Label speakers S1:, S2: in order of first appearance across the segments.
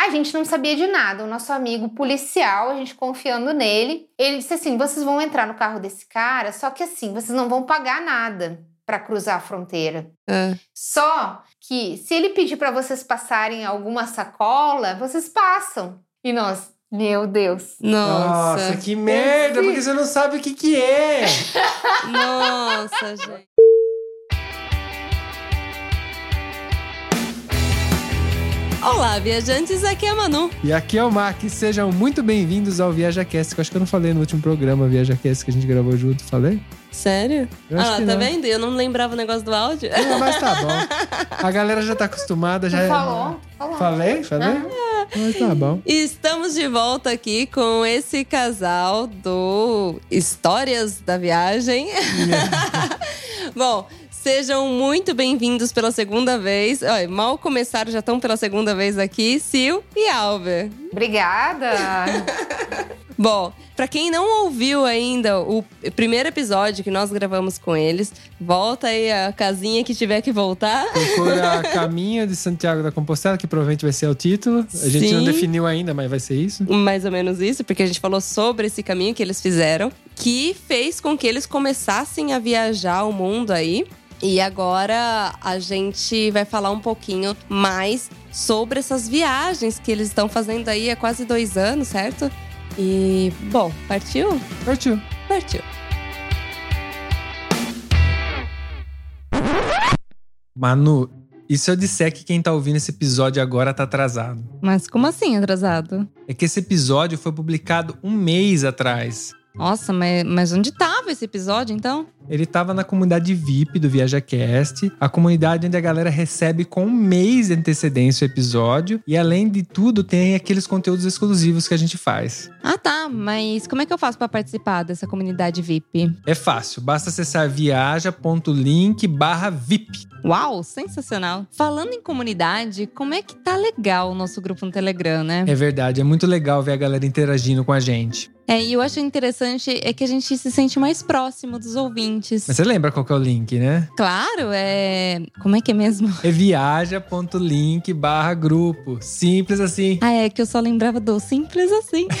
S1: A gente não sabia de nada. O nosso amigo policial, a gente confiando nele, ele disse assim: vocês vão entrar no carro desse cara, só que assim, vocês não vão pagar nada para cruzar a fronteira.
S2: Ah.
S1: Só que se ele pedir para vocês passarem alguma sacola, vocês passam. E nós, meu Deus.
S2: Nossa,
S3: Nossa, que merda, porque você não sabe o que que é.
S2: nossa, gente. Olá, viajantes, aqui é a Manu.
S3: E aqui é o Mark, sejam muito bem-vindos ao ViajaCast, que eu acho que eu não falei no último programa ViajaCast que a gente gravou junto, falei?
S2: Sério?
S3: Eu acho
S2: ah,
S3: que
S2: tá
S3: não.
S2: vendo? Eu não lembrava o negócio do áudio.
S3: Não, mas tá bom. A galera já tá acostumada, já...
S1: Não falou? Falou.
S3: Falei? Falei? Mas tá bom.
S2: E Estamos de volta aqui com esse casal do Histórias da Viagem. Bom, sejam muito bem-vindos pela segunda vez. Olha, mal começaram, já estão pela segunda vez aqui, Sil e Alver.
S1: Obrigada.
S2: Bom, pra quem não ouviu ainda o primeiro episódio que nós gravamos com eles, volta aí a casinha que tiver que voltar.
S3: Procura Caminho de Santiago da Compostela, que provavelmente vai ser o título. A gente não
S2: Sim.
S3: definiu ainda, mas vai ser isso.
S2: mais ou menos isso, porque a gente falou sobre esse caminho que eles fizeram, que fez com que eles começassem a viajar o mundo aí. E agora a gente vai falar um pouquinho mais sobre essas viagens que eles estão fazendo aí há quase dois anos, certo? E, bom, partiu?
S3: Partiu.
S2: Partiu.
S3: Manu, e se eu disser que quem tá ouvindo esse episódio agora tá atrasado?
S2: Mas como assim, atrasado?
S3: É que esse episódio foi publicado um mês atrás.
S2: Nossa, mas, mas onde tava esse episódio então?
S3: Ele tava na comunidade VIP do ViajaCast, a comunidade onde a galera recebe com um mês de antecedência o episódio. E além de tudo, tem aqueles conteúdos exclusivos que a gente faz.
S2: Ah tá, mas como é que eu faço pra participar dessa comunidade VIP?
S3: É fácil, basta acessar viaja.link barra VIP.
S2: Uau, sensacional. Falando em comunidade, como é que tá legal o nosso grupo no Telegram, né?
S3: É verdade, é muito legal ver a galera interagindo com a gente.
S2: É, e eu acho interessante é que a gente se sente mais próximo dos ouvintes.
S3: Mas você lembra qual que é o link, né?
S2: Claro, é. Como é que é mesmo?
S3: É viaja.link barra grupo. Simples assim.
S2: Ah, é que eu só lembrava do simples assim.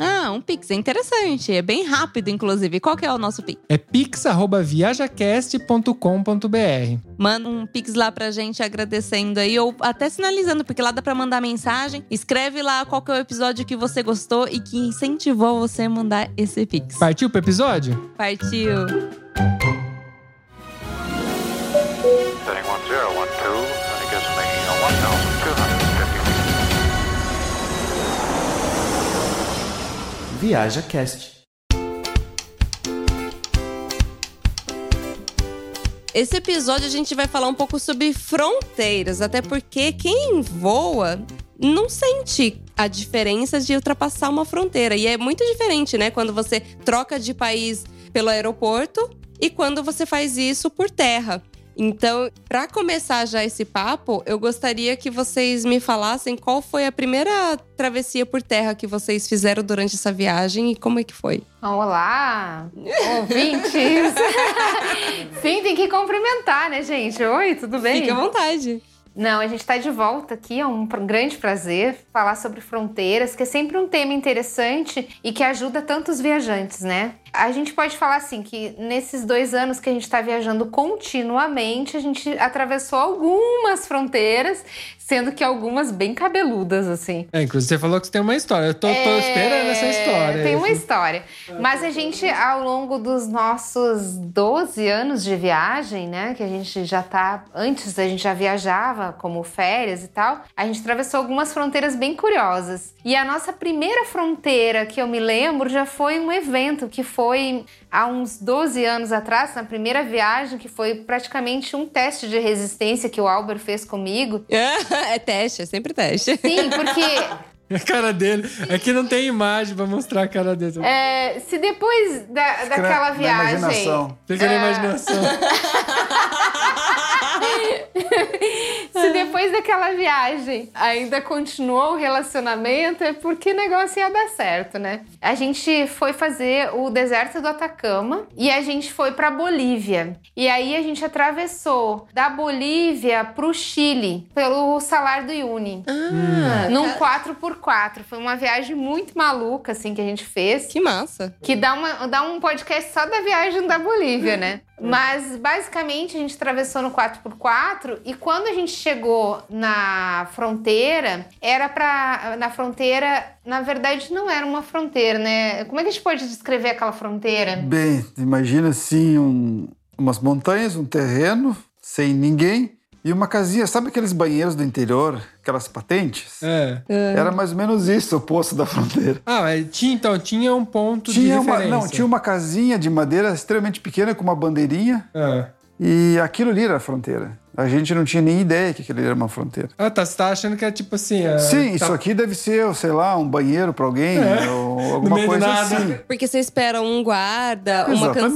S2: Ah, um Pix é interessante. É bem rápido, inclusive. Qual que é o nosso Pix?
S3: É pix@viajacast.com.br.
S2: Manda um Pix lá pra gente agradecendo aí, ou até sinalizando, porque lá dá pra mandar mensagem. Escreve lá qual que é o episódio que você gostou e que incentivou você a mandar esse Pix.
S3: Partiu pro episódio?
S2: Partiu!
S4: Setting 1012, and it gives me a 1,250 feet.
S5: Viaja Cast.
S2: Esse episódio a gente vai falar um pouco sobre fronteiras, até porque quem voa não sente a diferença de ultrapassar uma fronteira. E é muito diferente, né? Quando você troca de país pelo aeroporto e quando você faz isso por terra. Então, para começar já esse papo, eu gostaria que vocês me falassem qual foi a primeira travessia por terra que vocês fizeram durante essa viagem e como é que foi.
S1: Então, Olá, ouvintes. Sim, tem que cumprimentar, né, gente? Oi, tudo bem?
S2: Fique à vontade.
S1: Não, a gente está de volta aqui, é um pr- grande prazer falar sobre fronteiras, que é sempre um tema interessante e que ajuda tantos viajantes, né? A gente pode falar assim que nesses dois anos que a gente está viajando continuamente, a gente atravessou algumas fronteiras, sendo que algumas bem cabeludas, assim.
S3: É, inclusive você falou que você tem uma história. Eu tô, tô
S1: É,
S3: esperando essa história.
S1: Tem uma história. Mas a gente, ao longo dos nossos 12 anos de viagem, né? Que a gente já tá. Antes a gente já viajava como férias e tal. A gente atravessou algumas fronteiras bem curiosas. E a nossa primeira fronteira que eu me lembro já foi um evento que foi há uns 12 anos atrás, na primeira viagem, que foi praticamente um teste de resistência que o Albert fez comigo.
S2: É teste, é sempre teste.
S1: Sim, porque
S3: A cara dele. É que não tem imagem pra mostrar a cara dele.
S1: É, se depois da,
S5: Na
S1: daquela viagem.
S5: imaginação.
S3: Fica na imaginação.
S1: Se depois daquela viagem ainda continuou o relacionamento, é porque o negócio ia dar certo, né? A gente foi fazer o deserto do Atacama e a gente foi pra Bolívia. E aí a gente atravessou da Bolívia pro Chile pelo Salar do Uyuni.
S2: Ah,
S1: Num 4x4. Foi uma viagem muito maluca, assim, que a gente fez.
S2: que massa.
S1: Que dá, uma, dá um podcast só da viagem da Bolívia, né? Mas basicamente a gente atravessou no 4x4 e quando a gente chegou na fronteira, era pra. Na fronteira, na verdade, não era uma fronteira, né? Como é que a gente pode descrever aquela fronteira?
S5: Bem, imagina assim um- umas montanhas, um terreno, sem ninguém, e uma casinha. Sabe aqueles banheiros do interior, aquelas patentes?
S3: É.
S5: Era mais ou menos isso, o poço da fronteira.
S3: Ah, mas tinha, então, tinha um ponto de
S5: Tinha uma,
S3: referência.
S5: não, tinha um- uma casinha de madeira extremamente pequena com uma bandeirinha
S3: Ah.
S5: e aquilo ali era a fronteira. A gente não tinha nem ideia que aquilo ali era uma fronteira.
S3: Ah, tá. Você tá achando que é tipo assim... ah,
S5: Sim,
S3: tá- É.
S5: isso aqui deve ser, sei lá, um banheiro pra alguém ou
S3: No
S5: alguma
S3: meio do
S5: coisa
S3: nada.
S5: assim.
S2: Porque você espera um guarda, uma
S5: tu espera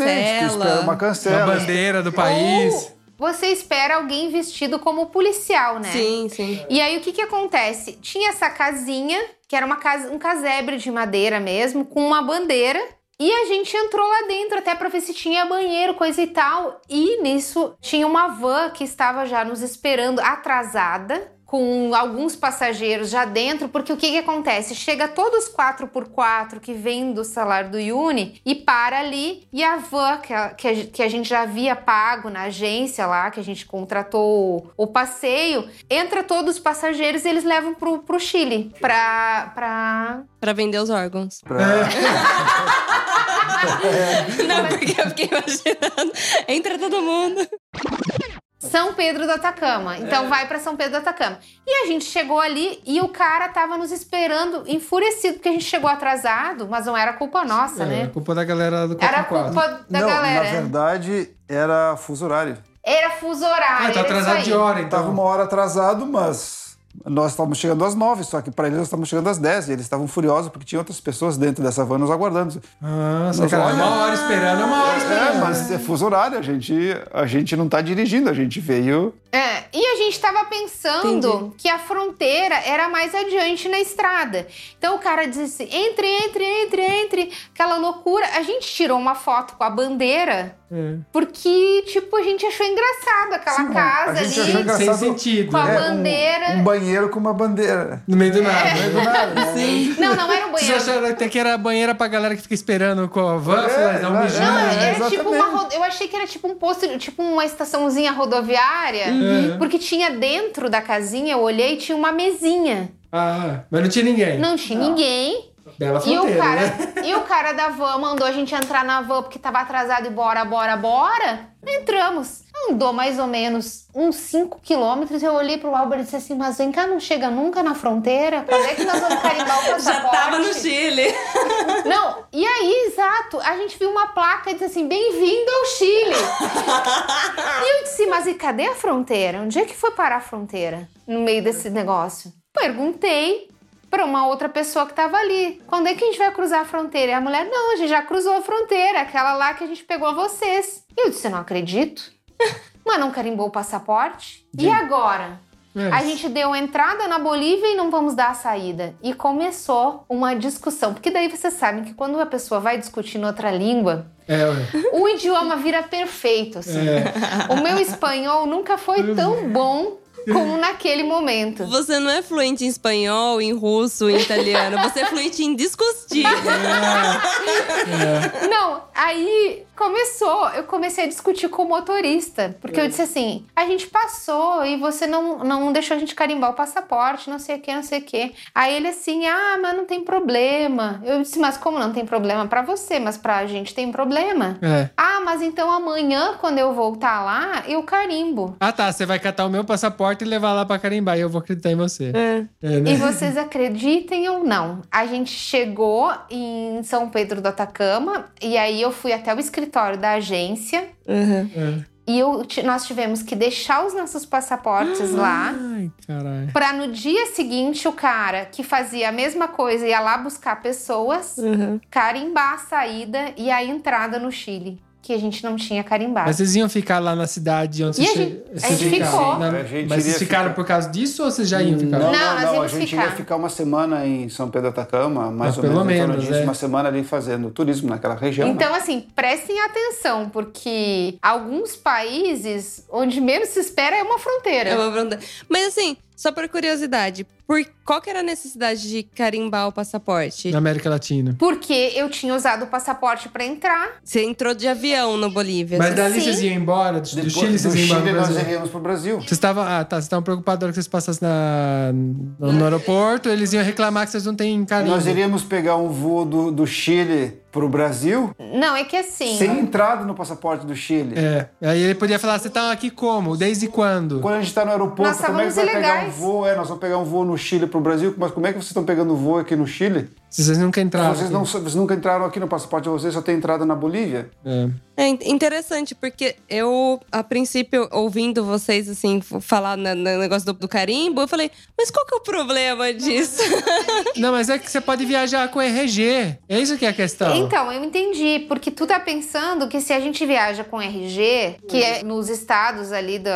S2: cancela.
S5: uma
S3: Uma
S5: cancela.
S3: bandeira do país.
S1: Ou você espera alguém vestido como policial, né?
S2: Sim, sim.
S1: E aí o que que acontece? Tinha essa casinha, que era uma casa, um casebre de madeira mesmo, com uma bandeira. E a gente entrou lá dentro até pra ver se tinha banheiro, coisa e tal. E nisso tinha uma van que estava já nos esperando atrasada. Com alguns passageiros já dentro, porque o que, que acontece? Chega todos 4x4 que vem do salário do Uni e para ali. E a van que a, que a- que a gente já havia pago na agência lá, que a gente contratou o- o passeio, entra todos os passageiros e eles levam pro, pro Chile, pra, pra...
S2: Pra vender os órgãos.
S3: É.
S5: Pra-
S2: Não, porque eu fiquei imaginando. Entra todo mundo.
S1: São Pedro do Atacama. Então vai pra São Pedro do Atacama. E a gente chegou ali e o cara tava nos esperando enfurecido, porque a gente chegou atrasado, mas não era culpa nossa,
S3: É,
S1: né?
S3: culpa da galera do
S1: Era
S3: 4x4.
S1: culpa da
S5: não,
S1: galera. é. né?
S5: na verdade, era fuso horário.
S1: Era fuso horário.
S3: Ah, tá
S1: era isso
S3: atrasado
S1: aí.
S3: de hora, então.
S5: Tava uma hora atrasado, mas nós estávamos chegando às nove, só que para eles nós estávamos chegando às dez. E eles estavam furiosos porque tinha outras pessoas dentro dessa van nos aguardando.
S3: Nossa,
S5: Mas
S3: cara,
S5: olha-
S3: uma hora esperando, uma hora
S5: É,
S3: esperando.
S5: mas é fuso horário, a gente, a gente não tá dirigindo, a gente veio.
S1: É, e a gente tava pensando que a fronteira era mais adiante na estrada. Então o cara disse: entre, entre, entre, entre. Aquela loucura. A gente tirou uma foto com a bandeira,
S3: É.
S1: porque, tipo, a gente achou engraçado aquela
S5: Sim,
S1: casa
S5: a gente
S1: ali.
S5: achou engraçado.
S3: Sem
S5: Engraçado.
S3: sentido.
S1: Com a
S3: né?
S1: ban- bandeira.
S5: Um, um banheiro com uma bandeira.
S3: No meio do nada. né?
S5: Do nada, né?
S1: Não, não era um
S3: Vocês
S1: banheiro.
S3: acharam até que era a banheira pra galera que fica esperando com a van?
S5: É,
S3: Falei, dá um
S5: é,
S3: mijão,
S1: Não,
S5: é,
S3: né?
S1: era tipo uma
S5: exatamente.
S1: rodo- Eu achei que era tipo um posto, tipo uma estaçãozinha rodoviária.
S3: Uhum.
S1: Porque tinha dentro da casinha, eu olhei, tinha uma mesinha.
S3: Ah, mas não tinha ninguém.
S1: Não tinha ninguém.
S3: Bela
S1: E
S3: fronteira,
S1: o, cara,
S3: né?
S1: e o cara da van mandou a gente entrar na van porque tava atrasado e bora, bora, bora. Entramos. Andou mais ou menos uns 5 quilômetros. Eu olhei pro Albert e disse assim: Mas vem cá, não chega nunca na fronteira? Quando é que nós vamos carimbar o passaporte?
S2: Já tava no Chile.
S1: Não, e aí, exato, a gente viu uma placa e disse assim: Bem-vindo ao Chile. e eu disse: Mas e cadê a fronteira? Onde é que foi parar a fronteira no meio desse negócio? Perguntei pra uma outra pessoa que tava ali: Quando é que a gente vai cruzar a fronteira? E a mulher: Não, a gente já cruzou a fronteira, aquela lá que a gente pegou vocês. E eu disse: Não acredito. Mas não carimbou o passaporte? E agora?
S3: É.
S1: A gente deu entrada na Bolívia e não vamos dar a saída. E começou uma discussão. Porque daí vocês sabem que quando a pessoa vai discutir em outra língua,
S3: É, ué.
S1: o idioma vira perfeito. assim.
S3: É.
S1: O meu espanhol nunca foi tão bom como naquele momento.
S2: Você não é fluente em espanhol, em russo, em italiano. Você é fluente em discutível.
S3: É.
S1: Não, aí começou, eu comecei a discutir com o motorista, porque
S3: É.
S1: eu disse assim: a gente passou e você não, não deixou a gente carimbar o passaporte, não sei o que, não sei o que. Aí ele assim: ah, mas não tem problema. Eu disse: mas como não tem problema pra você, mas pra gente tem problema?
S3: É.
S1: Ah, mas então amanhã, quando eu voltar lá, eu carimbo.
S3: Ah, tá. Você vai catar o meu passaporte e levar lá pra carimbar. E eu vou acreditar em você. É, né?
S1: E vocês acreditem ou não, a gente chegou em São Pedro do Atacama e aí eu fui até o escritório da agência
S2: Uhum.
S3: É.
S1: E eu ti- nós tivemos que deixar os nossos passaportes lá.
S3: Ai, caralho.
S1: Pra no dia seguinte, o cara que fazia a mesma coisa ia lá buscar pessoas,
S3: É.
S2: Uhum.
S1: carimbar a saída e a entrada no Chile, que a gente não tinha carimbado.
S3: Mas vocês iam ficar lá na cidade onde
S1: Tá. E
S3: vocês
S1: a gente-
S3: che-
S1: a gente
S3: vocês ficaram,
S1: ficou.
S3: né?
S6: É, A gente
S3: Mas vocês
S6: iria
S3: ficaram
S6: ficar.
S3: por causa disso ou vocês já iam ficar?
S1: Não,
S6: Não, não,
S1: nós
S6: não. A
S1: íamos
S6: gente
S1: ficar.
S6: ia ficar uma semana em São Pedro do Atacama, mais
S3: Mas
S6: ou
S3: pelo
S6: menos, em
S5: então
S6: torno
S3: menos,
S6: disso,
S3: é.
S6: uma semana ali fazendo turismo naquela região. né?
S1: Então, assim, prestem atenção, porque alguns países onde menos se espera é uma fronteira.
S2: É uma bronda. Mas assim, só por curiosidade, por qual que era a necessidade de carimbar o passaporte?
S3: Na América Latina.
S1: Porque eu tinha usado o passaporte pra entrar.
S2: Você entrou de avião na Bolívia.
S3: Mas
S2: você-
S3: dali
S1: Sim.
S3: vocês iam embora? Do, do
S6: Depois
S3: Chile
S6: do
S3: vocês iam embora
S6: Chile
S3: pro
S6: nós
S3: Brasil?
S6: iríamos para o Brasil.
S3: Vocês estavam, ah, tá, vocês estavam preocupados na hora que vocês passassem na, no, no aeroporto, eles iam reclamar que vocês não têm carinho.
S6: Nós iríamos pegar um voo do, do Chile para o Brasil
S1: Não, é que assim.
S6: sem entrada no passaporte do Chile.
S3: É, aí ele podia falar, você tá aqui como? Desde quando?
S6: Quando a gente está no aeroporto,
S1: Nós
S6: como é que
S1: estávamos
S6: vai pegar um
S1: ilegais.
S6: voo? É, nós vamos pegar um voo no Chile para o Brasil, mas como é que vocês estão pegando voo aqui no Chile?
S3: Se vocês nunca entraram.
S6: vocês, não, vocês nunca entraram aqui no passaporte de vocês, só tem entrada na Bolívia.
S3: É.
S2: É in- interessante, porque eu, a princípio, ouvindo vocês, assim, f- falar na- no negócio do, do carimbo, eu falei, mas qual que é o problema disso?
S3: Não, mas é que você pode viajar com RG. É isso que é a questão.
S1: Então, eu entendi, porque tu tá pensando que se a gente viaja com RG, que
S2: Uhum.
S1: é nos estados ali do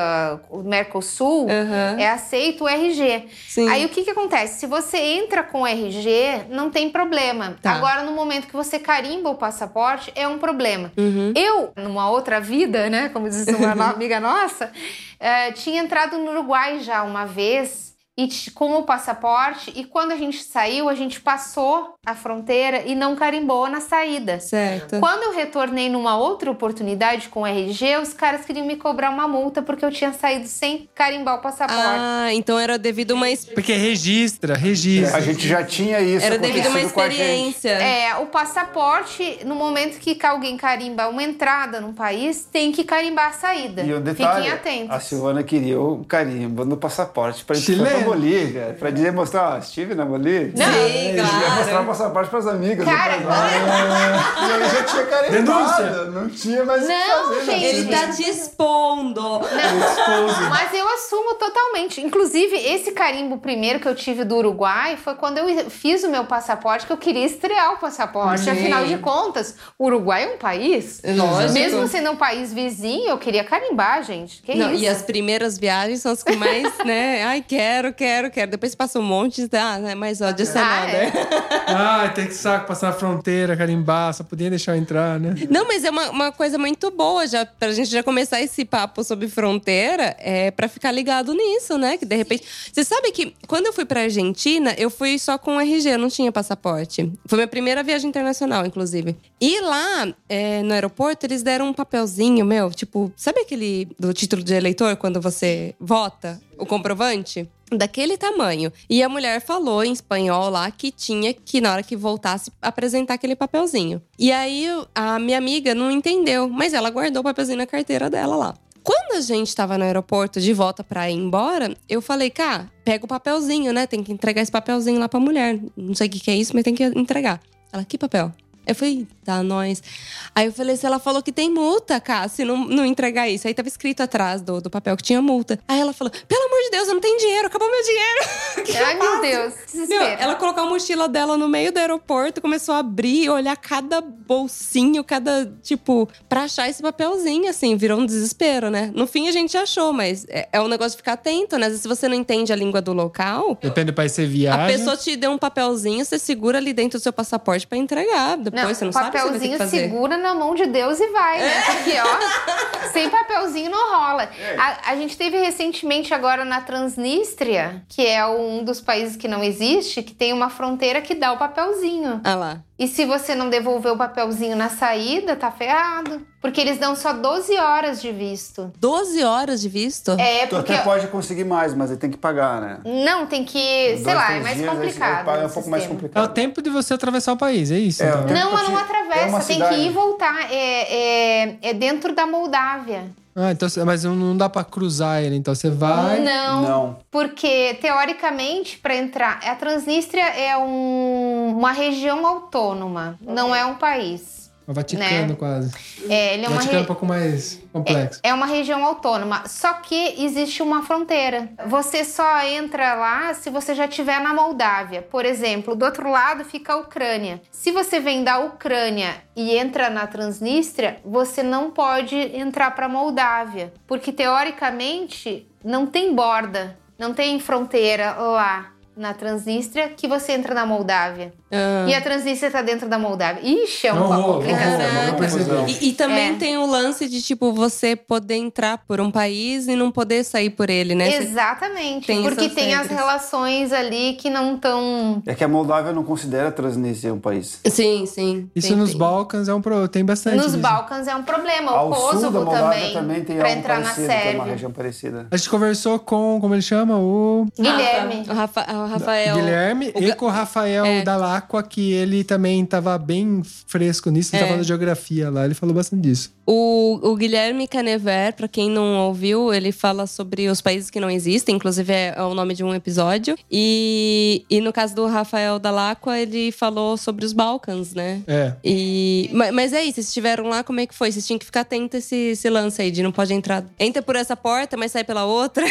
S1: Mercosul,
S2: Aham.
S1: é aceito o RG.
S2: Uhum. Sim.
S1: Aí o que que acontece? Se você entra com RG, não tem problema.
S2: Tá.
S1: Agora, no momento que você carimba o passaporte, é um problema.
S2: Uhum.
S1: Eu, numa outra vida, né, como diz uma no- amiga nossa, eh, tinha entrado no Uruguai já uma vez. E t- com o passaporte, e quando a gente saiu, a gente passou a fronteira e não carimbou na saída.
S2: Certo.
S1: Quando eu retornei numa outra oportunidade com o RG, os caras queriam me cobrar uma multa porque eu tinha saído sem carimbar o passaporte.
S2: Ah, então era devido a uma, ex-
S3: Porque registra, registra.
S6: É, A gente já tinha isso
S2: era devido a uma
S6: acontecido com a gente.
S2: experiência.
S1: É, o passaporte, no momento que alguém carimba uma entrada num país, tem que carimbar a saída.
S6: E o detalhe,
S1: Fiquem atentos.
S6: a Silvana queria o carimbo no passaporte para ir para
S3: Chileno.
S6: Bolívia, para dizer mostrar, ó, estive na Bolívia.
S1: Não.
S2: Sim,
S6: Eu ia mostrar o
S2: claro.
S6: passaporte para as amigas. né?
S1: Cara,
S6: depois, ó. e aí já tinha
S3: Denúncia.
S6: carimbado, não tinha mais o que
S1: Não,
S6: fazer,
S1: gente,
S6: tinha
S2: Ele tá te expondo.
S1: Mas eu assumo totalmente. Inclusive, esse carimbo primeiro que eu tive do Uruguai foi quando eu fiz o meu passaporte, que eu queria estrear o passaporte.
S2: Sim.
S1: Afinal de contas, o Uruguai é um país.
S2: Lógico.
S1: Mesmo sendo um país vizinho, eu queria carimbar, gente. Que
S2: Não,
S1: É isso?
S2: e as primeiras viagens são as que mais, né? Ai, quero, quero, quero. Depois passa um monte, tá? né, Mas ó, disso é
S1: Ah,
S2: nada.
S1: é.
S3: Ah, tem que saco passar a fronteira, carimbar, só podia deixar eu entrar, né?
S2: Não, mas é uma, uma coisa muito boa já pra gente já começar esse papo sobre fronteira, é para ficar ligado nisso, né? Que de repente, você sabe que quando eu fui pra Argentina, eu fui só com RG, eu não tinha passaporte. Foi minha primeira viagem internacional, inclusive. E lá é, no aeroporto eles deram um papelzinho meu, tipo, sabe aquele do título de eleitor quando você vota, o comprovante? daquele tamanho. E a mulher falou em espanhol lá que tinha que, na hora que voltasse, apresentar aquele papelzinho. E aí a minha amiga não entendeu, mas ela guardou o papelzinho na carteira dela lá. Quando a gente tava no aeroporto de volta pra ir embora, eu falei, cá, pega o papelzinho, né? Tem que entregar esse papelzinho lá pra mulher. Não sei o que, que é isso, mas tem que entregar. Ela, que papel? Eu falei, tá, nós. Aí eu falei, se ela falou que tem multa, cara, se não, não entregar isso. Aí tava escrito atrás do, do papel que tinha multa. Aí ela falou, pelo amor de Deus, eu não tenho dinheiro, acabou meu dinheiro. Que que eu
S1: Ai, meu
S2: faço?
S1: Deus.
S2: Meu,
S1: Desespero.
S2: assim, ela colocou a mochila dela no meio do aeroporto, começou a abrir e olhar cada bolsinho, cada, tipo, pra achar esse papelzinho, assim, virou um desespero, né? No fim a gente achou, mas é, é um negócio de ficar atento, né? Às vezes, se você não entende a língua do local,
S3: Depende do país que você viaja.
S2: a pessoa te deu um papelzinho, você segura ali dentro do seu passaporte pra entregar. Depois
S1: Não,
S2: Então,
S1: um
S2: você não sabe o que você vai ter
S1: papelzinho
S2: que fazer.
S1: segura na mão de Deus e vai, né? Porque, ó, sem papelzinho não rola. A, a gente teve recentemente agora na Transnistria, que é um dos países que não existe, que tem uma fronteira que dá o papelzinho.
S2: Ah lá.
S1: E se você não devolver o papelzinho na saída, tá ferrado. Porque eles dão só 12 horas de visto.
S2: 12 horas de visto?
S1: É,
S6: Tu
S1: porque.
S6: até pode conseguir mais, mas ele tem que pagar, né?
S1: Não, tem que. Sei
S6: Dois,
S1: lá, é mais
S6: três dias, aí você vai
S1: complicado.
S6: pagar, É um
S1: o
S6: pouco
S1: sistema.
S6: mais
S3: É o
S6: complicado.
S3: tempo de você atravessar o país, é isso.
S6: É,
S3: então.
S6: o tempo-
S1: Não, ela não
S6: É uma
S1: atravessa, tem que
S6: cidade.
S1: ir e voltar. É, é, é dentro da Moldávia.
S3: Ah, então, cê- mas não dá pra cruzar ele, então você vai.
S1: Não,
S6: Não.
S1: porque teoricamente para entrar, a Transnistria é um- uma região autônoma, não é um país.
S3: O Vaticano,
S1: Né?
S3: quase.
S1: É, ele é
S3: o
S1: uma
S3: Vaticano é um
S1: re-
S3: pouco mais complexo.
S1: É uma região autônoma, só que existe uma fronteira. Você só entra lá se você já estiver na Moldávia. Por exemplo, do outro lado fica a Ucrânia. Se você vem da Ucrânia e entra na Transnistria, você não pode entrar para Moldávia, porque teoricamente não tem borda, não tem fronteira lá na Transnistria que você entra na Moldávia. E a Transnistria tá dentro da Moldávia. Ixi, é
S3: Não,
S1: uma
S3: não, não,
S1: complicação.
S3: não, não percebeu.
S2: E, e também
S1: É.
S2: tem o lance de, tipo, você poder entrar por um país e não poder sair por ele, né? Você-
S1: Exatamente.
S2: Tem
S1: porque
S2: essas
S1: tem as
S2: regras.
S1: relações ali que não tão.
S6: É que a Moldávia não considera a Transnistria um país.
S2: Sim, sim.
S3: Isso
S2: tem,
S3: nos
S2: tem.
S3: Balcãs é um pro... tem bastante.
S1: Nos
S3: disso.
S1: Balcãs é um problema.
S6: Ao
S1: o
S6: sul da
S1: Kosovo
S6: Moldávia
S1: também.
S6: também, tem
S1: pra
S6: algo
S1: entrar
S6: parecido,
S1: na
S6: tem uma
S1: Sérvia.
S6: região parecida.
S3: A gente conversou com, como ele chama?
S2: Ah,
S3: O
S2: tá.
S1: Guilherme.
S2: O, Rafa- É, o Rafael.
S3: Guilherme
S2: o
S3: e
S2: Ga-
S3: com o Rafael Dalacqua, que ele também tava bem fresco nisso, ele
S2: É.
S3: tava falando de geografia lá, ele falou bastante disso.
S2: O, o Guilherme Canever, pra quem não ouviu, ele fala sobre os países que não existem, inclusive é, é o nome de um episódio. E, e no caso do Rafael Dalacqua, ele falou sobre os Balcãs, né?
S3: É.
S2: E, ma- mas, é isso, vocês estiveram lá, como é que foi? Vocês tinham que ficar atento a esse, esse lance aí de não pode entrar. Entra por essa porta, mas sai pela outra.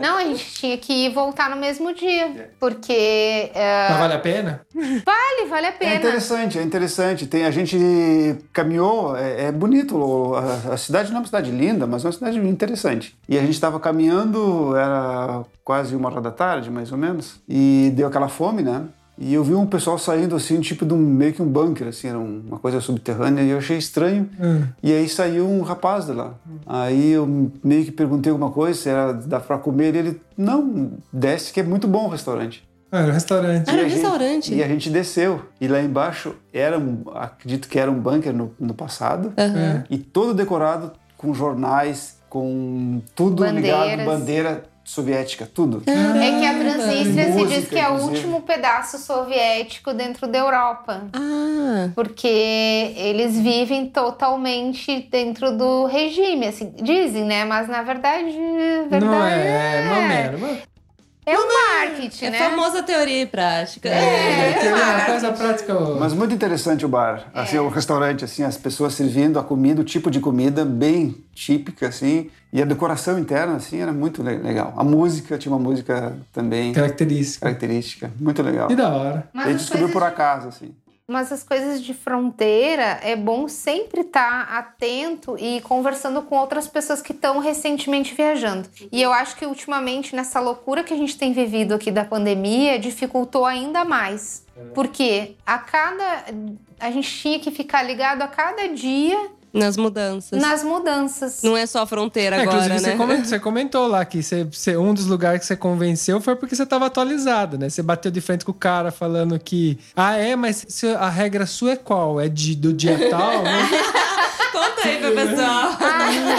S1: Não, a gente tinha que ir e voltar no mesmo
S6: É.
S1: dia. Porque é,
S3: Mas vale a pena?
S1: vale, vale a
S6: É
S1: pena.
S6: interessante, é interessante. Tem, a gente caminhou, é, é bonito. A, a cidade não é uma cidade linda, mas é uma cidade interessante. E a gente estava caminhando, era quase uma hora da tarde, mais ou menos, e deu aquela fome, né? E eu vi um pessoal saindo assim, tipo de um meio que um bunker, assim, era um- uma coisa subterrânea, e eu achei estranho.
S3: Hum.
S6: E aí saiu um rapaz de lá. Aí eu meio que perguntei alguma coisa, se era dá pra comer, e ele, não, desce que é muito bom o restaurante.
S3: Ah, no restaurante.
S2: Era um
S6: E a gente-
S2: restaurante.
S6: E a gente desceu. E lá embaixo era, um, acredito que era um bunker no, no passado.
S2: Aham.
S6: E todo decorado com jornais, com tudo ligado,
S1: Bandeiras.
S6: bandeira soviética, tudo.
S1: É que a Transnistria se diz
S6: Música,
S1: que é o
S6: inclusive.
S1: último pedaço soviético dentro da Europa.
S2: Ah,
S1: Porque eles vivem totalmente dentro do regime, assim, dizem, né? Mas na verdade, verdade
S3: Não é, é. mamero. mas-
S1: É o marketing,
S2: é
S1: né?
S2: famosa teoria e prática.
S3: É,
S1: É,
S3: que é
S1: marketing.
S3: coisa prática. ó.
S6: Mas muito interessante o bar,
S1: É.
S6: assim, o restaurante, assim, as pessoas servindo a comida, o tipo de comida bem típica, assim, e a decoração interna, assim, era muito le- legal. A música tinha uma música também
S3: Característica.
S6: característica, muito legal.
S3: E da hora.
S1: Mas
S6: Ele
S1: as
S6: descobriu
S1: coisas
S6: por acaso, assim.
S1: Mas as coisas de fronteira é bom sempre estar atento e conversando com outras pessoas que estão recentemente viajando. E eu acho que ultimamente, nessa loucura que a gente tem vivido aqui da pandemia, dificultou ainda mais.
S6: É.
S1: Porque a cada. A gente tinha que ficar ligado a cada dia
S2: Nas mudanças.
S1: nas mudanças.
S2: Não é só a fronteira
S3: É,
S2: agora,
S3: inclusive,
S2: né?
S3: você, comentou, você comentou lá que você, você- um dos lugares que você convenceu foi porque você estava atualizado, né? Você bateu de frente com o cara falando que, ah, é, mas se- a regra sua é qual? É de, do dia tal? né?
S2: Conta aí pro pessoal.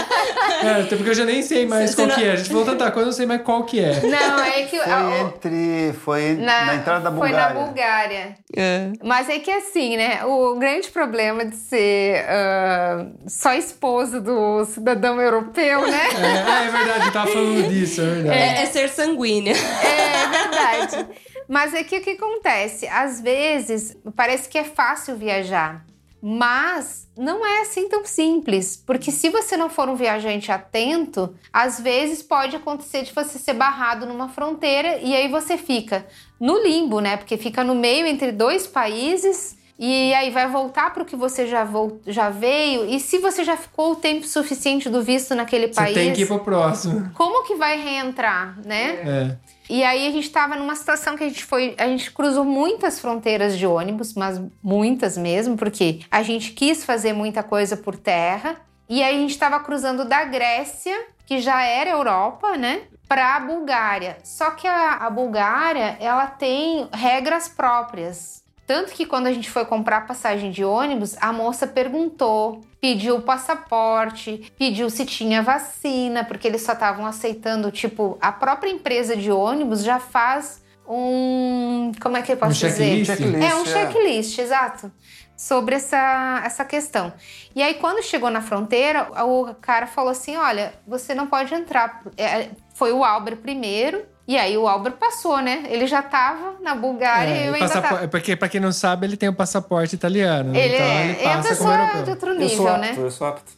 S1: Ah,
S3: é, até porque eu já nem sei mais
S2: Você-
S3: qual
S2: você
S3: que
S2: não-
S3: é. A gente falou tanta coisa, eu não sei mais qual que é.
S1: Não, é que.
S6: Foi entre. Foi en- na, entrada da
S1: foi
S6: Bulgária.
S1: na Bulgária.
S2: É.
S1: Mas é que assim, né? O grande problema de ser ah, só esposa do cidadão europeu, né?
S3: É, ah, é verdade, eu tava falando disso, é verdade.
S2: É, é ser sanguínea.
S1: É verdade. Mas é que o que acontece? Às vezes parece que é fácil viajar, mas não é assim tão simples. Porque se você não for um viajante atento, às vezes pode acontecer de você ser barrado numa fronteira e aí você fica no limbo, né? Porque fica no meio entre dois países. E aí vai voltar para o que você já, vol- já veio. E se você já ficou o tempo suficiente do visto naquele
S3: Você
S1: país,
S3: tem que ir pro próximo.
S1: como que vai reentrar, né?
S3: É.
S1: E aí a gente tava numa situação que a gente foi, a gente cruzou muitas fronteiras de ônibus, mas muitas mesmo, porque a gente quis fazer muita coisa por terra. E aí a gente tava cruzando da Grécia, que já era Europa, né? Pra Bulgária. Só que a, a Bulgária, ela tem regras próprias. Tanto que quando a gente foi comprar passagem de ônibus, a moça perguntou, pediu o passaporte, pediu se tinha vacina, porque eles só estavam aceitando, tipo, a própria empresa de ônibus já faz um. Como é que eu posso dizer?
S3: checklist?
S6: Checklist.
S1: É um
S6: Isso, é.
S1: checklist, exato. Sobre essa, essa questão. E aí, quando chegou na fronteira, é, o cara falou assim: olha, você não pode entrar. É, Foi o Albert primeiro. E aí o Álvaro passou, né? Ele já tava na Bulgária e eu ainda
S3: passapor-
S1: tava.
S3: é porque, pra quem não sabe, ele tem o passaporte italiano. né?
S1: Ele
S3: então
S1: é,
S3: ele
S1: é a
S3: passa como
S1: pessoa de
S3: europeu.
S1: outro
S6: eu sou
S1: nível,
S6: apto,
S1: né? É.
S6: eu sou apto.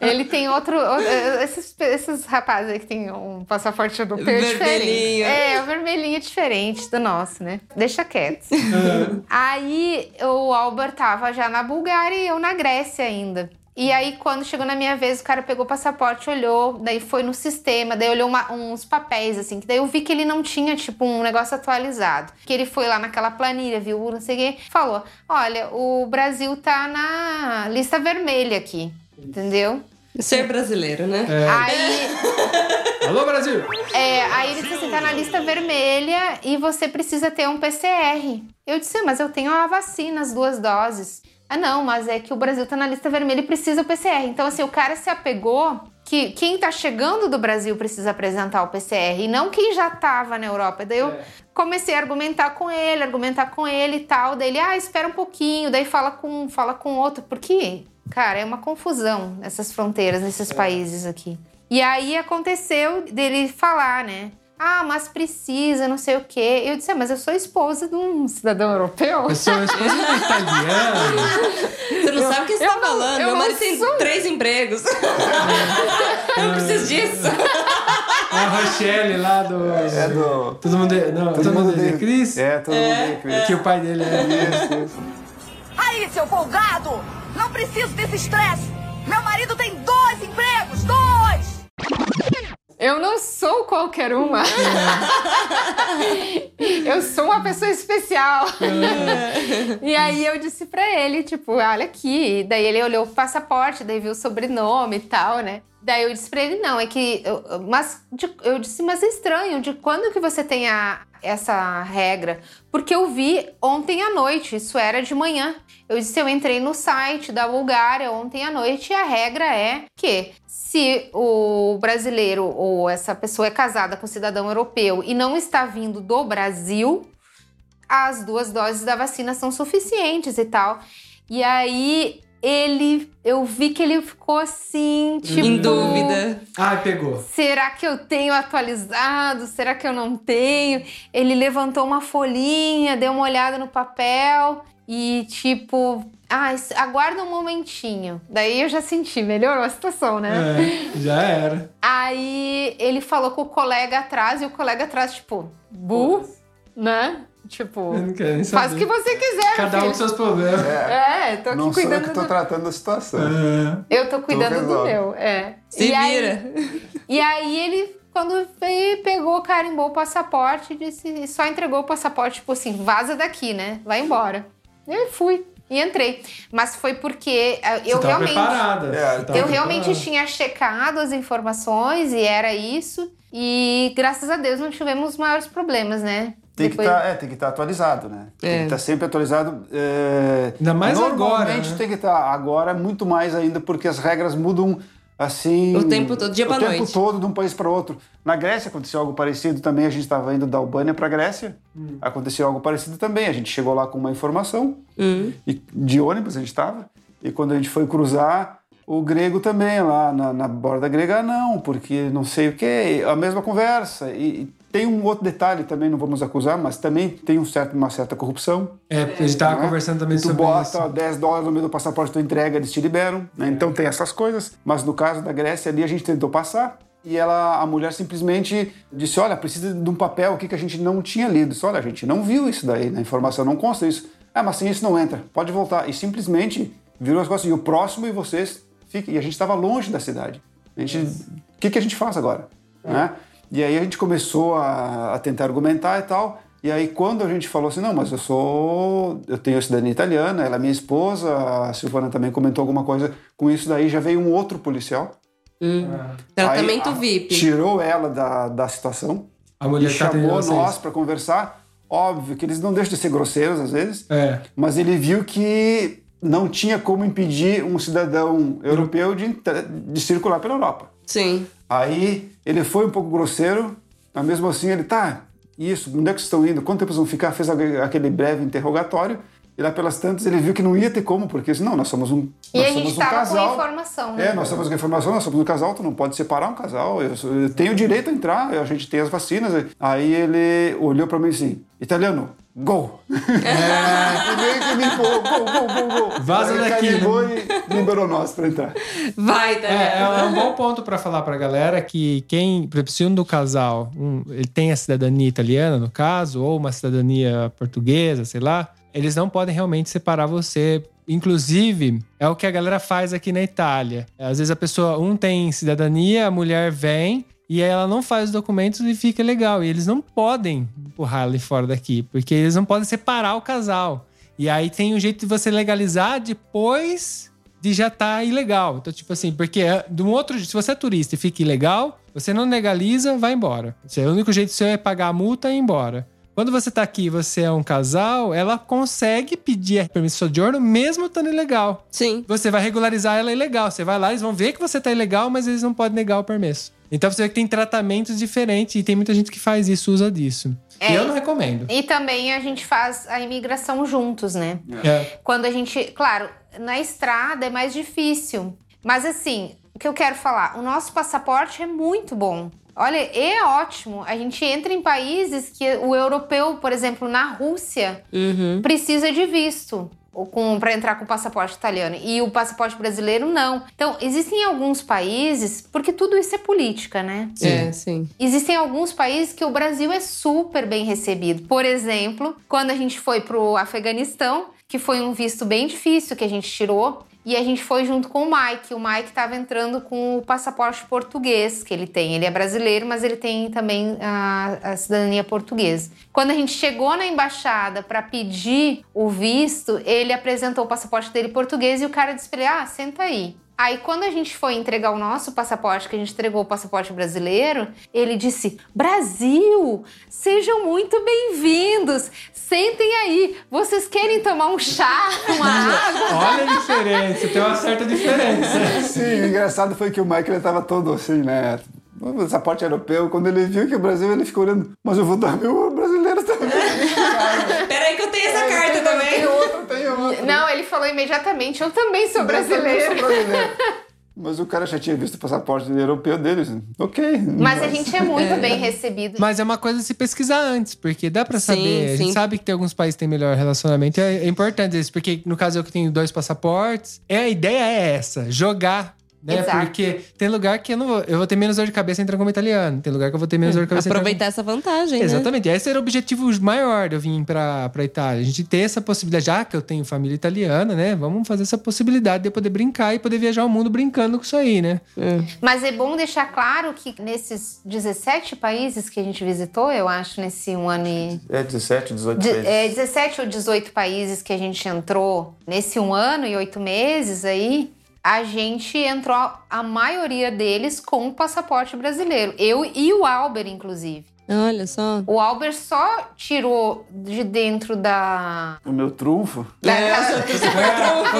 S1: Ele tem outro. o- eh, Esses, esses rapazes aí que tem um passaporte europeu é diferente.
S2: Vermelhinho.
S1: É, o vermelhinho é diferente do nosso, né? Deixa quieto. aí o Albert tava já na Bulgária e eu na Grécia ainda. E aí, quando chegou na minha vez, o cara pegou o passaporte, olhou, daí foi no sistema, daí olhou uma- uns papéis, assim, que daí eu vi que ele não tinha, tipo, um negócio atualizado. Que ele foi lá naquela planilha, viu, não sei o quê, falou: olha, o Brasil tá na lista vermelha aqui, entendeu?
S2: Ser brasileiro, né?
S1: É. Aí,
S3: Alô, Brasil!
S1: é, aí ele disse assim, tá na lista vermelha e você precisa ter um PCR. Eu disse, "Ah, mas eu tenho a vacina, as duas doses. Ah, não, mas é que o Brasil tá na lista vermelha e precisa o PCR. Então, assim, o cara se apegou que quem tá chegando do Brasil precisa apresentar o PCR e não quem já tava na Europa. Daí eu comecei a argumentar com ele, argumentar com ele e tal. Daí ele, ah, espera um pouquinho. Daí fala com um, fala com outro. Porque, cara, é uma confusão essas fronteiras, nesses países aqui. E aí aconteceu dele falar, né? Ah, mas precisa, não sei o quê. Eu disse, ah, mas eu sou esposa de um cidadão europeu.
S3: Eu sou eu sou italiano.
S2: Você não sabe o que você tá
S1: eu não-
S2: falando.
S1: eu
S2: Meu
S1: não
S2: marido tem
S1: sou.
S2: três empregos. eu não preciso disso.
S3: A É Rochelle lá do.
S6: É do.
S3: Todo mundo. é- Não, todo, mundo dele. Cris?
S6: É, todo mundo é Cris.
S3: Que o pai dele é.
S7: Aí, seu folgado! Não preciso desse estresse! Meu marido tem dois empregos! Dois!
S1: Eu não sou qualquer uma. eu sou uma pessoa especial. e aí eu disse pra ele, tipo, olha aqui. E Daí ele olhou o passaporte, daí viu o sobrenome e tal, né? Daí eu disse pra ele, não, é que... eu- mas de- eu disse, mas é estranho, de quando que você tem a, essa regra? Porque eu vi ontem à noite, isso era de manhã. Eu disse, eu entrei no site da Bulgária ontem à noite e a regra é que se o brasileiro ou essa pessoa é casada com um cidadão europeu e não está vindo do Brasil, as duas doses da vacina são suficientes e tal. E aí ele, eu vi que ele ficou assim, tipo,
S2: Em dúvida.
S3: Ah, pegou.
S1: Será que eu tenho atualizado? Será que eu não tenho? Ele levantou uma folhinha, deu uma olhada no papel e tipo, ah, es- aguarda um momentinho. Daí eu já senti, melhorou a situação, né?
S3: É, já era.
S1: Aí ele falou com o colega atrás e o colega atrás, tipo, bu, né? Tipo,
S3: Eu não quero nem
S1: faz
S3: saber.
S1: o que você quiser, meu
S3: Cada um com
S1: filho.
S3: seus problemas.
S1: É, tô aqui
S6: Não sou eu
S1: cuidando
S6: que tô
S1: do...
S6: tratando da situação.
S3: É.
S1: Eu tô cuidando do
S6: resolve.
S1: meu, é.
S2: Se
S1: E aí-
S2: vira.
S1: E aí ele, quando veio, pegou, carimbou o passaporte e disse, e só entregou o passaporte, tipo assim, vaza daqui, né? Vai embora. Eu fui e entrei. Mas foi porque eh, eu
S3: Você tava
S1: realmente.
S3: preparada.
S6: É,
S3: Você tava
S1: Eu realmente
S3: preparada.
S1: tinha checado as informações e era isso. E graças a Deus não tivemos maiores problemas, né?
S6: Tem que tá, é, tem que estar atualizado, né? Tem que
S2: É.
S6: estar sempre atualizado. É...
S3: Ainda mais agora,
S6: Normalmente
S3: né?
S6: tem que estar agora muito mais ainda, porque as regras mudam assim.
S2: O tempo todo, dia
S6: o
S2: pra
S6: tempo
S2: noite.
S6: todo, de um país para outro. Na Grécia aconteceu algo parecido também. A gente estava indo da Albânia para a Grécia. Aconteceu algo parecido também. A gente chegou lá com uma informação
S2: Hum.
S6: e de ônibus a gente estava. E quando a gente foi cruzar, o grego também lá na, na borda grega, "Ah, não, porque não sei o quê, a mesma conversa. E, e tem um outro detalhe também, não vamos acusar, mas também tem um certo, uma certa corrupção.
S3: É, porque a gente tava
S6: né?
S3: conversando também
S6: tu
S3: sobre
S6: bota
S3: isso.
S6: 10 dólares no meio do passaporte, tu entrega, eles te liberam. né? Então tem essas coisas. Mas no caso da Grécia ali, a gente tentou passar. E ela, a mulher simplesmente disse: Olha, precisa de um papel aqui que a gente não tinha lido. Disse, Olha, a gente não viu isso daí, na informação não consta isso. Ah, mas sem isso não entra, pode voltar. E simplesmente virou as costas. E o próximo e vocês fiquem. E a gente estava longe da cidade. A gente, o que, que a gente faz agora? né? E aí a gente começou a, a tentar argumentar e tal. E aí quando a gente falou assim, não, mas eu sou, eu tenho cidadania italiana, ela é minha esposa, a Silvana também comentou alguma coisa com isso daí, já veio um outro policial.
S2: Tratamento
S6: aí, a-
S2: VIP.
S6: Tirou ela da, da situação
S3: A mulher
S6: e
S3: tá atendendo
S6: chamou
S3: vocês.
S6: nós para conversar. Óbvio que eles não deixam de ser grosseiros às vezes,
S3: É.
S6: mas ele viu que não tinha como impedir um cidadão europeu de, entra- de circular pela Europa.
S2: Sim.
S6: Aí ele foi um pouco grosseiro, mas mesmo assim ele tá. Isso, onde é que vocês estão indo? Quanto tempo vocês vão ficar? Fez aque- aquele breve interrogatório. E E lá pelas tantas ele viu que não ia ter como, porque senão nós somos um
S1: E
S6: nós
S1: a gente
S6: somos um
S1: tava com
S6: casal.
S1: informação, né?
S6: É, nós somos com informação, nós somos um casal, tu não pode separar um casal, eu, sou- eu tenho direito a entrar, a gente tem as vacinas. Aí ele olhou pra mim assim, italiano, gol! É, que nem que me empurrou, gol, gol, gol, gol.
S3: É. Vaza
S6: Aí ele
S3: daqui, né?
S6: carregou e liberou nós pra entrar.
S2: Vai, tá
S3: É,
S2: Daniel.
S3: é um- é um bom ponto pra falar pra galera que quem, por exemplo, se um do casal, um, ele tem a cidadania italiana, no caso, ou uma cidadania portuguesa, sei lá, eles não podem realmente separar você. Inclusive, é o que a galera faz aqui na Itália. Às vezes a pessoa, um tem cidadania, a mulher vem e aí ela não faz os documentos e fica legal. E eles não podem empurrar ele fora daqui, porque eles não podem separar o casal. E aí tem um jeito de você legalizar depois de já tá ilegal. Então, tipo assim, porque é, de um outro jeito, se você é turista e fica ilegal, você não legaliza, vai embora. Esse é o único jeito seu é pagar a multa e ir embora. Quando você tá aqui e você é um casal, ela consegue pedir permissão de sojorno mesmo estando ilegal.
S2: Sim.
S3: Você vai regularizar ela ilegal. Você vai lá, eles vão ver que você tá ilegal, mas eles não podem negar o permesso. Então você vê que tem tratamentos diferentes e tem muita gente que faz isso, usa disso.
S1: É.
S3: E eu não recomendo.
S1: E também a gente faz a imigração juntos, né?
S3: É.
S1: Quando a gente. Claro, na estrada é mais difícil. Mas assim, o que eu quero falar? O nosso passaporte é muito bom. Olha, é ótimo. A gente entra em países que o europeu, por exemplo, na Rússia,
S2: Uhum.
S1: precisa de visto para entrar com o passaporte italiano e o passaporte brasileiro não. Então, existem alguns países, porque tudo isso é política, né?
S3: Sim.
S2: É, sim.
S1: Existem alguns países que o Brasil é super bem recebido. Por exemplo, quando a gente foi pro Afeganistão, que foi um visto bem difícil que a gente tirou, e a gente foi junto com o Mike. O Mike estava entrando com o passaporte português que ele tem. Ele é brasileiro, mas ele tem também a, a cidadania portuguesa. Quando a gente chegou na embaixada para pedir o visto, ele apresentou o passaporte dele português e o cara disse pra ele: Ah, senta aí. Aí, quando a gente foi entregar o nosso passaporte, que a gente entregou o passaporte brasileiro, ele disse: Brasil, sejam muito bem-vindos, sentem aí, vocês querem tomar um chá, uma água?
S3: Olha a diferença, tem uma certa diferença.
S6: Sim, o engraçado foi que o Michael estava todo assim, né? O passaporte europeu, quando ele viu que o Brasil, ele ficou olhando, mas eu vou dar meu brasileiro também.
S2: Peraí que eu tenho essa carta
S6: Tem
S2: também.
S6: outro, tem outro.
S1: Não, ele falou imediatamente: Eu também sou brasileiro.
S6: Eu sou brasileiro. Mas o cara já tinha visto o passaporte europeu deles. Ok.
S1: Mas a gente é muito bem recebido.
S3: Mas é uma coisa de se pesquisar antes, porque dá pra
S2: Sim,
S3: saber. A
S2: sim.
S3: gente sabe que tem alguns países que têm melhor relacionamento. É é importante isso, porque no caso eu que tenho dois passaportes, é, a ideia é essa: jogar. Né?
S1: Exato.
S3: Porque tem lugar que eu não vou, eu vou ter menos dor de cabeça entrando como italiano. Tem lugar que eu vou ter menos dor de cabeça entrando
S2: Hum, Aproveitar essa vantagem, né?
S3: Exatamente. Esse era o objetivo maior de eu vir pra, pra Itália. A gente ter essa possibilidade, já que eu tenho família italiana, né? Vamos fazer essa possibilidade de eu poder brincar e poder viajar o mundo brincando com isso aí, né?
S1: Mas é bom deixar claro que nesses 17 países que a gente visitou, eu acho, nesse um ano e.
S6: É 17, 18
S1: De-
S6: vezes.
S1: é, 17 ou 18 países que a gente entrou nesse um ano e oito meses aí, a gente entrou a maioria deles com o passaporte brasileiro. Eu e o Albert, inclusive.
S2: Olha só.
S1: O Albert só tirou de dentro da.
S6: O meu trunfo.
S1: da
S2: né?
S3: É, o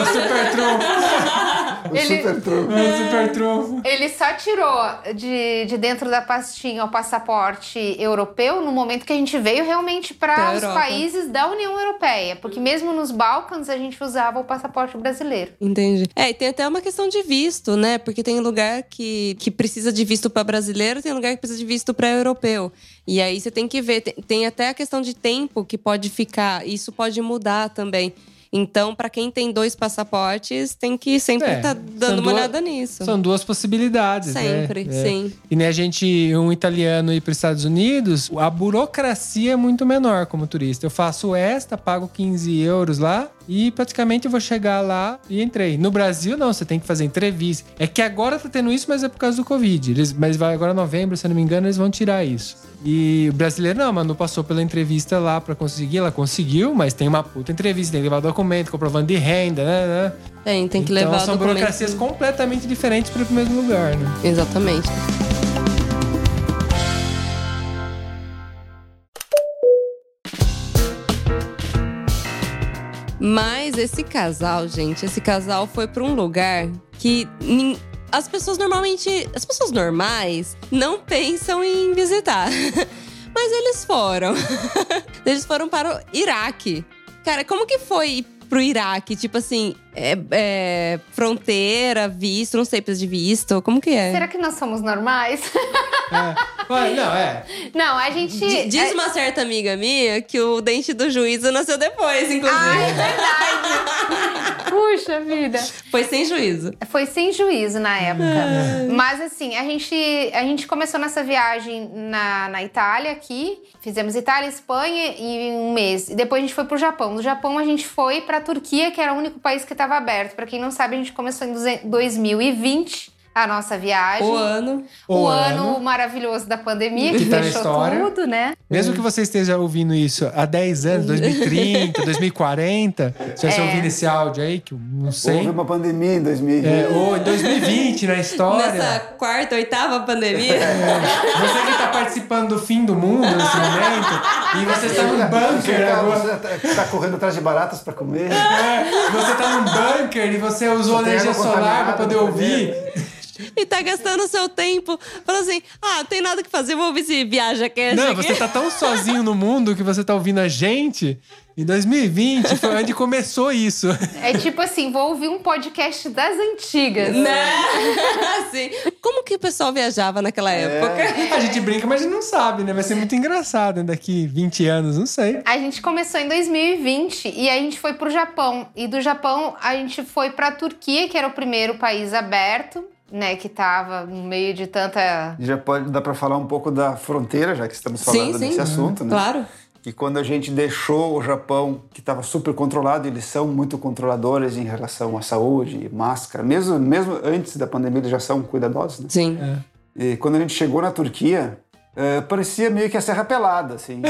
S3: super trunfo.
S6: O
S1: Ele-
S6: super trunfo.
S3: O super trunfo.
S1: Ele só tirou de, de dentro da pastinha o passaporte europeu no momento que a gente veio realmente
S2: Pra
S1: para os
S2: Europa.
S1: países da União Europeia. Porque mesmo nos Balcãs a gente usava o passaporte brasileiro.
S2: Entendi. É, e tem até uma questão de visto, né? Porque tem lugar que, que precisa de visto para brasileiro, tem lugar que precisa de visto para europeu. E aí você tem que ver. Tem, tem até a questão de tempo que pode ficar. Isso pode mudar também. Então, para quem tem dois passaportes, tem que sempre
S3: É,
S2: estar tá
S3: são
S2: dando uma
S3: duas-
S2: olhada nisso.
S3: São duas possibilidades, né?
S2: Sempre,
S3: É.
S2: sim.
S3: E nem a gente, um italiano ir para os Estados Unidos, a burocracia é muito menor como turista. Eu faço esta, pago 15 euros lá e praticamente eu vou chegar lá e entrei. No Brasil, não, você tem que fazer entrevista. É que agora tá tendo isso, mas é por causa do Covid. Eles, mas vai agora novembro, se eu não me engano, eles vão tirar isso. E o brasileiro não, mano, passou pela entrevista lá para conseguir. Ela conseguiu, mas tem uma puta entrevista, tem que levar documento, comprovando de renda, né? né?
S2: Tem, É, tem que
S3: então
S2: levar
S3: são
S2: o documento.
S3: burocracias completamente diferentes para o mesmo lugar, né?
S2: Exatamente. Mas esse casal, gente, esse casal foi pra um lugar que nin- as pessoas normalmente, as pessoas normais não pensam em visitar. Mas eles foram. Eles foram para o Iraque. Cara, como que foi pro Iraque? Tipo assim, é, é, fronteira, visto, não sei, precisa de visto, como que é?
S1: Será que nós somos normais?
S3: É. Ué, não, é.
S1: Não, a gente. é,
S2: Di- Diz uma certa amiga minha que o dente do juízo nasceu depois, inclusive.
S1: Ah, é Puxa vida.
S2: Foi sem juízo.
S1: Foi sem juízo na época. Mas assim, a gente, a gente começou nessa viagem na, na Itália aqui. Fizemos Itália, Espanha e um mês. E depois a gente foi pro Japão. Do Japão a gente foi pra Turquia, que era o único país que estava aberto. Pra quem não sabe, a gente começou em duze- 2020 a nossa viagem.
S2: O ano.
S1: O
S3: O
S1: ano,
S3: ano.
S1: maravilhoso da pandemia, que
S3: Que tá na
S1: fechou
S3: história.
S1: tudo, né?
S3: Mesmo que você esteja ouvindo isso há 10 anos, 2030, 2040, se você
S1: É.
S3: ouvindo esse áudio aí, que eu não sei.
S6: Houve uma pandemia em 2020.
S3: É, ou em 2020 na história.
S2: Nessa quarta, oitava pandemia.
S6: É.
S3: Você que tá participando do fim do mundo nesse momento, e você está num bunker
S6: Tá,
S3: agora.
S6: você tá- tá correndo atrás de baratas pra comer.
S3: É, você tá num bunker e você usou
S6: Só tem
S3: energia
S6: água né?
S3: solar pra
S6: contaminada
S3: poder
S6: no
S3: ouvir.
S2: e tá gastando seu tempo. Fala assim: ah, não tem nada que fazer, vou ouvir esse viaja cast
S3: Não,
S2: aqui.
S3: você tá tão sozinho no mundo que você tá ouvindo a gente. Em 2020 foi onde começou isso.
S1: É tipo assim, vou ouvir um podcast das antigas.
S2: Né? assim, como que o pessoal viajava naquela
S6: É,
S2: época?
S3: A gente brinca, mas a gente não sabe, né? Vai ser muito engraçado né? daqui 20 anos, não sei.
S1: A gente começou em 2020 e a gente foi pro Japão. E do Japão a gente foi pra Turquia, que era o primeiro país aberto, né? Que tava no meio de tanta.
S6: Já pode, dá pra falar um pouco da fronteira, já que estamos
S2: Sim,
S6: falando
S2: sim.
S6: desse assunto, né?
S2: Claro.
S6: que quando a gente deixou o Japão, que estava super controlado, eles são muito controladores em relação à saúde, máscara, mesmo, mesmo antes da pandemia eles já são cuidadosos, né?
S2: Sim.
S6: E quando a gente chegou na Turquia, eh, parecia meio que a Serra Pelada, assim.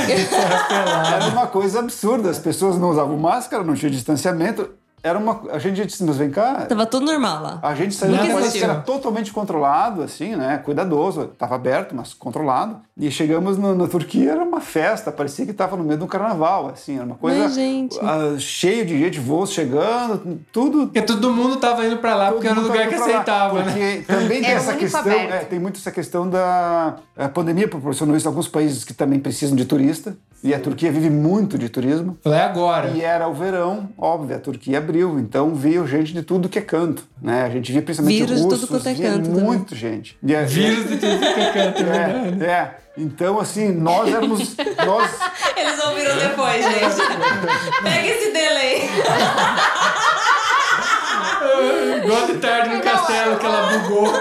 S6: Era uma coisa absurda, as pessoas não usavam máscara, não tinha distanciamento, era uma... A gente disse, mas vem cá...
S2: Tava tudo normal lá.
S6: A gente saiu de um
S2: Nunca
S6: país que
S2: existiu.
S6: era totalmente controlado, assim, né? Cuidadoso, tava aberto, mas controlado. E chegamos no- na Turquia, era uma festa, parecia que tava no meio de um carnaval, assim, era uma coisa
S2: Mas, gente.
S6: ah, cheio de gente, voos chegando, tudo.
S3: Porque todo mundo tava indo pra lá porque era o
S6: todo mundo
S3: lugar que
S6: indo pra lá.
S3: aceitava, né?
S6: Porque também tem
S1: Era o
S6: essa
S1: único
S6: questão,
S1: aberto.
S6: é, tem muito essa questão da a pandemia proporcionou isso a alguns países que também precisam de turista, e a Turquia vive muito de turismo.
S3: Lá é agora.
S6: E era o verão, óbvio, a Turquia abriu, então veio gente de tudo que é canto, né? A gente via principalmente
S2: Vírus de
S6: russos,
S2: tudo quanto é
S6: via
S2: canto também.
S6: muito gente. E a-
S3: Vírus de tudo que é canto, é verdade.
S6: é, é. Então, assim, nós éramos... nós,
S2: Eles ouviram depois, gente.
S6: Ah.
S2: Pega esse delay.
S3: Igual de tarde no castelo que ela bugou.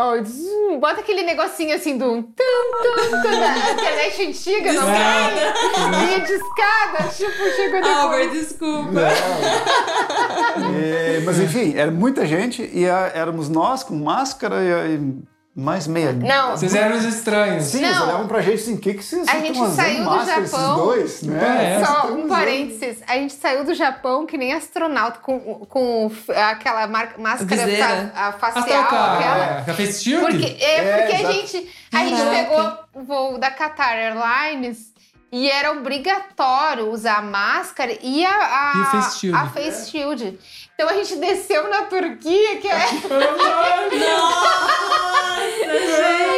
S1: Oh, zoom, bota aquele negocinho assim do um tum, tum, tum da internet antiga, não tem? Linha de escada, tipo, chegou
S2: Albert,
S1: depois.
S2: desculpa.
S6: é, mas, enfim, era muita gente e a- éramos nós com máscara e, e mais meia...
S1: Não,
S3: Vocês eram os estranhos.
S6: Sim, eles
S1: Não.
S6: olhavam pra gente assim, o que que vocês
S1: A
S6: estão
S1: gente
S6: usando
S1: saiu do
S6: máscara, esses
S1: Japão.
S6: dois, né?
S3: É.
S6: Vocês
S1: Só
S6: estão
S1: um
S6: usando.
S1: parênteses, a gente saiu do Japão que nem astronauta, com, com f- aquela mar- máscara
S2: Viseira.
S1: fa- a facial,
S3: Até o
S1: aquela.
S3: cara. Ah, tá, Já fez shield?
S1: Porque, é,
S6: É,
S1: porque a
S6: exato.
S1: gente, a gente
S2: Caraca.
S1: pegou o voo da Qatar Airlines e era obrigatório usar a máscara e a, a,
S3: E o face shield.
S1: a face shield. Então a gente desceu na Turquia, que é, a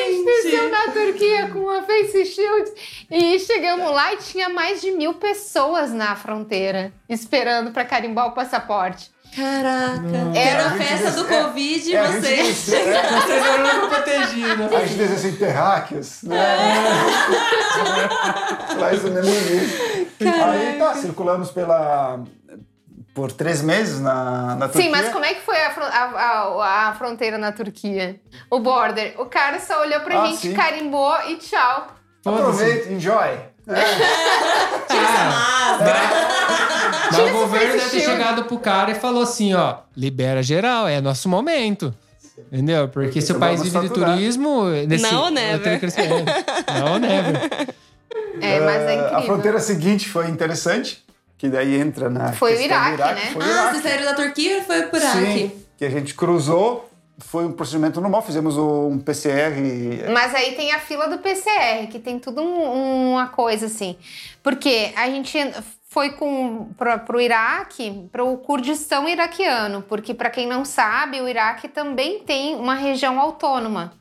S1: gente desceu
S2: Nossa,
S1: na Turquia com uma face shield e chegamos lá e tinha mais de mil pessoas na fronteira esperando pra carimbar o passaporte.
S2: Caraca.
S1: Era
S2: Era
S1: a
S2: a festa do Covid e
S6: É, a gente
S2: vocês.
S6: disse, é,
S3: Vocês eram protegidos.
S6: a gente diz assim, terráqueos,
S1: É.
S6: né? Mais ou menos isso. Aí tá, circulamos pela. por três meses na, na Turquia.
S1: Sim, mas como é que foi a, fron- a- a- a fronteira na Turquia? O border. O cara só olhou pra
S6: Ah,
S1: gente,
S6: sim.
S1: carimbou e tchau.
S6: Aproveita, enjoy.
S3: Mas o
S1: esse
S3: governo
S1: face
S3: deve ter
S1: shield.
S3: chegado pro cara e falou assim, ó, libera geral, é nosso momento. Entendeu? Porque se o país
S6: Vamos
S3: vive de
S6: saturar.
S3: turismo... Nesse,
S2: Now or
S3: eu tenho
S2: never.
S3: que crescer. Now or never.
S1: É, mas é incrível.
S6: Ah, A fronteira seguinte foi interessante, que daí entra na.
S1: Foi o
S6: questão do
S1: Iraque, né?
S6: Foi o
S2: Ah,
S6: Iraque.
S2: vocês saíram da Turquia ou foi por aqui?
S6: Sim, que a gente cruzou. Foi um procedimento normal, fizemos um PCR.
S1: Mas aí tem a fila do PCR, que tem tudo um- uma coisa assim. Porque a gente foi com pro, pro Iraque, pro Kurdistão iraquiano, porque pra quem não sabe, o Iraque também tem uma região autônoma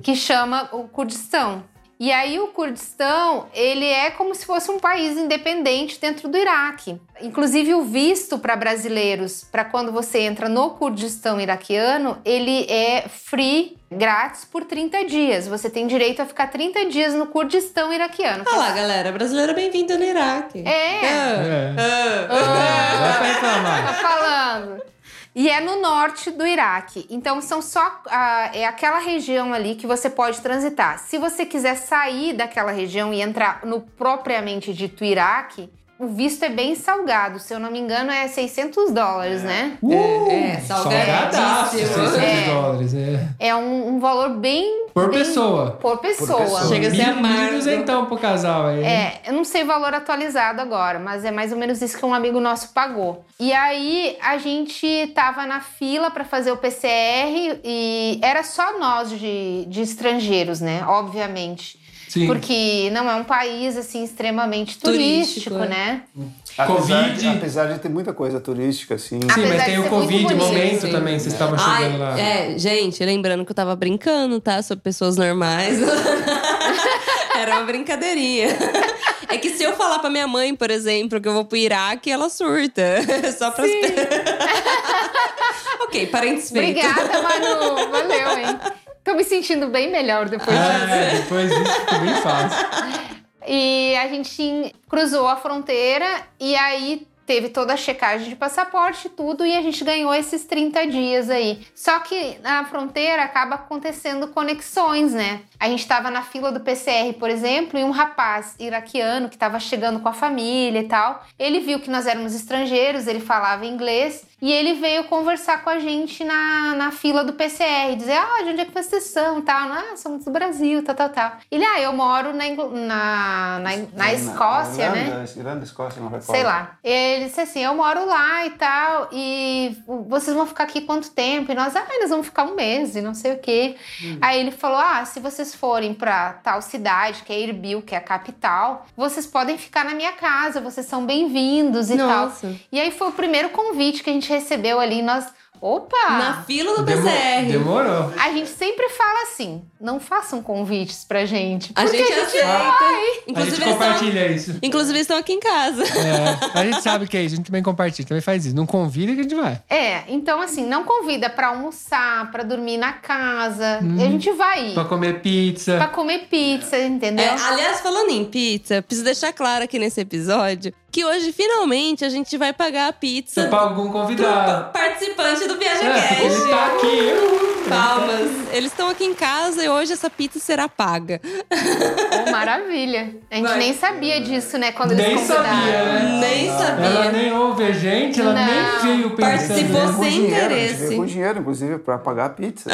S1: que chama o Kurdistão. E aí o Kurdistão, ele é como se fosse um país independente dentro do Iraque. Inclusive o visto para brasileiros, para quando você entra no Kurdistão iraquiano, ele é free, grátis por 30 dias. Você tem direito a ficar 30 dias no Kurdistão iraquiano.
S2: Olha lá, galera. Brasileira bem-vinda no Iraque.
S1: É.
S3: É.
S1: Ah.
S3: Dá pra reclamar.
S1: Tô falando. E é no norte do Iraque. Então são só ah, é aquela região ali que você pode transitar. Se você quiser sair daquela região e entrar no propriamente dito Iraque, o visto é bem salgado. Se eu não me engano, é 600 dólares, né?
S2: É,
S3: Uh!
S2: né?
S3: Salgadaço,
S2: salgadíssimo.
S3: 600
S1: É.
S3: dólares. É.
S1: É um, um valor bem
S3: Por
S1: bem-
S3: pessoa.
S1: Por pessoa.
S6: pessoa.
S2: Chega a ser
S3: Mil-
S2: amargo.
S3: 1.200 pro casal aí. hein?
S1: É, eu não sei o valor atualizado agora, mas é mais ou menos isso que um amigo nosso pagou. E aí a gente tava na fila pra fazer o PCR e era só nós de, de estrangeiros, né? Obviamente.
S3: Sim.
S1: Porque não é um país assim extremamente
S2: Turístico,
S1: turístico,
S2: é.
S1: né?
S6: Apesar,
S3: Covid.
S6: apesar de ter muita coisa turística, assim.
S3: Sim,
S1: Apesar
S3: mas
S1: de
S3: tem
S1: ser
S3: o Covid,
S1: muito
S3: o
S1: bonito,
S3: momento
S2: sim.
S3: também, vocês estavam chegando lá.
S2: É, gente, lembrando que eu tava brincando, tá? Sobre pessoas normais. Era uma brincadeirinha. É que se eu falar pra minha mãe, por exemplo, que eu vou pro Iraque, ela surta. Só pra. ok, parênteses feitos.
S1: Obrigada, Manu. Valeu, hein? Tô me sentindo bem melhor depois disso.
S3: É, depois isso ficou bem fácil.
S1: E a gente cruzou a fronteira e aí teve toda a checagem de passaporte e tudo e a gente ganhou esses 30 dias aí. Só que na fronteira acaba acontecendo conexões, né? A gente tava na fila do PCR, por exemplo, e um rapaz iraquiano que tava chegando com a família e tal, ele viu que nós éramos estrangeiros, ele falava inglês e ele veio conversar com a gente na, na fila do PCR, dizer, ah, de onde é que vocês são e tal. Ah, somos do Brasil, tal, tal, tal. Ele, ah, eu moro na, Ingl- na, na, na Escócia, né?
S6: Irlanda, Irlanda, Escócia, não recordo.
S1: Sei lá. Ele disse assim: eu moro lá e tal, e vocês vão ficar aqui quanto tempo? E nós, ah, eles vão ficar um mês e não sei o quê.
S2: Hum.
S1: Aí ele falou: ah, se vocês forem pra tal cidade, que é Erbil, que é a capital, vocês podem ficar na minha casa, vocês são bem-vindos e tal.
S2: Nossa.
S1: E aí foi o primeiro convite que a gente recebeu ali, e nós. Opa!
S2: Na fila do
S3: Demo-
S2: PCR.
S3: Demorou.
S1: A gente sempre fala assim: não façam convites pra gente.
S2: A
S1: porque
S2: gente aceita.
S3: a
S2: Inclusive,
S3: gente
S2: eles estão...
S3: compartilha isso.
S2: Inclusive, eles estão aqui em casa.
S3: É, a gente sabe que é isso, a gente também compartilha, também faz isso. Não convida que a gente vai.
S1: É, então assim, não convida pra almoçar, pra dormir na casa.
S2: Uhum.
S1: A gente vai ir
S3: Pra comer
S1: pra
S3: pizza.
S1: comer pizza, entendeu?
S2: É, aliás, falando em pizza, preciso deixar claro aqui nesse episódio que hoje, finalmente, a gente vai pagar a pizza
S3: Pra algum convidado.
S2: participante do Viagem
S3: Tá. É, ele tá aqui.
S2: Palmas. Eles estão aqui em casa e hoje essa pizza será paga.
S1: Oh, maravilha. A gente
S2: Vai.
S1: nem sabia disso, né, quando
S3: Nem
S1: eles convidaram.
S3: sabia, né?
S2: Nem
S3: Ela
S2: sabia.
S3: nem ouve a gente, ela nem
S1: Não.
S3: veio pensando.
S2: Participou
S3: né?
S2: sem
S6: dinheiro, a gente
S2: interesse.
S6: veio com dinheiro, inclusive, pra pagar a pizza.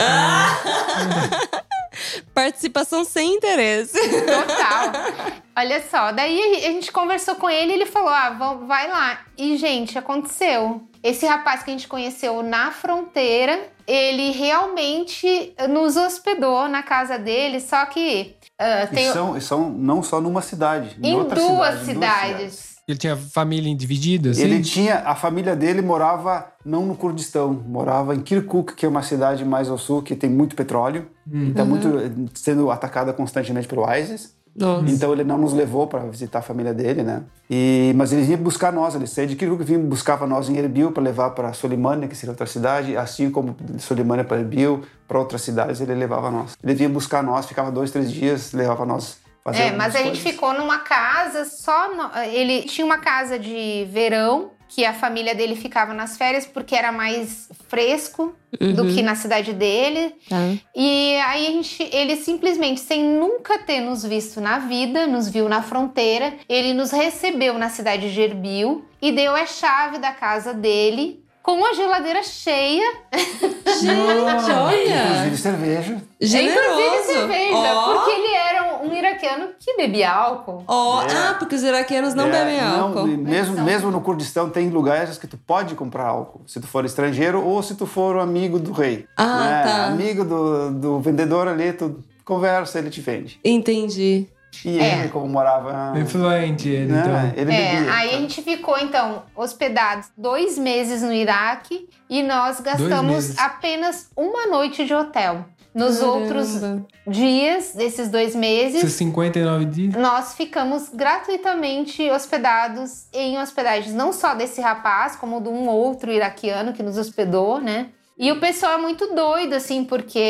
S2: Participação sem interesse.
S1: Total. Olha só, daí a gente conversou com ele e ele falou: ah, vão- vai lá. E, gente, aconteceu. Esse rapaz que a gente conheceu na fronteira, ele realmente nos hospedou na casa dele, só que ah,
S6: E,
S1: tem
S6: são, e são não só numa cidade, em,
S1: em
S6: outra
S1: duas
S6: cidade, em duas cidades.
S1: cidades.
S3: Ele tinha família dividida, assim?
S6: Ele tinha, a família dele morava não no Kurdistão, morava em Kirkuk, que é uma cidade mais ao sul que tem muito petróleo, e está muito sendo atacada constantemente pelo ISIS.
S2: Nossa.
S6: Então ele não nos levou para visitar a família dele, né? E, mas ele vinha buscar nós, ele saía de Kirkuk, vinha buscava nós em Erbil para levar para Solimânia, que seria outra cidade, assim como de Solimânia para Erbil, para outras cidades ele levava nós. Ele vinha buscar nós, ficava dois, três dias, levava nós. fazer
S1: É,
S6: algumas
S1: mas a gente
S6: coisas.
S1: ficou numa casa só. no- Ele tinha uma casa de verão que a família dele ficava nas férias porque era mais fresco do
S2: Uhum.
S1: que na cidade dele.
S2: Tá.
S1: E aí a gente, ele simplesmente, sem nunca ter nos visto na vida, nos viu na fronteira, ele nos recebeu na cidade de Erbil e deu a chave da casa dele com a geladeira cheia,
S2: Gente, olha.
S6: Inclusive cerveja.
S1: inclusive né?
S2: Generoso.
S1: cerveja,
S2: Ó.
S1: porque ele era um, um iraquiano que bebia álcool.
S2: Ó,
S3: É.
S2: Ah, porque os iraquianos não
S6: É,
S2: bebem
S6: não,
S2: álcool.
S6: e mesmo, mesmo no Kurdistão tem lugares que tu pode comprar álcool, se tu for estrangeiro ou se tu for amigo do rei.
S2: Ah,
S3: É,
S6: né?
S2: tá.
S6: Amigo do, do vendedor ali, tu conversa, ele te vende.
S2: Entendi.
S6: E
S1: É.
S6: ele, como morava...
S3: Influente, ele,
S6: né?
S3: então.
S6: Ele
S1: É,
S6: bebia.
S1: aí a gente ficou, então, hospedados dois meses no Iraque e nós gastamos
S3: meses.
S1: apenas uma noite de hotel. Nos
S2: Caramba.
S1: outros dias desses dois meses,
S3: Esses 59 dias.
S1: nós ficamos gratuitamente hospedados em hospedagens não só desse rapaz, como de um outro iraquiano que nos hospedou, né? E o pessoal é muito doido, assim, porque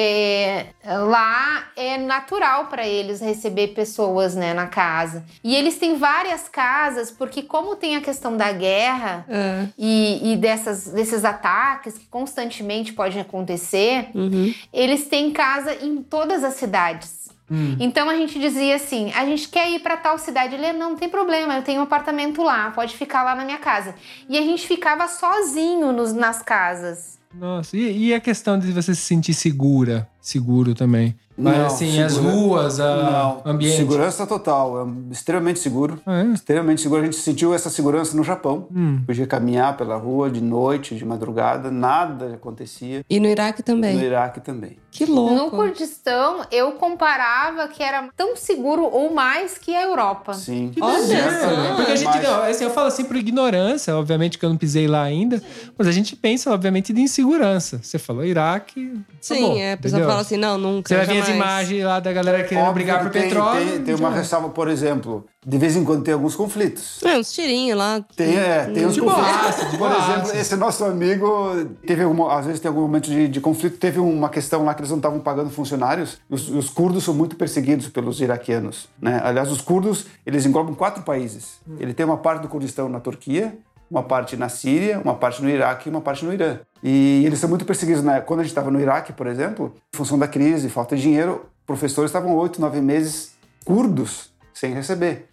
S1: lá é natural para eles receber pessoas, né, na casa. E eles têm várias casas, porque como tem a questão da guerra,
S2: É.
S1: e, e dessas, desses ataques que constantemente podem acontecer,
S2: Uhum.
S1: eles têm casa em todas as cidades. Então a gente dizia assim: a gente quer ir para tal cidade. Ele, não, não tem problema, eu tenho um apartamento lá, pode ficar lá na minha casa. E a gente ficava sozinho nos- nas casas.
S3: Nossa, e, e a questão de você se sentir segura, seguro também. Mas
S6: Não,
S3: assim,
S6: segura-
S3: as ruas, a
S6: Não,
S3: ambiente.
S6: Segurança total, é extremamente seguro.
S3: Ah, é?
S6: Extremamente seguro. A gente sentiu essa segurança no Japão.
S3: Hum.
S6: Podia caminhar pela rua de noite, de madrugada, nada acontecia.
S2: E no Iraque
S6: No
S2: também.
S6: Iraque também.
S2: Que louco.
S1: No Kurdistão, eu comparava que era tão seguro ou mais que a Europa.
S6: Sim.
S2: Olha
S6: Certo,
S2: só.
S6: né?
S3: Porque a gente,
S6: Mas-
S3: não, assim, eu falo assim por ignorância, obviamente que eu não pisei lá ainda, mas a gente pensa, obviamente, de insegurança. Você falou Iraque. tá
S2: Sim,
S3: bom,
S2: é. A pessoa
S3: entendeu?
S2: fala assim, não, nunca.
S3: Você vai ver as
S2: jamais.
S3: imagens lá da galera querendo
S6: É, Óbvio
S3: brigar
S6: que
S3: por
S6: tem-
S3: petróleo.
S6: Tem, tem uma
S3: já-
S6: ressalva, por exemplo, de vez em quando tem alguns conflitos.
S2: É, uns tirinhos lá.
S6: Tem, é, tem uns
S3: De
S6: conflitos.
S3: boaça, de
S6: Por
S3: boaça.
S6: exemplo, esse nosso amigo teve alguma, às vezes tem algum momento de, de conflito. Teve uma questão lá que eles não estavam pagando funcionários. Os, os curdos são muito perseguidos pelos iraquianos, né? Aliás, os curdos eles englobam quatro países.
S3: Hum.
S6: Ele tem uma parte do Kurdistão na Turquia, uma parte na Síria, uma parte no Iraque e uma parte no Irã. E eles são muito perseguidos. Né? Quando a gente estava no Iraque, por exemplo, em função da crise, falta de dinheiro, professores estavam oito, nove meses curdos sem receber.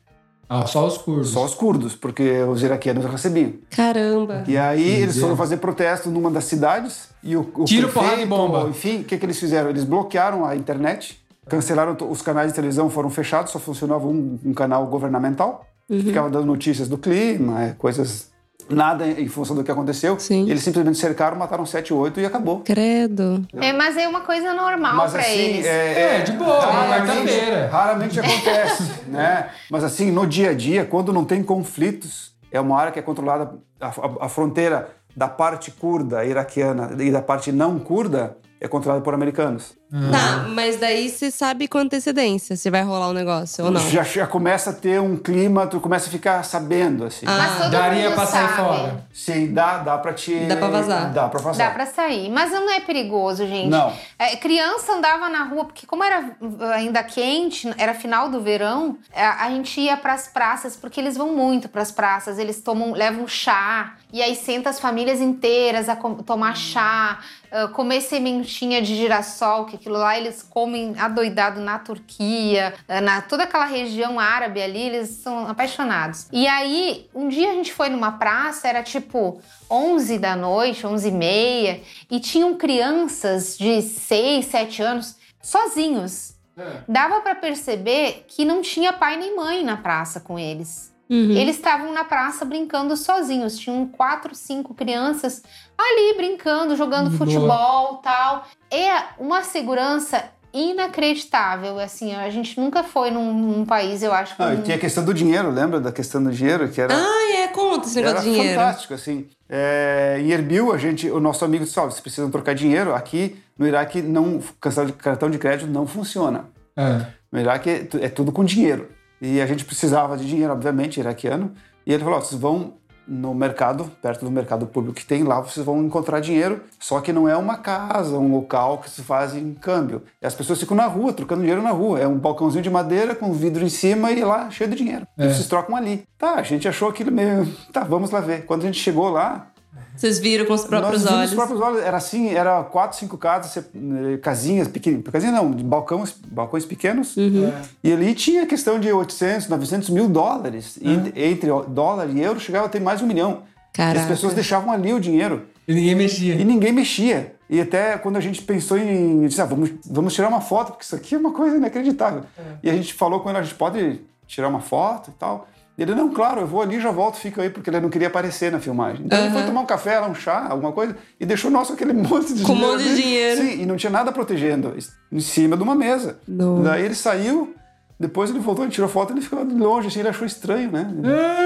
S3: Ah, só os cursos.
S6: Só os curdos, porque os iraquianos recebiam.
S2: Caramba.
S6: E aí eles
S3: Entendi.
S6: foram fazer protesto numa das cidades e o, o
S3: Tiro,
S6: prefeito,
S3: porrada e bomba.
S6: Enfim, o que, que eles fizeram? Eles bloquearam a internet, cancelaram to- os canais de televisão, foram fechados, só funcionava um, um canal governamental. Ficava dando notícias do clima, eh, coisas... Nada em em função do que aconteceu.
S2: Sim.
S6: Eles simplesmente cercaram, mataram 7, 8 e acabou.
S2: Credo.
S1: É, mas é uma coisa normal
S6: Mas
S1: para
S6: assim,
S1: eles.
S6: é,
S3: É, de boa, uma
S2: Ah,
S6: raramente,
S3: quarta-feira.
S6: raramente acontece, né? Mas assim, no dia a dia, quando não tem conflitos, é uma área que é controlada a, a- a fronteira da parte curda iraquiana e da parte não curda é controlada por americanos.
S2: Tá, mas daí você sabe com antecedência se vai rolar o negócio ou não.
S6: Já, já começa a ter um clima, tu começa a ficar sabendo assim.
S2: Ah.
S1: Mas todo
S3: Daria
S1: mundo
S3: pra sair
S1: sabe.
S3: fora.
S6: Sim, dá, dá para te
S2: Dá pra vazar.
S6: Dá para vazar.
S1: Dá pra sair. Mas não é perigoso, gente.
S6: Não.
S1: É, criança andava na rua, porque como era uh, ainda quente, era final do verão, é, a gente ia pras praças, porque eles vão muito pras praças, eles tomam, levam chá, e aí senta as famílias inteiras a com- tomar chá, uh, comer sementinha de girassol, que aquilo lá eles comem adoidado na Turquia, uh, na toda aquela região árabe ali, eles são apaixonados. E aí, um dia a gente foi numa praça, era tipo 11 da noite, 11 e meia, e tinham crianças de 6, 7 anos sozinhos. Dava pra perceber que não tinha pai nem mãe na praça com eles.
S2: Uhum.
S1: Eles estavam na praça brincando sozinhos. Tinham quatro, cinco crianças ali brincando, jogando
S3: Boa.
S1: futebol, tal. É uma segurança inacreditável. Assim, a gente nunca foi num, num país, eu acho.
S6: Ah, e
S1: com-
S6: tinha a questão do dinheiro, lembra da questão do dinheiro que era
S2: Ah, é, conta esse negócio
S6: era
S2: de dinheiro.
S6: fantástico, assim. É, em Erbil, a gente, o nosso amigo disse, ó, vocês precisam trocar dinheiro. Aqui, no Iraque, não, cartão de, cartão de crédito não funciona.
S3: É.
S6: No Iraque, é, tu- é tudo com dinheiro. E a gente precisava de dinheiro, obviamente, iraquiano. E ele falou, ó, vocês vão no mercado, perto do mercado público que tem lá, vocês vão encontrar dinheiro. Só que não é uma casa, um local que se faz em câmbio. E as pessoas ficam na rua, trocando dinheiro na rua. É um balcãozinho de madeira com um vidro em cima e lá cheio de dinheiro.
S3: É.
S6: E vocês trocam ali. Tá, a gente achou aquilo meio... Tá, vamos lá ver. Quando a gente chegou lá,
S2: Vocês viram com os próprios
S6: nós vimos
S2: olhos.
S6: Os próprios olhos. Era assim, era quatro, cinco casas, se- eh, casinhas pequenas, casinhas não, de balcões, balcões pequenos.
S2: Uhum.
S6: E ali tinha questão de 800, 900 mil dólares.
S2: Ah.
S6: E entre o- dólar e euro chegava a ter mais de um milhão. E As
S2: Caraca.
S6: pessoas deixavam ali o dinheiro
S3: E ninguém mexia.
S6: e ninguém mexia. E até quando a gente pensou em. disse, ah, vamos, vamos tirar uma foto, porque isso aqui é uma coisa inacreditável. E a gente falou com ele: a gente pode tirar uma foto e tal. E ele, não, claro, eu vou ali e já volto, fica aí, porque ele não queria aparecer na filmagem. Então ele foi tomar um café, lá, um chá, alguma coisa, e deixou nosso aquele monte de
S2: Com um
S6: dinheiro.
S2: monte de
S6: ali.
S2: dinheiro.
S6: Sim, e não tinha nada protegendo, em cima de uma mesa.
S2: Não.
S6: Daí ele saiu, Depois ele voltou, ele tirou foto, ele ficou de longe, assim, ele achou estranho, né?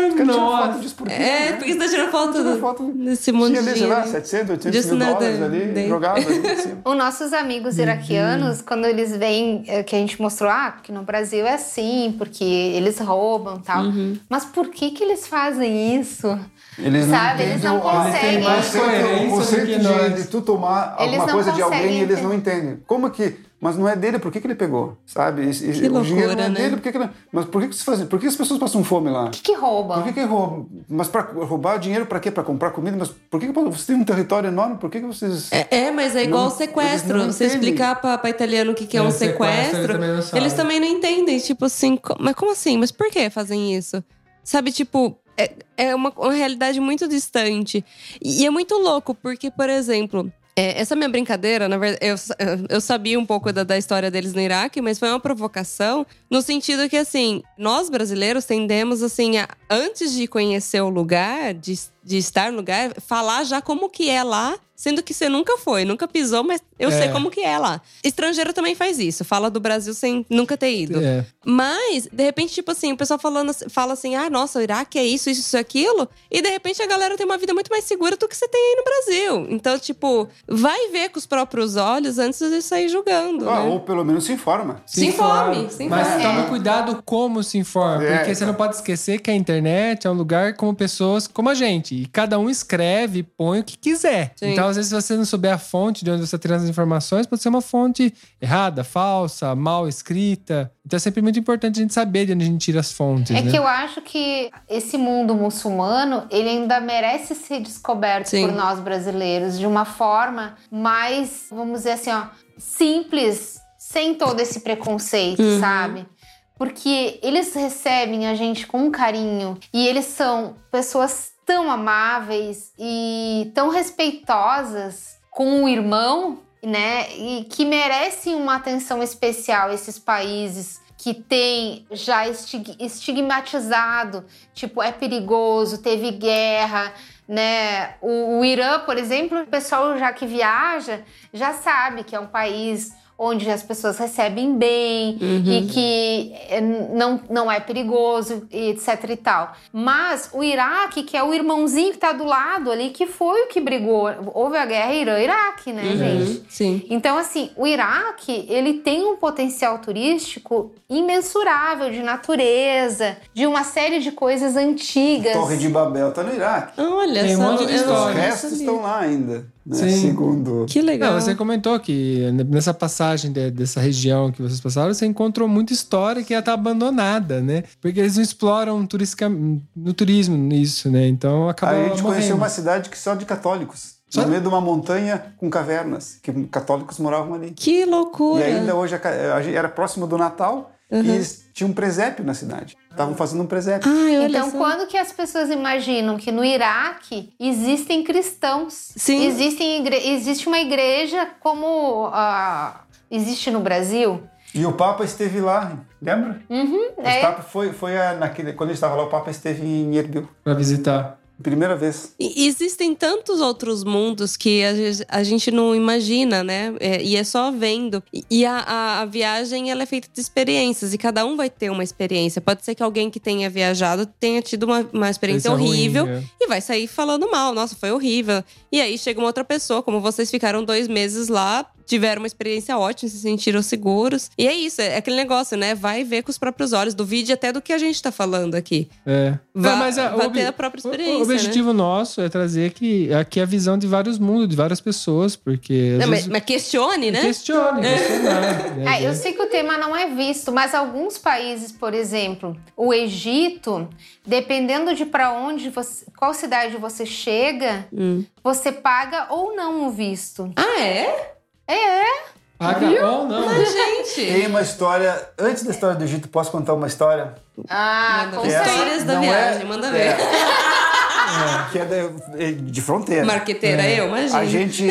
S3: É,
S6: Os caras tiram foto
S3: nossa.
S6: disso por quê?
S2: É,
S6: né?
S2: porque você tá tirando foto
S6: Tirou
S2: do-
S6: foto
S2: desse
S6: Tinha ali, sei
S2: mundinho.
S6: lá,
S2: né?
S6: 700, 800
S2: Disso
S6: mil
S2: nada,
S6: dólares ali,
S2: daí.
S6: jogado ali em cima.
S1: Os nossos amigos iraquianos, quando eles veem eh, que a gente mostrou, ah, porque no Brasil é assim, porque eles roubam e tal.
S6: Uhum.
S1: Mas por que que eles fazem isso?
S5: Eles não
S1: Sabe? Eles não
S5: entendem o-
S3: eles têm
S1: conseguem.
S3: mais
S5: Conceito-
S3: coerência
S5: o conceito
S3: do que
S5: de,
S3: nós.
S5: de tu tomar alguma
S1: não
S5: coisa de alguém
S1: conseguem
S5: e eles
S1: entender.
S5: não entendem.
S6: Como que. Mas não é dele, por que, que ele pegou? Sabe? E-
S2: Que
S6: e- o dinheiro não
S2: loucura,
S6: é
S2: né?
S6: dele, por que, que não. Mas por que, que se faz- Por que as pessoas passam fome lá?
S1: Por que que roubam?
S6: Por que, que roubam? Mas para roubar dinheiro para quê? Para comprar comida? Mas por que, que você tem um território enorme? Por que, que vocês.
S2: É, é, mas é igual
S6: Não-
S2: sequestro.
S6: eles não
S2: Você
S6: entendem.
S2: explicar pra, pra italiano o que, que é
S3: É,
S2: um
S3: sequestro,
S2: sequestro,
S3: eles também não sabem.
S2: eles também não entendem. Tipo assim, co- mas como assim? Mas por que fazem isso? Sabe, tipo, é, é uma, uma realidade muito distante. E, e é muito louco, porque, por exemplo. é, essa minha brincadeira, na verdade, eu, sa- eu sabia um pouco da, da história deles no Iraque, mas foi uma provocação no sentido que, assim, nós brasileiros tendemos, assim, a, antes de conhecer o lugar, de, de estar no lugar, falar já como que é lá, sendo que você nunca foi, nunca pisou, mas eu
S3: É.
S2: sei como que é lá. Estrangeiro também faz isso, fala do Brasil sem nunca ter ido.
S3: É.
S2: Mas, de repente, tipo assim, o pessoal falando, fala assim: ah, nossa, o Iraque é isso, isso, isso, aquilo. E de repente a galera tem uma vida muito mais segura do que você tem aí no Brasil. Então, tipo, vai ver com os próprios olhos antes de sair julgando.
S6: Ah,
S2: né?
S6: ou pelo menos se informa.
S2: Se informe, É. se
S3: Mas
S2: informe.
S3: tome cuidado como se informa,
S6: É,
S3: porque você não pode esquecer que a internet é um lugar com pessoas como a gente. E cada um escreve e põe o que quiser.
S2: Sim.
S3: Então, às vezes, se você não souber a fonte de onde você tira as informações, pode ser uma fonte errada, falsa, mal escrita. Então, é sempre muito importante a gente saber de onde a gente tira as fontes.
S1: É
S3: né?
S1: que eu acho que esse mundo muçulmano, ele ainda merece ser descoberto
S2: Sim.
S1: por nós brasileiros de uma forma mais, vamos dizer assim, ó, simples, sem todo esse preconceito,
S2: Uhum.
S1: sabe? Porque eles recebem a gente com carinho e eles são pessoas tão amáveis e tão respeitosas com o irmão, né? E que merecem uma atenção especial esses países que têm já estig- estigmatizado, tipo, é perigoso, teve guerra, né? O, o Irã, por exemplo, o pessoal já que viaja já sabe que é um país onde as pessoas recebem bem, e que eh, não, não é perigoso, e etc e tal. Mas o Iraque, que é o irmãozinho que tá do lado ali, que foi o que brigou. Houve a guerra Irã-Iraque, né,
S2: Uhum.
S3: Uhum.
S1: gente?
S2: Sim.
S1: Então, assim, o Iraque, ele tem um potencial turístico imensurável de natureza, de uma série de coisas antigas.
S6: Torre de Babel tá no Iraque.
S2: Olha
S3: Tem um
S2: só.
S3: monte de
S2: eu não-
S6: Os
S3: história. Olha,
S6: restos
S2: sabia.
S6: estão lá ainda. né?
S3: Sim.
S6: Segundo.
S2: Que legal.
S3: Não, você comentou que nessa passagem de- dessa região que vocês passaram, você encontrou muita história que ia estar abandonada, né? Porque eles não exploram turisca- no turismo nisso, né? Então acaba
S6: Aí a gente
S3: morrendo.
S6: conheceu uma cidade que só de católicos.
S3: Só?
S6: No meio de uma montanha com cavernas, que católicos moravam ali.
S2: Que
S6: E então,
S2: loucura.
S6: ainda hoje a ca- a gente era próximo do Natal e eles tinham um presépio na cidade. Estavam fazendo um presépio.
S2: Ai, olha
S1: Então,
S2: só.
S1: quando que as pessoas imaginam que no Iraque existem cristãos?
S2: Sim.
S1: Existem igre- existe uma igreja como ah, existe no Brasil?
S6: E o Papa esteve lá, lembra?
S1: Uhum,
S6: O
S1: é.
S6: Papa foi, foi a- naquele, quando ele estava lá, o Papa esteve em Erbil.
S3: Pra visitar.
S6: Primeira vez.
S2: E existem tantos outros mundos que a, ge- a gente não imagina, né? É, e é só vendo. E, e a, a- a viagem ela é feita de experiências e cada um vai ter uma experiência. Pode ser que alguém que tenha viajado tenha tido uma, uma experiência
S3: Isso é ruim,
S2: horrível
S3: é.
S2: e vai sair falando mal. Nossa, foi horrível. E aí chega uma outra pessoa, como vocês ficaram dois meses lá, tiveram uma experiência ótima, se sentiram seguros. E é isso, é aquele negócio, né? Vai ver com os próprios olhos, duvide até do que a gente tá falando aqui.
S3: É.
S2: Vá-
S3: É, a-
S2: vá
S3: o obje-
S2: ter a própria
S3: o-
S2: experiência, né?
S3: O objetivo nosso é trazer que, aqui a visão de vários mundos, de várias pessoas, porque. às
S2: Não, mas,
S3: vezes-
S2: mas questione, né?
S3: Questione, questionar. né?
S1: É, eu sei que o tema não é visto, mas alguns países, por exemplo, o Egito, dependendo de para onde você, qual cidade você chega,
S2: Hum.
S1: você paga ou não o visto.
S2: Ah, é?
S3: Paga ou não. né?
S2: Gente!
S3: É,
S6: Tem uma história, antes da história do Egito, posso contar uma história?
S1: Ah,
S2: Manda
S1: com
S2: ver.
S6: é essa
S1: certeza.
S2: Histórias da
S6: não
S2: viagem, manda ver.
S6: é. que é da- de fronteira. né?
S2: Marqueteira eu, imagina.
S6: É. A gente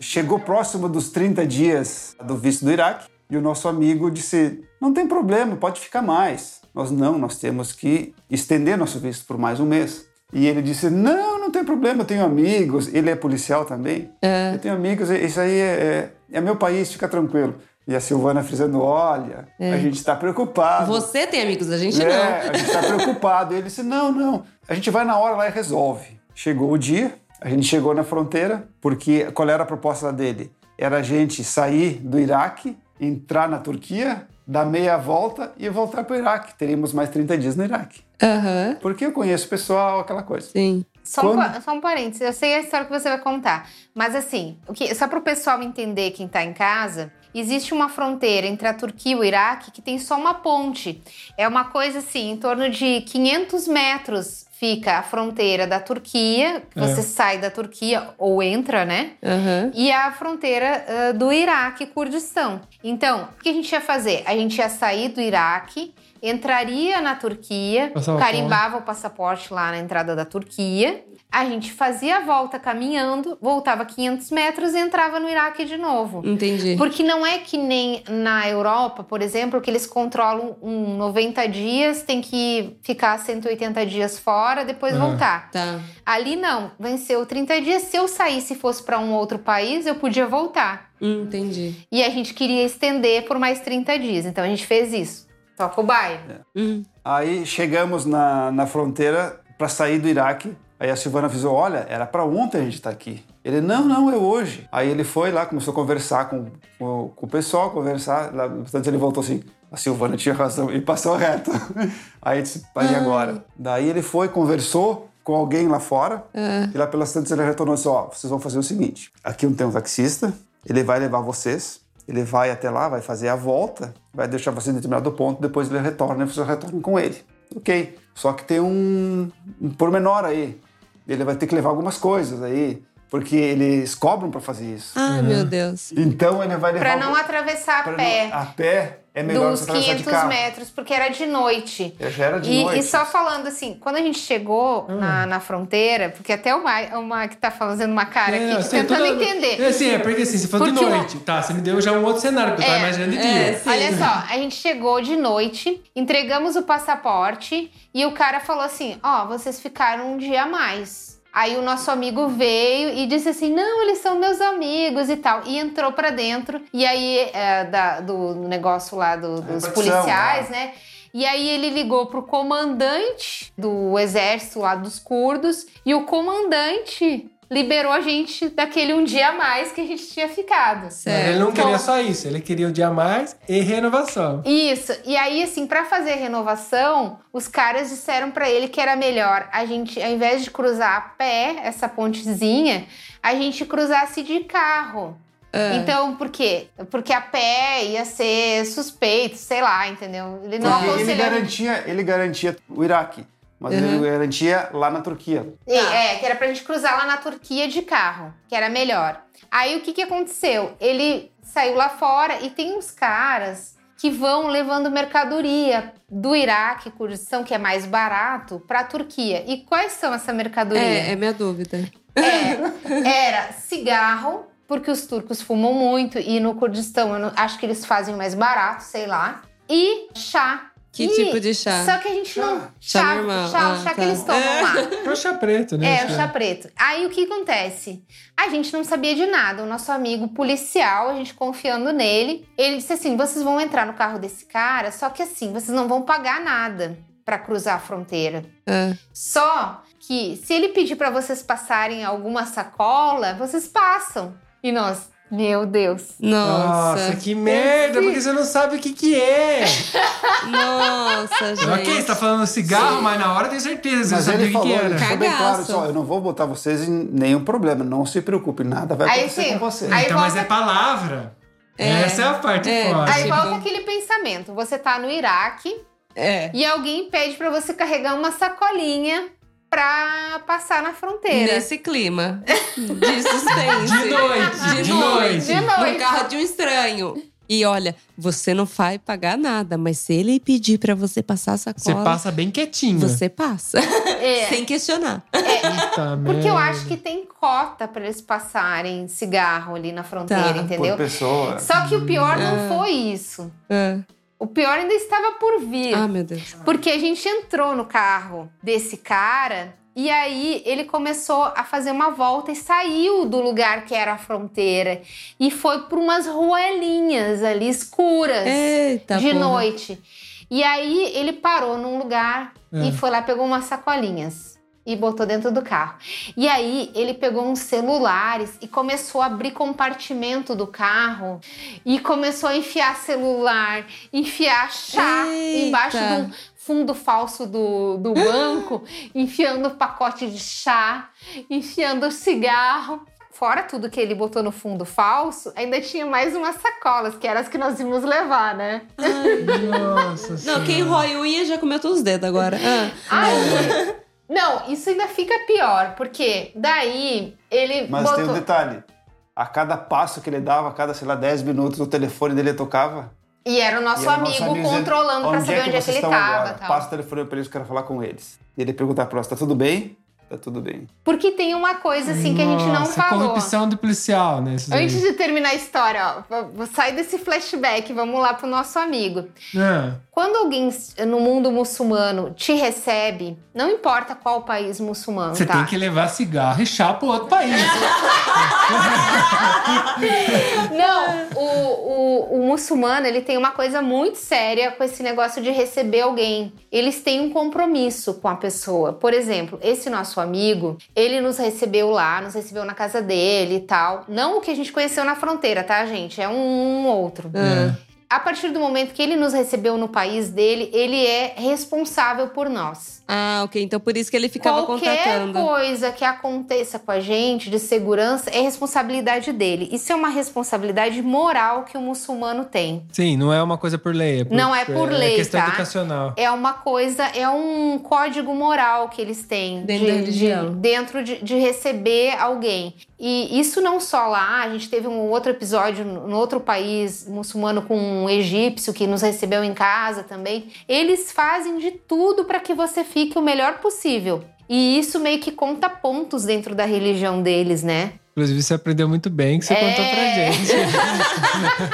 S6: chegou próximo dos 30 dias do visto do Iraque e o nosso amigo disse: não tem problema, pode ficar mais. Nós não, nós temos que estender nosso visto por mais um mês. E ele disse: não, não tem problema, eu tenho amigos. Ele é policial também. Eu tenho amigos, isso aí é, é- é meu é país, fica tranquilo. E a Silvana frisando, olha, a gente está preocupado.
S2: É. Você tem amigos, a gente
S6: É,
S2: não.
S6: a gente tá preocupado. Ele disse: não, não, a gente vai na hora lá e resolve. Chegou o dia, a gente chegou na fronteira, porque qual era a proposta dele? Era a gente sair do Iraque, entrar na Turquia, dar meia volta e voltar para o Iraque. Teríamos mais 30 dias no Iraque.
S2: Aham,
S6: Porque eu conheço o pessoal, aquela coisa.
S2: sim.
S1: Só um,
S6: Quando-
S1: pa- só um parênteses, eu sei a história que você vai contar. Mas assim, o que, só para o pessoal entender quem tá em casa, existe uma fronteira entre a Turquia e o Iraque que tem só uma ponte. É uma coisa assim, em torno de 500 metros fica a fronteira da Turquia, que
S3: É.
S1: você sai da Turquia ou entra, né?
S2: Aham.
S1: e a fronteira ah, do Iraque e Kurdistão. Então, o que a gente ia fazer? A gente ia sair do Iraque, entraria na Turquia,
S3: Passava
S1: carimbava o passaporte lá na entrada da Turquia, a gente fazia a volta caminhando, voltava 500 metros e entrava no Iraque de novo.
S2: Entendi.
S1: Porque não é que nem na Europa, por exemplo, que eles controlam um 90 dias, tem que ficar 180 dias fora, depois
S3: É.
S1: voltar.
S2: Tá.
S1: Ali não, venceu 30 dias. Se eu saísse e fosse para um outro país, eu podia voltar.
S2: Hum, entendi.
S1: E a gente queria estender por mais 30 dias. Então a gente fez isso. Toca o
S6: É.
S1: baile.
S2: Hum.
S6: Aí chegamos na, na fronteira para sair do Iraque. Aí a Silvana avisou: olha, era para ontem a gente tá aqui. Ele, não, não, é hoje. Aí ele foi lá, começou a conversar com, com, com o pessoal, conversar. Lá, portanto, ele voltou assim: a Silvana tinha razão, e passou reto. Aí disse: pai, e agora? Daí ele foi, conversou com alguém lá fora, e lá pelas tantas ele retornou e disse: ó, vocês vão fazer o seguinte: aqui não tem um taxista, ele vai levar vocês, ele vai até lá, vai fazer a volta, vai deixar você em determinado ponto, depois ele retorna e vocês retornam com ele. Ok. Só que tem um, um pormenor aí. Ele vai ter que levar algumas coisas aí, porque eles cobram para fazer isso.
S2: Ah, meu Deus.
S6: Então ele vai levar.
S1: Para não atravessar a
S6: pra não-
S1: pé
S6: a pé é melhor
S1: dos
S6: você atravessar de
S1: 500
S6: carro.
S1: metros, porque era de noite.
S6: É, Já era de
S1: E,
S6: noite. Hum.
S1: e só falando assim, quando a gente chegou na, na fronteira, porque até o Ma- o Mark tá fazendo uma cara
S3: É,
S1: aqui,
S3: assim,
S1: tentando
S3: toda-
S1: entender.
S3: É assim, é porque assim, você falou de
S1: Porque o-
S3: noite. Tá, você me deu já um outro cenário, porque
S1: É,
S3: eu tava imaginando de
S2: é,
S3: dia.
S2: Sim.
S1: Olha só, a gente chegou de noite, entregamos o passaporte e o cara falou assim: Ó, vocês ficaram um dia a mais. Aí o nosso amigo veio e disse assim: Não, eles são meus amigos e tal. E entrou pra dentro. E aí, é, da- do negócio lá do- dos
S6: repartição,
S1: policiais, né? E aí ele ligou pro comandante do exército lá dos curdos e o comandante liberou a gente daquele um dia a mais que a gente tinha ficado.
S3: Mas ele
S2: Certo.
S3: não queria só isso, ele queria o dia a mais e renovação.
S1: Isso. E aí, assim, pra fazer renovação, os caras disseram pra ele que era melhor a gente, ao invés de cruzar a pé essa pontezinha, a gente cruzasse de carro.
S2: Ah.
S1: Então, por quê? Porque a pé ia ser suspeito, sei lá, entendeu? Ele não
S6: Porque ele
S1: aconselhou.
S6: garantia, ele garantia o Iraque, mas
S2: Uhum.
S6: ele garantia lá na Turquia.
S1: É,
S2: Tá.
S1: É, que era pra gente cruzar lá na Turquia de carro, que era melhor. Aí o que, que aconteceu? Ele saiu lá fora e tem uns caras que vão levando mercadoria do Iraque, Kurdistão, que é mais barato, pra Turquia. E quais são essa
S2: É,
S1: mercadoria?
S2: é minha dúvida.
S1: É, era cigarro, porque os turcos fumam muito e no Kurdistão eu não- acho que eles fazem mais barato, sei lá. E chá.
S2: Que
S1: E-
S2: tipo de chá?
S1: Só que a gente não. Chá,
S2: Chá
S1: chá,
S2: normal.
S1: o
S2: Ah,
S1: chá
S2: tá.
S1: que eles tomam
S2: É.
S1: lá.
S3: É o chá preto, né?
S1: É, o chá preto. Aí o que acontece? A gente não sabia de nada. O nosso amigo policial, a gente confiando nele, ele disse assim: vocês vão entrar no carro desse cara, só que assim, vocês não vão pagar nada pra cruzar a fronteira.
S2: Ah.
S1: Só que se ele pedir pra vocês passarem alguma sacola, vocês passam. E nós, meu Deus.
S2: Nossa.
S3: Nossa, que merda, porque você não sabe o que que é.
S2: Nossa, gente.
S3: ok, você tá falando cigarro, mas na hora eu tenho certeza, você não sabia
S6: Mas ele
S3: o que que
S6: falou, né?
S3: era.
S6: ele foi bem claro,
S2: Cagaço.
S6: só, eu não vou botar vocês em nenhum problema, não se preocupe, nada vai
S1: Aí,
S6: acontecer
S1: sim,
S6: com vocês.
S1: aí-
S3: Então, mas é
S1: volta-
S3: palavra. Essa é a parte
S2: É.
S3: foda.
S1: Aí
S2: tipo-
S1: volta aquele pensamento: você tá no Iraque,
S2: É.
S1: E alguém pede pra você carregar uma sacolinha pra passar na fronteira.
S2: Nesse clima de suspense.
S3: De noite,
S2: De,
S1: né,
S2: noite.
S3: de noite.
S1: De noite.
S2: No carro de um estranho. E olha, você não vai pagar nada, mas se ele pedir pra você né? passar a
S3: Você
S2: sacola,
S3: passa bem quietinho.
S2: você passa.
S1: É,
S2: Sem questionar.
S3: Puta
S1: porque eu
S3: merda.
S1: acho que tem cota pra eles passarem cigarro ali na fronteira,
S2: Tá.
S1: entendeu?
S6: Por pessoa.
S1: Só que o pior não foi isso.
S2: Ah,
S1: O pior ainda estava por vir.
S2: Ah, meu Deus.
S1: Porque a gente entrou no carro desse cara E aí ele começou a fazer uma volta e saiu do lugar que era a fronteira e foi por umas ruelinhas ali escuras
S2: Eita,
S1: É. de
S2: porra.
S1: noite. E aí ele parou num lugar
S3: É.
S1: e foi lá pegou umas sacolinhas e botou dentro do carro. E aí ele pegou uns celulares e começou a abrir compartimento do carro e começou a enfiar celular, enfiar chá
S2: Eita.
S1: embaixo de um fundo falso do, do banco, enfiando pacote de chá, enfiando cigarro. Fora tudo que ele botou no fundo falso, ainda tinha mais umas sacolas, que eram as que nós íamos levar, né?
S3: Nossa
S2: Não, quem rói unha já comeu todos os dedos agora.
S1: É.
S2: Ah,
S1: Aí, não, isso ainda fica pior, porque daí ele
S6: Mas tem um
S1: botou.
S6: detalhe. A cada passo que ele dava, a cada, sei lá, 10 minutos, o telefone dele tocava.
S1: E era o nosso
S6: E era
S1: amigo
S6: nosso amigo dizendo,
S1: controlando pra saber onde é que
S6: vocês
S1: ele
S6: estão
S1: tava.
S6: agora?
S1: tal.
S6: Passa o telefone pra eles, quero falar com eles. E ele perguntar pra nós, tá tudo bem? Tá tudo bem.
S1: Porque tem uma coisa assim que a gente não
S3: Nossa,
S1: falou.
S3: corrupção do policial, né? Isso daí.
S1: Antes de terminar a história, ó, v- sai desse flashback, vamos lá pro nosso amigo.
S3: Ah,
S1: Quando alguém s- no mundo muçulmano te recebe, não importa qual país muçulmano,
S3: Você
S1: tá?
S3: tem que levar cigarro e chá pro outro país.
S1: Não, o, o, o muçulmano ele tem uma coisa muito séria com esse negócio de receber alguém. Eles têm um compromisso com a pessoa. Por exemplo, esse nosso amigo, ele nos recebeu lá, nos recebeu na casa dele e tal. Não o que a gente conheceu na fronteira, tá, gente? É um, um outro. A partir do momento que ele nos recebeu no país dele, ele é responsável por nós.
S2: ah ok. Então por isso que ele ficava
S1: Qualquer
S2: contratando.
S1: coisa que aconteça com a gente de segurança é responsabilidade dele. Isso é uma responsabilidade moral que o muçulmano tem.
S3: Sim, não é uma coisa por lei. É por,
S1: Não é por lei,
S3: É questão
S1: tá?
S3: educacional.
S1: É uma coisa, é um código moral que eles têm
S2: Dentro da religião.
S1: dentro de, de receber alguém. E isso não só lá, a gente teve um outro episódio no outro país muçulmano com um egípcio que nos recebeu em casa também. Eles fazem de tudo para que você fique o melhor possível. E isso meio que conta pontos dentro da religião deles, né?
S3: Inclusive, você aprendeu muito bem que você
S1: É.
S3: contou pra gente.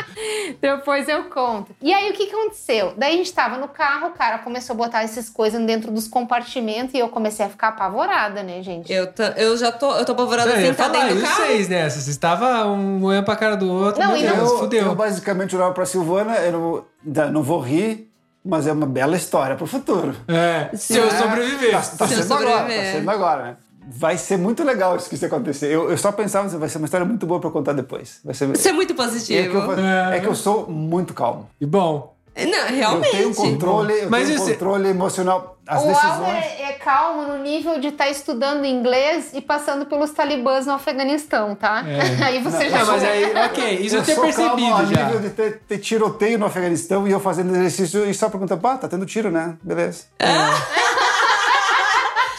S1: Depois eu conto. E aí, o que que aconteceu? Daí a gente tava no carro, o cara começou a botar essas coisas dentro dos compartimentos e eu comecei a ficar apavorada, né, gente?
S2: Eu, tô- eu já tô, eu tô apavorada
S3: eu
S2: assim,
S3: ia
S2: tá
S3: falar,
S2: dentro
S3: e
S2: do
S3: os
S2: carro.
S3: seis nessa? Vocês estavam um olhando pra cara do outro.
S1: Não,
S3: meu
S1: e não-
S3: Deus,
S6: eu, eu
S3: fudeu.
S6: basicamente olhava pra Silvana, eu não, ainda não vou rir, mas é uma bela história pro futuro.
S3: É, se eu
S6: É,
S3: sobreviver.
S6: Tá, tá
S2: Se eu
S6: sendo agora, tá
S2: sobreviver.
S6: sendo agora, né? Vai ser muito legal isso que isso acontecer. Eu, eu só pensava, assim, vai ser uma história muito boa pra contar depois. Vai ser...
S2: Isso é muito
S6: é, que
S2: positivo.
S6: eu, vou-
S3: É.
S6: é que eu sou muito calmo.
S3: E bom,
S2: Não,
S6: Eu
S2: realmente.
S6: tenho um controle, eu
S3: Mas
S6: tenho
S3: isso- é-
S6: controle emocional. As
S1: o
S6: decisões.
S1: Álvaro é calmo no nível de estar estudando inglês e passando pelos talibãs no Afeganistão, tá?
S3: É.
S1: aí você já.
S3: não, mas aí, ok, isso eu,
S6: eu
S3: tinha
S6: sou calmo
S3: percebido
S6: a
S3: já.
S6: nível de ter, ter tiroteio no Afeganistão e eu fazendo exercício e só perguntando, pá, tá tendo tiro, né? Beleza.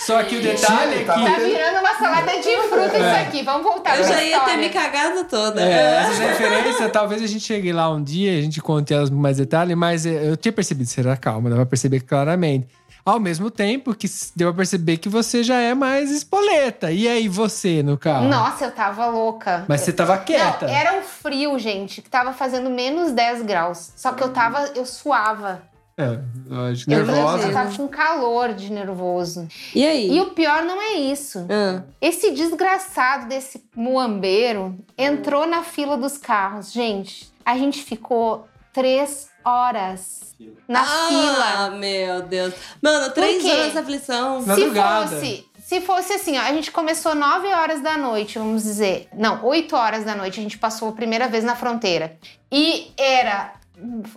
S3: Só que o detalhe é
S6: Tá
S1: Tá
S3: que.
S1: virando uma salada de fruta isso aqui. Vamos voltar
S2: É. Eu
S1: pra
S2: já ia ter
S1: história.
S2: me cagado toda.
S3: É, essa referência, talvez a gente chegue lá um dia, a gente conte elas com mais detalhe, mas eh, eu tinha percebido, será calma, dá pra perceber claramente. Ao mesmo tempo que s- deu pra perceber que você já é mais espoleta. E aí, você, no carro?
S1: Nossa, eu tava louca.
S3: Mas você tava quieta.
S1: Não, era um frio, gente, que tava fazendo menos 10 graus. Só que eu tava, eu suava.
S3: É, lógico,
S1: Eu-
S3: nervosa.
S1: Eu tava com calor de nervoso.
S2: E aí?
S1: E o pior não é isso.
S2: Ah,
S1: Esse desgraçado desse muambeiro entrou na fila dos carros. Gente, a gente ficou três horas na fila.
S2: Ah, meu Deus. Mano, três
S1: quê?
S2: horas essa aflição.
S3: Madrugada.
S1: Se fosse, se fosse assim, ó, a gente começou 9 horas da noite, vamos dizer. Não, 8 horas da noite, a gente passou a primeira vez na fronteira. E era.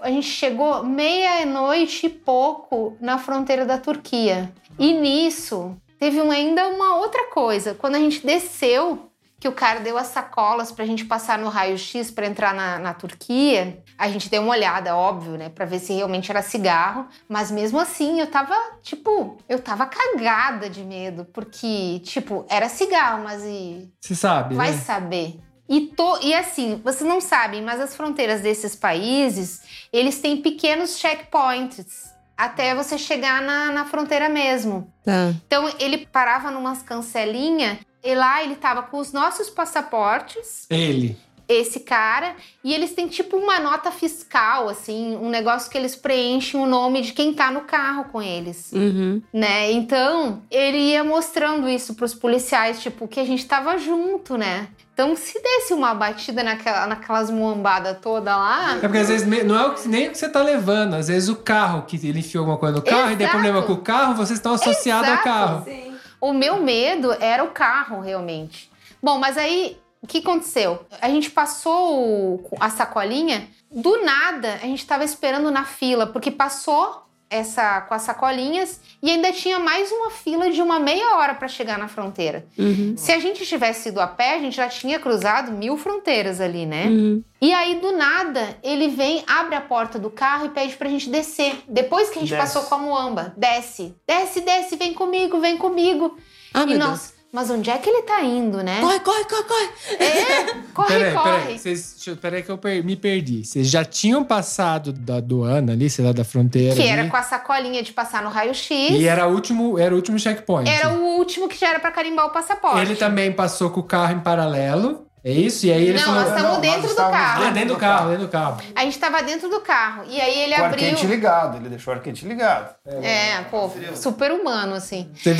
S1: A gente chegou meia-noite e pouco na fronteira da Turquia. E nisso, teve um- ainda uma outra coisa. Quando a gente desceu, que o cara deu as sacolas pra gente passar no raio-x pra entrar na, na Turquia, a gente deu uma olhada, óbvio, né? Pra ver se realmente era cigarro. Mas mesmo assim, eu tava, tipo, eu tava cagada de medo, porque, tipo, era cigarro, mas e.
S3: Você sabe,
S1: Vai
S3: né?
S1: saber. E, to- e assim, vocês não sabem, mas as fronteiras desses países, eles têm pequenos checkpoints até você chegar na, na fronteira mesmo.
S2: Tá.
S1: Então ele parava numas cancelinhas e lá ele tava com os nossos passaportes
S3: Ele.
S1: esse cara e eles têm tipo uma nota fiscal, assim, um negócio que eles preenchem o nome de quem tá no carro com eles,
S2: Uhum.
S1: né? Então ele ia mostrando isso pros policiais, tipo, que a gente tava junto, né? Então se desse uma batida naquela, naquelas muambada toda lá.
S3: É porque às vezes me- não é o que- nem o que você tá levando, às vezes o carro que ele enfiou alguma coisa no carro e deu
S1: Exato.
S3: problema com o carro, vocês estão associados ao
S1: Exato.
S3: carro.
S1: O meu medo era o carro, realmente. Bom, mas aí o que aconteceu? A gente passou o- a sacolinha, do nada a gente tava esperando na fila, porque passou essa com as sacolinhas e ainda tinha mais uma fila de uma meia hora para chegar na fronteira.
S2: Uhum.
S1: Se a gente tivesse ido a pé, a gente já tinha cruzado mil fronteiras ali, né?
S2: Uhum.
S1: E aí, do nada, ele vem, abre a porta do carro e pede pra gente descer. Depois que a gente
S6: Desce.
S1: passou com a muamba. Desce, desce, desce, vem comigo, vem comigo.
S2: Ah,
S1: e
S2: meu
S1: nós, mas onde é que ele tá indo, né?
S2: Deus. Corre, corre, corre, corre.
S1: É, corre,
S3: Peraí,
S1: corre.
S3: peraí. Vocês, deixa eu- peraí que eu per- me perdi. Vocês já tinham passado da aduana ali, sei lá, da fronteira.
S1: Que era
S3: ali,
S1: com a sacolinha de passar no raio-x.
S3: E era o último, era o último checkpoint.
S1: Era um o último que já era pra carimbar o passaporte.
S3: Ele tá- também passou com o carro em paralelo. É isso? E aí ele
S1: Não, é
S3: falou.
S1: nós estamos
S6: É, nós
S1: dentro do
S6: estávamos
S1: carro.
S3: Ah, dentro do carro, dentro do carro.
S1: A gente tava dentro do carro. E aí ele
S6: O
S1: abriu.
S6: ar-quente ligado, ele deixou o ar-quente ligado.
S1: É, pô, super humano, assim.
S3: Você-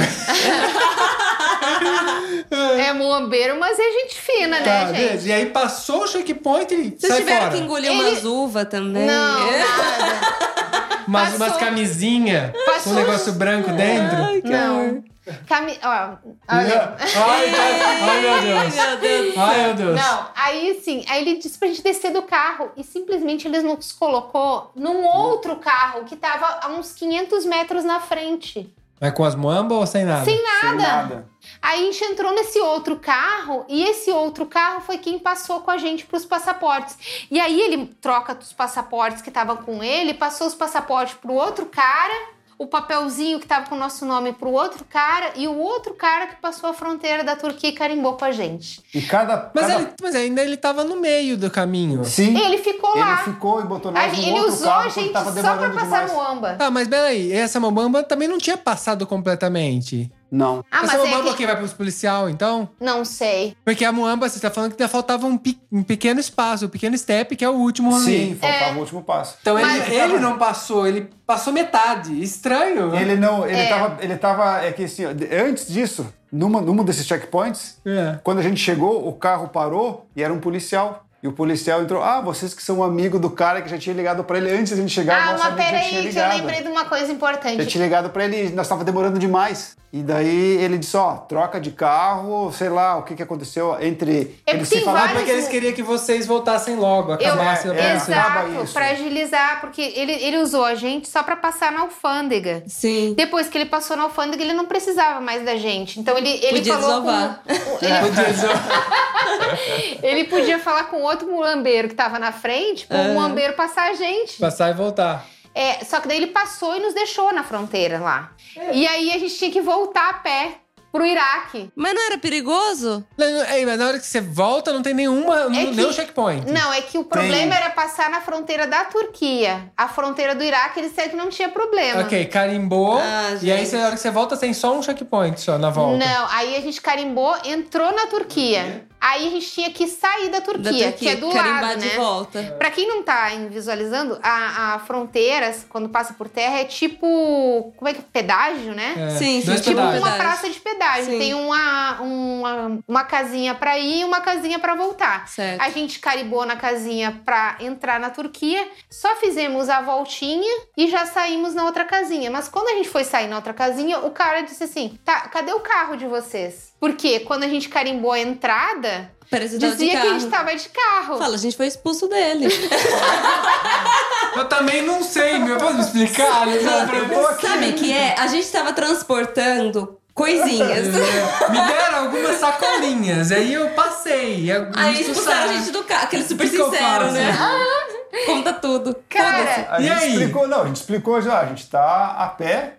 S1: É muambeiro, mas é gente fina,
S3: Tá,
S1: né, gente?
S3: beleza. E aí passou o checkpoint e ele
S2: Vocês
S3: sai
S2: tiveram
S3: fora.
S2: que engolir
S1: Ele-
S2: umas uvas também.
S1: Não,
S2: É.
S1: nada.
S3: Mas umas
S1: Passou.
S3: camisinhas com
S1: Passou.
S3: um negócio branco dentro.
S2: Ai, que horror.
S1: Não. Cami... Ó, olha.
S3: Ai, tá- ai, meu Deus.
S2: Meu Deus.
S3: Ai, meu Deus.
S1: Não, aí sim, aí ele disse pra gente descer do carro e simplesmente ele nos colocou num outro carro que tava a uns 500 metros na frente.
S3: Mas com as muamba ou sem nada?
S1: Sem nada.
S6: Sem nada.
S1: Aí a gente entrou nesse outro carro e esse outro carro foi quem passou com a gente pros passaportes. E aí ele troca os passaportes que estavam com ele, passou os passaportes pro outro cara, o papelzinho que tava com o nosso nome pro outro cara e o outro cara que passou a fronteira da Turquia e carimbou com a gente.
S6: E cada.
S3: Mas,
S6: cada...
S3: ele- mas ainda ele tava no meio do caminho.
S6: Sim,
S1: Ele ficou
S6: ele
S1: lá.
S6: ficou e botou
S1: A
S6: nós
S1: gente-
S6: no
S1: ele
S6: um outro
S1: usou
S6: carro
S1: a gente
S6: porque tava
S1: só pra
S6: demorando
S1: passar
S6: demais.
S1: muamba.
S3: Tá, mas peraí, essa mambamba também não tinha passado completamente.
S6: Não.
S1: Ah, mas
S3: essa mambamba
S1: é
S3: que...
S1: que...
S3: vai pros policial, então?
S1: Não sei.
S3: Porque a muamba, você tá falando que ainda faltava um, pe- um pequeno espaço, um pequeno step, que é o último rolê.
S6: Sim, faltava o último passo.
S3: Então ele,
S1: Mas-
S3: ele não passou, ele passou metade. Estranho. né?
S6: Ele não, ele tava, ele tava, é que assim, ó, de- antes disso, numa, numa desses checkpoints,
S3: É.
S6: quando a gente chegou, o carro parou e era um policial. E o policial entrou, ah, vocês que são amigo do cara que já tinha ligado pra ele antes da gente chegar,
S1: Ah,
S6: nós
S1: mas
S6: sabíamos que já tinha
S1: peraí, que eu
S6: ligado.
S1: lembrei de uma coisa
S6: Já
S1: importante.
S6: tinha ligado pra ele, nós tava demorando demais. E daí ele disse, ó, troca de carro, sei lá, o que que aconteceu entre
S1: É
S6: eles
S1: porque
S6: se
S1: tem
S6: falaram.
S1: vários-
S3: Porque eles queriam que vocês voltassem logo, né?
S1: Eu,
S3: acabasse.
S6: é,
S3: acabasse.
S6: acaba
S1: exato,
S6: isso.
S1: pra agilizar, porque ele, ele usou a gente só pra passar na alfândega.
S2: Sim.
S1: Depois que ele passou na alfândega, ele não precisava mais da gente. Então ele, ele
S2: Podia
S1: falou
S2: desovar.
S1: com. Ele, ele podia falar com outro mulambeiro que tava na frente, pro mulambeiro passar a gente.
S3: Passar e voltar.
S1: É, só que daí ele passou e nos deixou na fronteira lá.
S3: É.
S1: E aí a gente tinha que voltar a pé pro Iraque.
S2: Mas não era perigoso?
S3: Não, não, ei, mas na hora que você volta, não tem nenhuma, não-
S1: É que-
S3: nenhum checkpoint.
S1: Não, é que o problema era passar na fronteira da Turquia. A fronteira do Iraque, eles disseram que não tinha problema.
S3: Ok, carimbou.
S2: Ah,
S3: e aí,
S2: gente.
S3: você- na hora que você volta, tem só um checkpoint só na volta.
S1: Não, aí a gente carimbou, entrou na Turquia. Aí a gente tinha que sair da Turquia,
S2: Da
S1: que é do
S2: carimbar
S1: lado,
S2: de
S1: né?
S2: volta.
S1: Pra quem não tá em- visualizando, a, a fronteira, quando passa por terra, é tipo. Como é que é? Pedágio, né?
S3: É,
S2: Sim, sim,
S3: dois
S2: tipo
S1: Tipo
S3: pedaços.
S1: uma
S2: pedágio.
S1: praça de pedágio.
S2: Sim.
S1: Tem uma, um, uma, uma casinha pra ir e uma casinha pra voltar.
S2: Certo.
S1: A gente caribou na casinha pra entrar na Turquia, só fizemos a voltinha e já saímos na outra casinha. Mas quando a gente foi sair na outra casinha, o cara disse assim: tá, cadê o carro de vocês? Porque quando a gente carimbou a entrada,
S2: Parece que tava tá de
S1: dizia que a gente
S2: carro.
S1: tava de carro.
S2: Fala, a gente foi expulso dele.
S3: Eu também não sei, meu. Pode me explicar? Eu não- eu tô aqui.
S2: Sabe o que é? A gente tava transportando coisinhas.
S3: Me deram algumas sacolinhas, aí eu passei. Eu
S2: Aí
S3: isso
S2: expulsaram a
S3: sabe.
S2: gente do carro. Aquele super
S3: O que que eu
S2: sincero,
S3: faço?
S2: né? Conta tudo.
S1: Cara,
S6: A
S3: E
S6: gente
S3: aí?
S6: explicou, não, a gente explicou já, a gente tá a pé.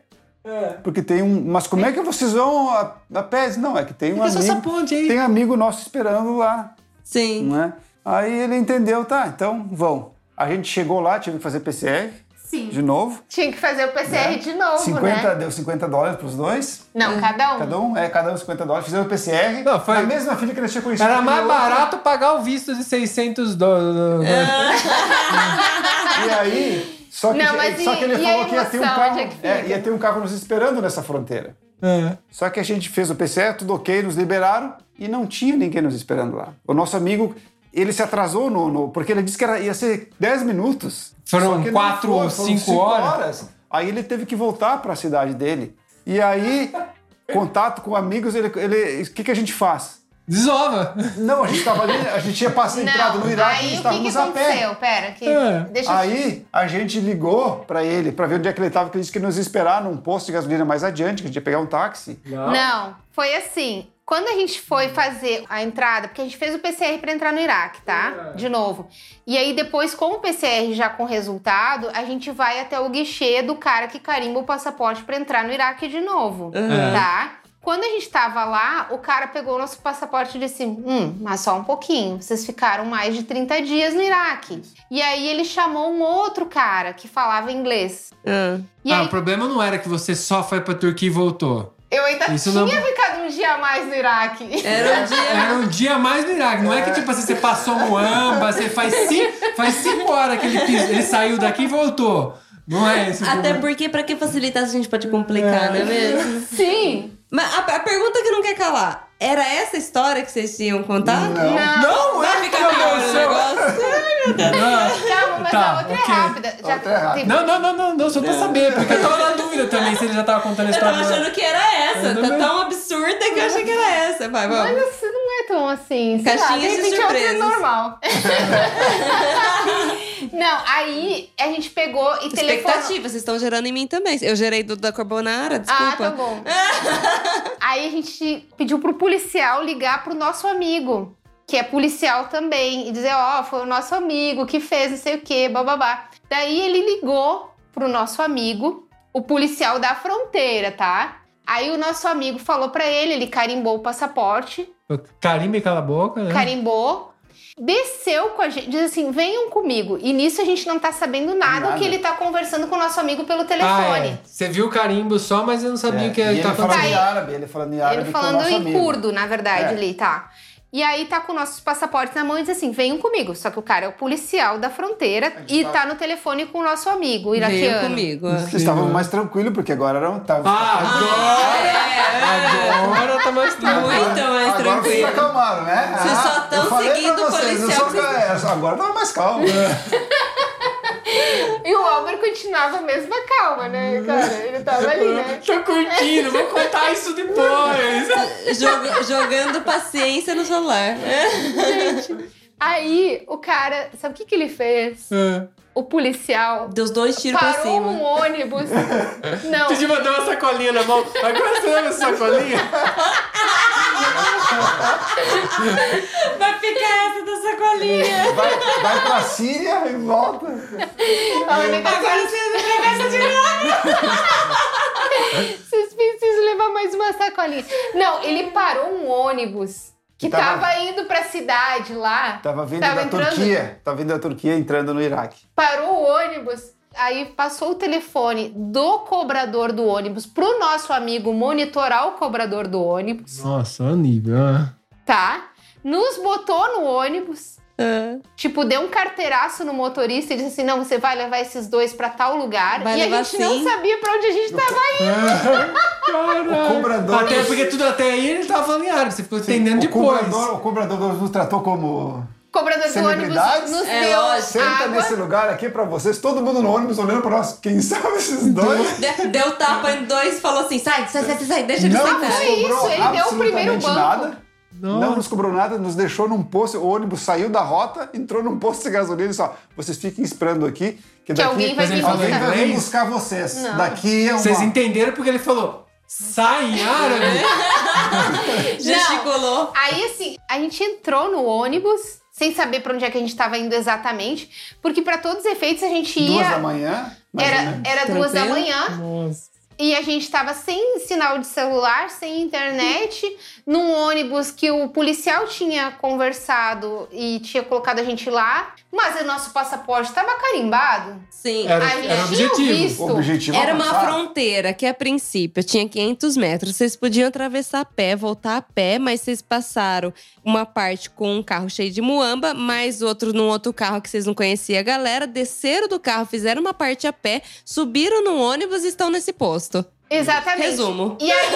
S3: É.
S6: Porque tem um. Mas como é que vocês vão a, a pé? Não, é que tem um
S3: Fica só essa
S6: amigo.
S3: ponte aí.
S6: Tem amigo nosso esperando lá, né?
S2: Sim.
S6: não é? Aí ele entendeu, tá, então vão. A gente chegou lá, tive que fazer PCR.
S8: Sim.
S5: de novo.
S1: Tinha que fazer o PCR de novo,
S6: 50,
S1: né?
S6: né? Deu 50 dólares pros dois?
S1: Não, cada um.
S6: Cada um? É, cada um 50 dólares. Fizeram o PCR.
S3: Não, foi-
S6: Na mesma fila que eles tinham conhecido.
S3: Era mais
S6: aquele outro.
S3: barato pagar o visto de 600 dólares.
S6: E aí... Só que,
S1: Não, mas
S6: só
S1: e-
S6: que ele
S1: e a
S6: falou que ia ter um
S1: emoção?
S6: carro...
S1: Onde é que fica?
S6: é, ia ter um carro nos esperando nessa fronteira.
S3: É.
S6: Só que a gente fez o PCR, tudo ok, nos liberaram e não tinha ninguém nos esperando lá. O nosso amigo, ele se atrasou no. no- porque ele disse que era, ia ser 10 minutos.
S3: Foram
S6: Só que não
S3: quatro,
S6: foi,
S3: cinco
S6: cinco
S3: horas.
S6: Aí ele teve que voltar para a cidade dele. E aí, contato com amigos, ele. ele- O que, que a gente faz?
S3: Desova.
S6: Não, a gente tava ali, a gente tinha passado entrado no Iraque, a
S1: aí
S6: gente
S1: o que, que
S6: estávamos a pé.
S1: aconteceu? Pera, que...
S3: É.
S1: deixa eu...
S6: Aí a gente ligou pra ele, pra ver onde é que ele tava, que ele disse que nos esperar num posto de gasolina mais adiante, que a gente ia pegar um táxi.
S3: Tá.
S1: Não, foi assim. Quando a gente foi fazer a entrada, porque a gente fez o PCR para entrar no Iraque, tá?
S3: É.
S1: De novo. E aí depois, com o PCR já com resultado, a gente vai até o guichê do cara que carimba o passaporte para entrar no Iraque de novo, tá? Quando a gente tava lá, o cara pegou o nosso passaporte e disse: Hum, mas só um pouquinho. Vocês ficaram mais de 30 dias no Iraque. E aí ele chamou um outro cara que falava inglês.
S2: Ah.
S1: E
S3: ah,
S1: aí
S3: o problema não era que você só foi pra Turquia e voltou.
S1: eu ainda
S3: Isso
S1: tinha
S3: não-
S1: ficado um dia a mais no Iraque.
S2: Era um dia.
S3: Era um dia mais no Iraque. Não é que tipo assim, você passou Moamba, você faz cinco, faz cinco horas que ele, pis- ele saiu daqui e voltou. Não é esse o
S2: Até
S3: problema.
S2: porque, pra que facilitar se a gente pode complicar, não é mesmo?
S1: Sim.
S2: Mas a, a pergunta que não quer calar: era essa história que vocês tinham contado? Não.
S3: Não,
S2: Vai
S3: é
S2: ficar pior o negócio?
S1: Calma, mas
S3: Tá,
S1: a outra
S3: ok.
S1: é rápida. Já
S6: outra é rápida.
S1: tem-
S3: Não, não, não, não, não, só
S6: É.
S3: pra saber, porque eu tava na dúvida também se ele já tava contando a
S2: Eu tava
S3: história.
S2: achando que era essa.
S3: Eu
S2: Tá
S3: também.
S2: tão absurda que eu achei que era essa. Vai,
S1: Mas
S2: vamos.
S1: isso não é tão assim. sei lá,
S2: Caixinhas de
S1: repente é outra
S2: surpresas.
S1: normal. não, aí a gente pegou e telefonou.
S2: Expectativa, vocês estão gerando em mim também. Eu gerei do da Carbonara, desculpa.
S1: Ah, tá bom. aí a gente pediu pro policial ligar pro nosso amigo, que é policial também, e dizer: Ó, foi o nosso amigo que fez não sei o quê, bababá. Daí ele ligou pro nosso amigo, o policial da fronteira, tá? Aí o nosso amigo falou pra ele, ele carimbou o passaporte,
S3: Carimba e cala a boca, né?
S1: carimbou, desceu com a gente, diz assim: venham comigo. E nisso a gente não tá sabendo nada,
S6: Nada.
S1: que ele tá conversando com o nosso amigo pelo
S3: Ah,
S1: telefone.
S3: é. Você viu o carimbo só, mas eu não sabia o que
S6: É. e ele assim,
S3: ele tava
S6: falando
S3: falando.
S6: em
S1: Tá aí.
S6: árabe, ele falando em árabe
S1: Ele
S6: com o
S1: falando
S6: nosso
S1: em
S6: amigo.
S1: curdo, na verdade,
S6: É.
S1: ali, tá. E aí tá com nossos passaportes na mão e diz assim: venham comigo. Só que o cara é o policial da fronteira e tá no telefone com o nosso amigo
S2: Veio
S1: iraquiano.
S2: comigo.
S6: Vocês estavam mais tranquilos, porque agora eram. Tava,
S3: Ah, agora!
S6: "Ah,
S3: Agora tá mais tranquilo.
S2: É, Muito mais
S6: agora vocês
S2: tranquilo.
S6: acalmaram, né?
S2: Vocês só
S6: Ah,
S2: tão
S6: eu falei pra
S2: seguindo o
S6: vocês, eu
S2: policial
S6: sou- é, Agora tava mais calmo.
S1: E o Albert continuava a mesma calma, né, cara? Ele tava ali, né?
S3: Tô curtindo, vou contar isso depois.
S2: Joga- jogando paciência no celular.
S1: Aí o cara, sabe o que, que ele fez? O policial
S2: Deu os dois tiros pra
S1: parou
S2: cima.
S1: um ônibus. Não.
S3: Você te mandou uma sacolinha na mão. Agora você leva essa sacolinha?
S2: Vai ficar essa da sacolinha.
S6: Vai, vai pra Síria e volta.
S1: A única coisa-
S2: Agora você vai essa de
S1: Vocês precisam levar mais uma sacolinha. Não, ele parou um ônibus que
S6: Tava- Tá.
S1: tava, indo pra cidade lá.
S6: Tava vindo
S1: Tava
S6: da
S1: entrando-
S6: Turquia. Tava vindo da Turquia entrando no Iraque.
S1: Parou o ônibus. Aí passou o telefone do cobrador do ônibus pro nosso amigo monitorar o cobrador do ônibus,
S3: Nossa, olha o nível.
S6: né?
S3: ah.
S1: tá? Nos botou no ônibus.
S2: É.
S1: Tipo, deu um carteiraço no motorista e disse assim: não, você vai levar esses dois pra tal lugar.
S2: Vai
S1: e a
S2: levar
S1: gente não
S2: sim.
S1: sabia pra onde a gente tava
S3: Caralho.
S6: O cobrador-
S3: Até porque tudo até aí ele tava falando em árabe. Você ficou entendendo
S6: o
S3: depois.
S6: cobrador, é o cobrador nos tratou como.
S1: Cobrador do ônibus
S6: Celebridades?
S1: nos
S2: É,
S1: deu
S2: lógico.
S6: Senta
S1: água.
S6: nesse lugar aqui pra vocês, todo mundo no ônibus olhando pra nós. Quem sabe esses dois?
S2: De- Deu tapa em dois e falou assim: sai, sai, sai, sai, deixa ele
S6: Não
S2: sentar.
S6: nos
S1: Foi é isso,
S6: cobrou
S1: ele deu o primeiro
S6: absolutamente
S1: banco.
S6: nada. Não
S3: Nossa.
S6: nos cobrou nada, nos deixou num posto. O ônibus saiu da rota, entrou num posto de gasolina e só. Vocês fiquem esperando aqui, que, daqui
S1: alguém vai
S3: Mas ele
S1: vir
S3: falou
S6: alguém
S3: em
S1: buscar.
S6: vai vir
S3: inglês?
S6: buscar vocês. Daqui é uma...
S3: Vocês entenderam porque ele falou sai em
S1: É,
S3: árabe?
S2: Gesticulou.
S1: Aí, assim, a gente entrou no ônibus, sem saber pra onde é que a gente tava indo exatamente, porque pra todos os efeitos a gente
S6: Duas da
S1: ia.
S6: manhã, mais ou
S1: Era,
S6: menos.
S1: era duas da
S2: Tranquilo.
S1: manhã.
S3: Nossa.
S1: E a gente tava sem sinal de celular, sem internet, num ônibus que o policial tinha conversado e tinha colocado a gente lá, mas o nosso passaporte tava carimbado.
S2: Sim.
S3: Era,
S1: Ai,
S3: era o
S1: gente, eu vi
S3: objetivo.
S1: isso.
S5: O objetivo
S2: Era uma
S5: avançado.
S2: fronteira que, a princípio, tinha 500 metros. Vocês podiam atravessar a pé, voltar a pé, mas vocês passaram uma parte com um carro cheio de muamba, mais outro num outro carro que vocês não conheciam a galera, desceram do carro, fizeram uma parte a pé, subiram no ônibus e estão nesse posto.
S1: Exatamente.
S2: Resumo.
S1: E aí,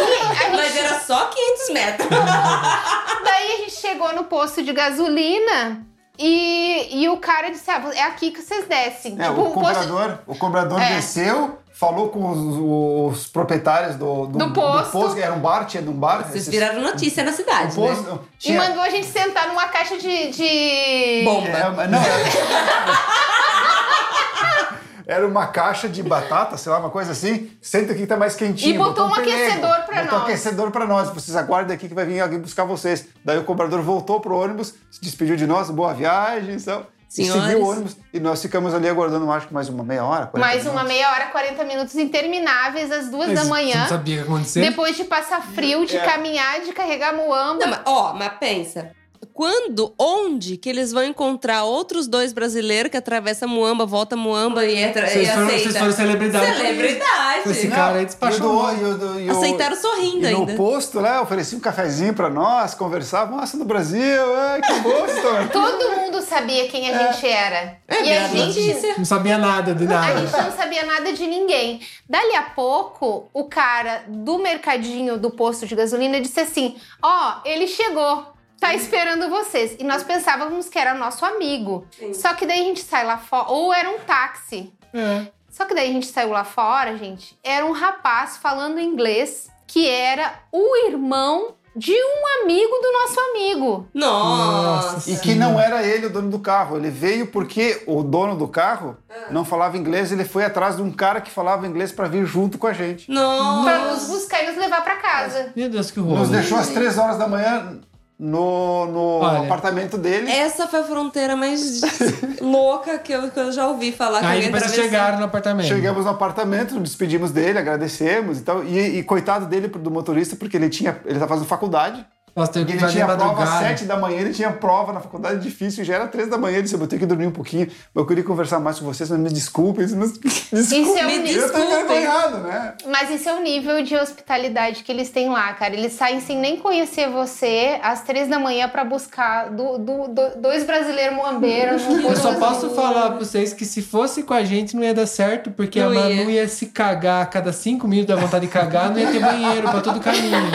S1: a
S2: Mas
S1: gente-
S2: era só 500 metros.
S1: daí a gente chegou no posto de gasolina e, e o cara disse: ah, é aqui que vocês descem.
S6: É,
S1: Tipo,
S6: o
S1: um posto-
S6: comprador, o comprador
S1: É.
S6: desceu, falou com os, os proprietários do,
S1: Do posto.
S6: que era um bar, tinha de um bar.
S2: Vocês
S6: esses-
S2: viraram notícia na
S6: o
S2: cidade, né?
S6: posto,
S1: E
S6: tinha,
S1: mandou a gente sentar numa caixa de. de...
S2: Bomba.
S6: É, mas não, era, era uma caixa de batata, sei lá, uma coisa assim. Senta aqui que tá mais quentinho.
S1: E botou um
S6: pelego,
S1: aquecedor pra
S6: Botou um
S1: nós.
S6: aquecedor pra nós. Vocês aguardem aqui que vai vir alguém buscar vocês. Daí o cobrador voltou pro ônibus, se despediu de nós, boa viagem, então. e
S2: Senhores.
S6: Seguiu o ônibus e nós ficamos ali aguardando, acho que mais uma meia hora. 40
S1: Mais uma
S6: minutos.
S1: meia hora, 40 minutos intermináveis, às duas
S3: Mas
S1: da
S3: Você
S1: manhã.
S3: não sabia o que ia acontecer?
S1: Depois de passar frio, de
S6: É.
S1: caminhar, de carregar
S2: Não,
S1: muamba.
S2: mas, ó, mas pensa. Quando, onde que eles vão encontrar outros dois brasileiros que atravessa Muamba, volta Muamba e, atra- e
S3: Vocês foram,
S2: aceita?
S3: vocês foram celebridade.
S2: Celebridade!
S3: Com esse
S6: Não,
S3: cara aí
S6: e o
S3: despachou.
S6: do- e o do- e o-
S2: Aceitaram sorrindo
S6: E
S2: ainda.
S6: no posto lá, oferecia um cafezinho pra nós, conversava, nossa, no Brasil, ai, que gosto.
S1: Todo mundo sabia quem
S6: é.
S1: a gente era. e a
S2: Era
S1: gente,
S2: notícia.
S3: Não sabia nada de
S1: a
S3: nada.
S1: gente não sabia nada de ninguém. Dali a pouco, o cara do mercadinho do posto de gasolina disse assim: Ó, ele chegou. Tá esperando vocês. E nós pensávamos que era nosso amigo. Só que daí a gente sai lá fora. Ou era um táxi.
S3: É.
S1: Só que daí a gente saiu lá fora, gente. Era um rapaz falando inglês que era o irmão de um amigo do nosso amigo.
S2: Nossa!
S6: E que não era ele o dono do carro. Ele veio porque o dono do carro
S1: Ah.
S6: não falava inglês, ele foi atrás de um cara que falava inglês pra vir junto com a gente.
S1: Pra nos
S2: Nossa!
S1: buscar e nos levar pra casa.
S3: Meu Deus, que
S6: Nos
S3: rolo.
S6: deixou às três horas da manhã no, no
S3: Olha.
S6: apartamento dele.
S1: É.
S2: Essa foi a fronteira mais louca que eu, que eu já ouvi falar. que
S3: Aí
S2: alguém
S3: depois vocês
S2: atravessou.
S3: chegaram no apartamento.
S6: Chegamos no apartamento, nos despedimos dele, agradecemos e tal. E, e coitado dele, do motorista, porque ele tinha, ele tá fazendo faculdade.
S3: Nossa, teve
S6: E
S3: que
S6: ele
S3: entrar de
S6: tinha prova às
S3: madrugada.
S6: 7 da manhã, ele tinha prova na faculdade difícil, já era 3 da manhã. Ele disse: Eu vou ter que dormir um pouquinho, eu queria conversar mais com vocês, mas me desculpem. Mas,
S1: Isso é
S6: desculpem.
S1: um
S2: Me
S1: nível-
S6: eu tô
S2: desculpem.
S6: envergonhado, né?
S1: Mas esse é o nível de hospitalidade que eles têm lá, cara. Eles saem sem nem conhecer você às três da manhã pra buscar do- do- do- dois brasileiros moambeiros. num
S3: Eu
S1: posto
S3: só
S1: de
S3: posso
S1: gasolina.
S3: falar pra vocês que se fosse com a gente não ia dar certo, porque
S2: Não
S3: a
S2: ia.
S3: Manu ia. se cagar a cada cinco minutos da vontade de cagar, não ia ter banheiro pra todo caminho.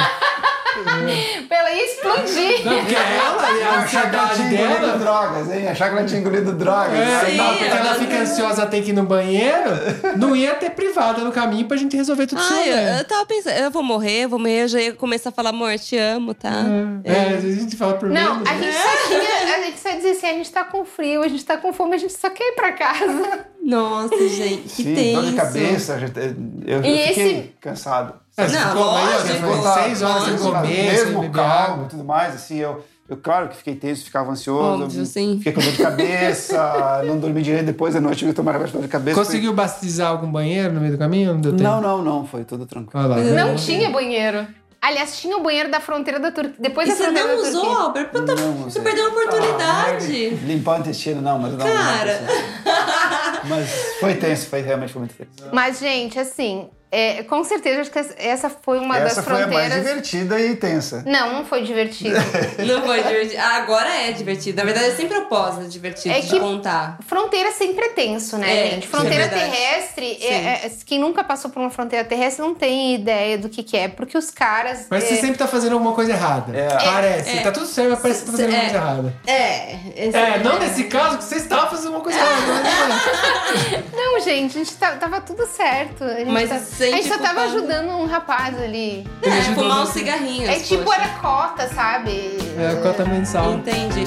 S1: Pela explodir.
S3: Não,
S6: é
S3: porque ela e a
S6: Achar que ela
S3: ansiedade
S6: tinha engolido
S3: dela.
S6: tá drogas, hein? Achar que ela tinha engolido drogas.
S3: É,
S2: Sim,
S3: não, porque
S2: ela-
S3: ela fica ansiosa até que ir no banheiro, não ia ter privada no caminho pra gente resolver tudo isso.
S2: Ai, eu,
S3: né?
S2: eu tava pensando, eu vou morrer, eu vou morrer, eu já ia começar a falar, amor, te amo, tá?
S3: É, a gente fala por né?
S1: Não,
S3: menos.
S1: a gente só tinha. A gente só dizia assim: a gente tá com frio, a gente tá com fome, a gente só quer ir pra casa.
S2: Nossa, gente, que
S6: Sim,
S2: tenso.
S6: dor de cabeça, já- eu, eu
S1: E
S6: fiquei
S1: esse-
S6: cansado.
S3: É, você
S2: Não,
S3: ficou aí, ó,
S2: lógico.
S3: você ficou seis horas sem
S6: Lógico,
S3: comer, sem
S6: mesmo
S3: beber
S6: calmo
S3: água.
S6: e tudo mais, assim, eu, eu claro que fiquei tenso, ficava ansioso.
S2: Óbvio, sim.
S6: Fiquei com dor de cabeça, não dormi direito depois da noite, eu tomar remédio pra dor de cabeça.
S3: Conseguiu batizar algum banheiro no meio do caminho? Não deu tempo.
S6: Não, não, não, foi tudo tranquilo.
S3: Olha lá,
S1: Não
S3: né?
S1: tinha banheiro. Aliás, tinha o banheiro da fronteira da Turquia. Depois
S2: E
S1: da
S2: você
S1: fronteira
S2: não
S1: da
S2: usou,
S1: Turquia.
S2: Albert? Puta,
S6: Não
S2: você
S6: usei.
S2: perdeu a oportunidade.
S6: Limpar o intestino, não, mas não. não
S2: Cara.
S6: precisa. Mas foi tenso, foi realmente foi muito tenso.
S1: Mas, gente, assim, é, com certeza acho que essa- essa foi uma
S6: Essa
S1: das
S6: foi a mais
S1: fronteiras.
S6: divertida e tensa.
S1: não, não foi divertido.
S2: Não foi divertido. Ah, agora é divertido. Na verdade, é sempre oposta divertido
S1: É
S2: de
S1: que-
S2: contar.
S1: fronteira sempre é tenso, né,
S2: É,
S1: gente? Fronteira
S2: sim, é verdade.
S1: terrestre, é- é-
S2: Sim.
S1: quem nunca passou por uma fronteira terrestre não tem ideia do que, que é, porque os caras.
S3: Mas
S1: é,
S3: você sempre tá fazendo alguma coisa errada.
S6: É.
S3: Parece.
S2: É.
S3: Tá tudo certo, mas parece que tá fazendo
S2: É.
S3: alguma coisa errada.
S2: É.
S3: É, não nesse caso que você estava fazendo uma coisa errada. né?
S1: Não, gente, a gente tá- tava tudo certo. A gente,
S2: Mas
S1: tá-
S2: sente
S1: a gente só tava
S2: culpado.
S1: ajudando um rapaz ali.
S2: É, fumar um cigarrinho.
S1: É tipo
S2: poxa.
S1: era cota, sabe?
S3: É, a cota mensal.
S2: Entendi.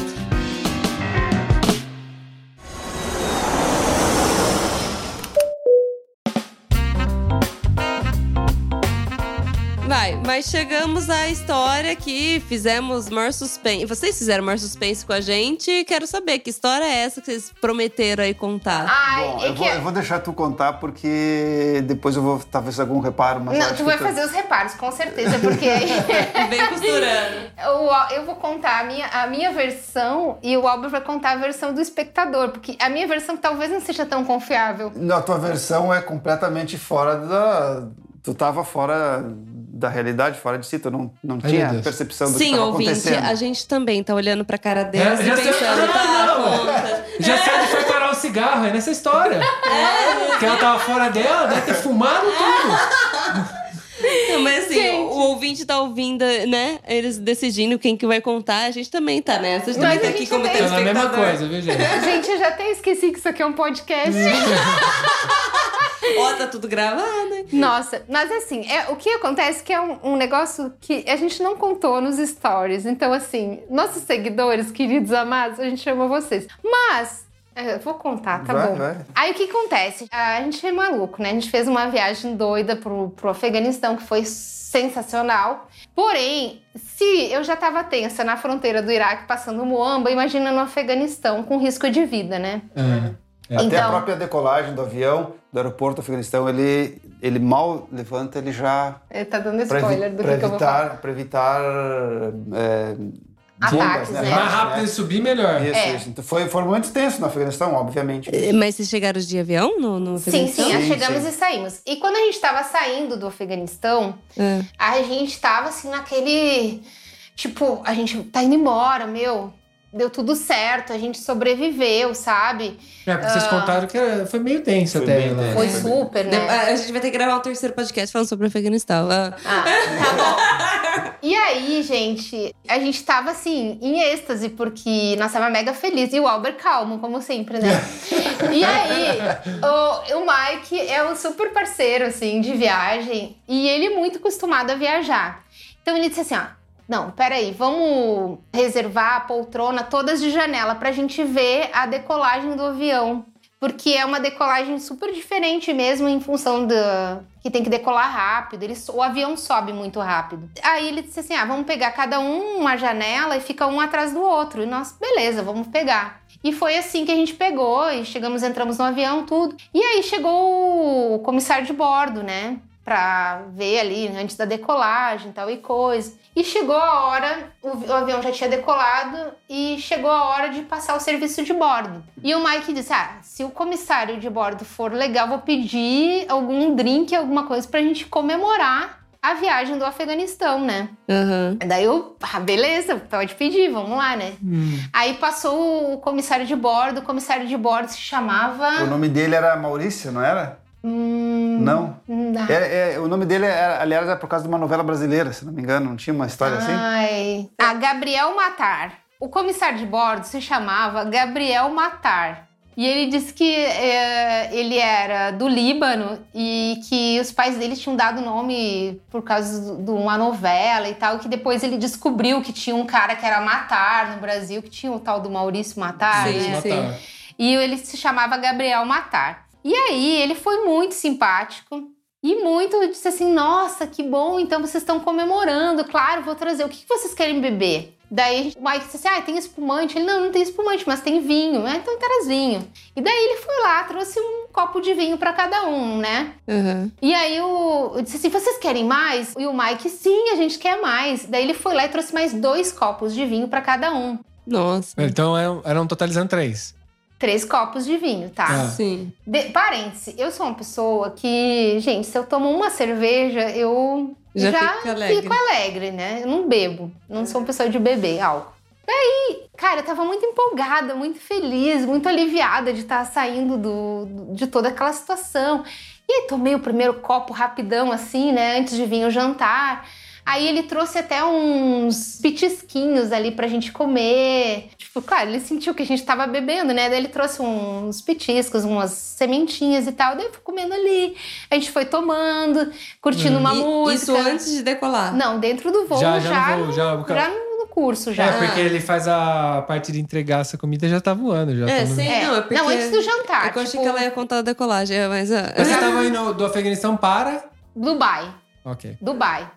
S2: Vai, mas chegamos à história que fizemos maior suspense. Vocês fizeram maior suspense com a gente. Quero saber que história é essa que vocês prometeram aí contar.
S1: Ai,
S6: Bom,
S1: é
S6: eu
S1: que-
S6: vou, eu vou deixar tu contar porque depois eu vou talvez algum reparo, mas eu
S1: Não,
S6: acho
S1: tu
S6: que
S1: vai fazer os reparos, com certeza, porque aí
S2: Vem costurando.
S1: eu, eu vou contar a minha, a minha versão e o Albert vai contar a versão do espectador, porque a minha versão talvez não seja tão confiável.
S6: Não, a tua versão é completamente fora da. Tu tava fora da realidade, fora de si, tu não, não
S3: Ai,
S6: tinha
S3: meu Deus.
S6: percepção do que
S2: Sim,
S6: estava
S2: ouvinte,
S6: acontecendo.
S2: a gente também tá olhando pra cara delas
S3: É,
S2: e
S3: já sei-
S2: pensando, tá, conta. É.
S3: Já sei onde foi parar o cigarro, é nessa história. Que ela tava fora dela, deve ter fumado tudo.
S2: Não, mas assim, o ouvinte tá ouvindo, né? Eles decidindo quem que vai contar. A gente também tá nessa. A
S1: Mas
S2: gente também tá
S1: a
S2: aqui
S1: gente
S2: como
S1: também.
S3: Tá na mesma
S2: telespectador.
S3: coisa, viu, gente?
S1: Gente, eu já até esqueci que isso aqui é um podcast.
S2: Ó, tá tudo gravado. hein?
S1: Nossa, mas assim, é, o que acontece que é um, um negócio que a gente não contou nos stories. Então, assim, nossos seguidores, queridos amados, a gente ama vocês. Mas. é, eu Vou contar, tá
S6: Vai,
S1: bom.
S6: vai.
S1: Aí o que acontece? A gente é maluco, né? A gente fez uma viagem doida pro, pro Afeganistão, que foi sensacional. Porém, se eu já tava tensa na fronteira do Iraque, passando Moamba, imagina no Afeganistão, com risco de vida, né?
S3: É.
S6: Até
S1: Então-
S6: a própria decolagem do avião, do aeroporto do Afeganistão, ele, ele mal levanta, ele já.
S1: Eh, Tá dando
S6: pra evi-
S1: spoiler do que,
S6: pra
S1: que eu vou falar.
S6: evitar, Para evitar. é,
S1: Ataques, né? É.
S3: Mais rápido ele subir, melhor.
S6: Isso, isso. Então, Foi, foi muito tenso no Afeganistão, obviamente.
S2: É, Mas vocês chegaram de avião no, no
S1: Sim, sim, nós
S6: Sim,
S1: chegamos
S6: sim.
S1: e saímos. E quando a gente tava saindo do Afeganistão,
S2: É.
S1: a gente tava assim naquele. Tipo, a gente tá indo embora, meu. Deu tudo certo, a gente sobreviveu, sabe?
S3: É, porque vocês contaram que era- foi meio tenso
S6: Foi
S3: até né?
S6: bem
S3: lá.
S6: tenso.
S1: Ah. Foi
S6: É.
S1: super,
S2: De-
S1: né?
S2: A gente vai ter que gravar um terceiro podcast falando sobre o Afeganistão. Ah,
S1: Ah, tá bom. E aí, gente, a gente tava assim, em êxtase, porque nós tava mega feliz. E o Albert calmo, como sempre, né? e aí, o, o Mike é um super parceiro, assim, de viagem. E ele é muito acostumado a viajar. Então ele disse assim, ó. Não, peraí, vamos reservar a poltrona todas de janela pra gente ver a decolagem do avião. Porque é uma decolagem super diferente mesmo em função da. que tem que decolar rápido. Ele, so- o avião sobe muito rápido. Aí ele disse assim: ah, vamos pegar cada um uma janela e fica um atrás do outro. E nós, beleza, vamos pegar. E foi assim que a gente pegou e chegamos, entramos no avião, tudo. E aí chegou o comissário de bordo, né? Pra ver ali antes da decolagem tal e coisa. E chegou a hora, o, o avião já tinha decolado e chegou a hora de passar o serviço de bordo. E o Mike disse: Ah, se o comissário de bordo for legal, vou pedir algum drink, alguma coisa pra gente comemorar a viagem do Afeganistão, né?
S2: aham.
S1: Daí eu, ah, beleza, pode pedir, vamos lá, né? Aí passou o comissário de bordo, o comissário de bordo se
S6: O
S1: chamava.
S6: nome dele era Maurício, não era?
S1: Hum,
S6: Não.
S1: não.
S6: É, é, o nome dele, era, aliás, era por causa de uma novela brasileira, se não me engano. Não tinha uma história
S1: Ah.
S6: assim?
S1: Ai. A Gabriel Matar. O comissário de bordo se chamava Gabriel Matar. E ele disse que eh, ele era do Líbano e que os pais dele tinham dado nome por causa do- de uma novela e tal, que depois ele descobriu que tinha um cara que era Matar no Brasil, que tinha o tal do Maurício Matar,
S2: Sim,
S1: né?
S2: sim.
S3: Mataram.
S1: E ele se chamava Gabriel Matar. E aí ele foi muito simpático e muito disse assim: Nossa, que bom, então vocês estão comemorando, claro, vou trazer. O que que vocês querem beber? Daí a gente- o Mike disse assim: Ah, tem espumante. Ele, não, não tem espumante, mas tem vinho. Ah, então traz vinho. E daí ele foi lá, trouxe um copo de vinho para cada um, né?
S2: aham.
S1: E aí o, eu disse assim, vocês querem mais? E o Mike, sim, a gente quer mais. Daí ele foi lá e trouxe mais dois copos de vinho para cada um.
S2: Nossa.
S3: Então eram, eram totalizando três.
S1: Três copos de vinho, tá?
S3: Ah.
S2: Sim.
S1: De, parêntese, eu sou uma pessoa que, gente, se eu tomo uma cerveja, eu
S2: Já
S1: já,
S2: fica alegre.
S1: fico alegre, né? Eu não bebo, não sou uma pessoa de beber álcool. Daí, cara, eu tava muito empolgada, muito feliz, muito aliviada de estar saindo do, de toda aquela situação. E aí tomei o primeiro copo rapidão, assim, né? Antes de vir o jantar. Aí ele trouxe até uns petisquinhos ali pra gente comer. Tipo, claro, ele sentiu que a gente tava bebendo, né? Daí ele trouxe uns petiscos, umas sementinhas e tal. Daí eu fui comendo ali. A gente foi tomando, curtindo uma
S2: Uhum. E-
S1: música.
S2: Isso antes de decolar.
S1: Não, dentro do voo
S3: Já,
S1: já.
S3: já no voo, já,
S1: no-
S3: boca-
S1: já no curso já.
S3: É, porque ele faz a parte de entregar essa comida já tá voando. Já
S2: É,
S3: tá no-
S2: sim. Não, é porque-
S1: Não, antes do jantar.
S2: É que eu achei
S1: tipo,
S2: que ela ia contar a decolagem, é, mas. ah,
S3: Mas você tava indo do Afeganistão para.
S1: Dubai.
S3: Ok.
S1: Dubai.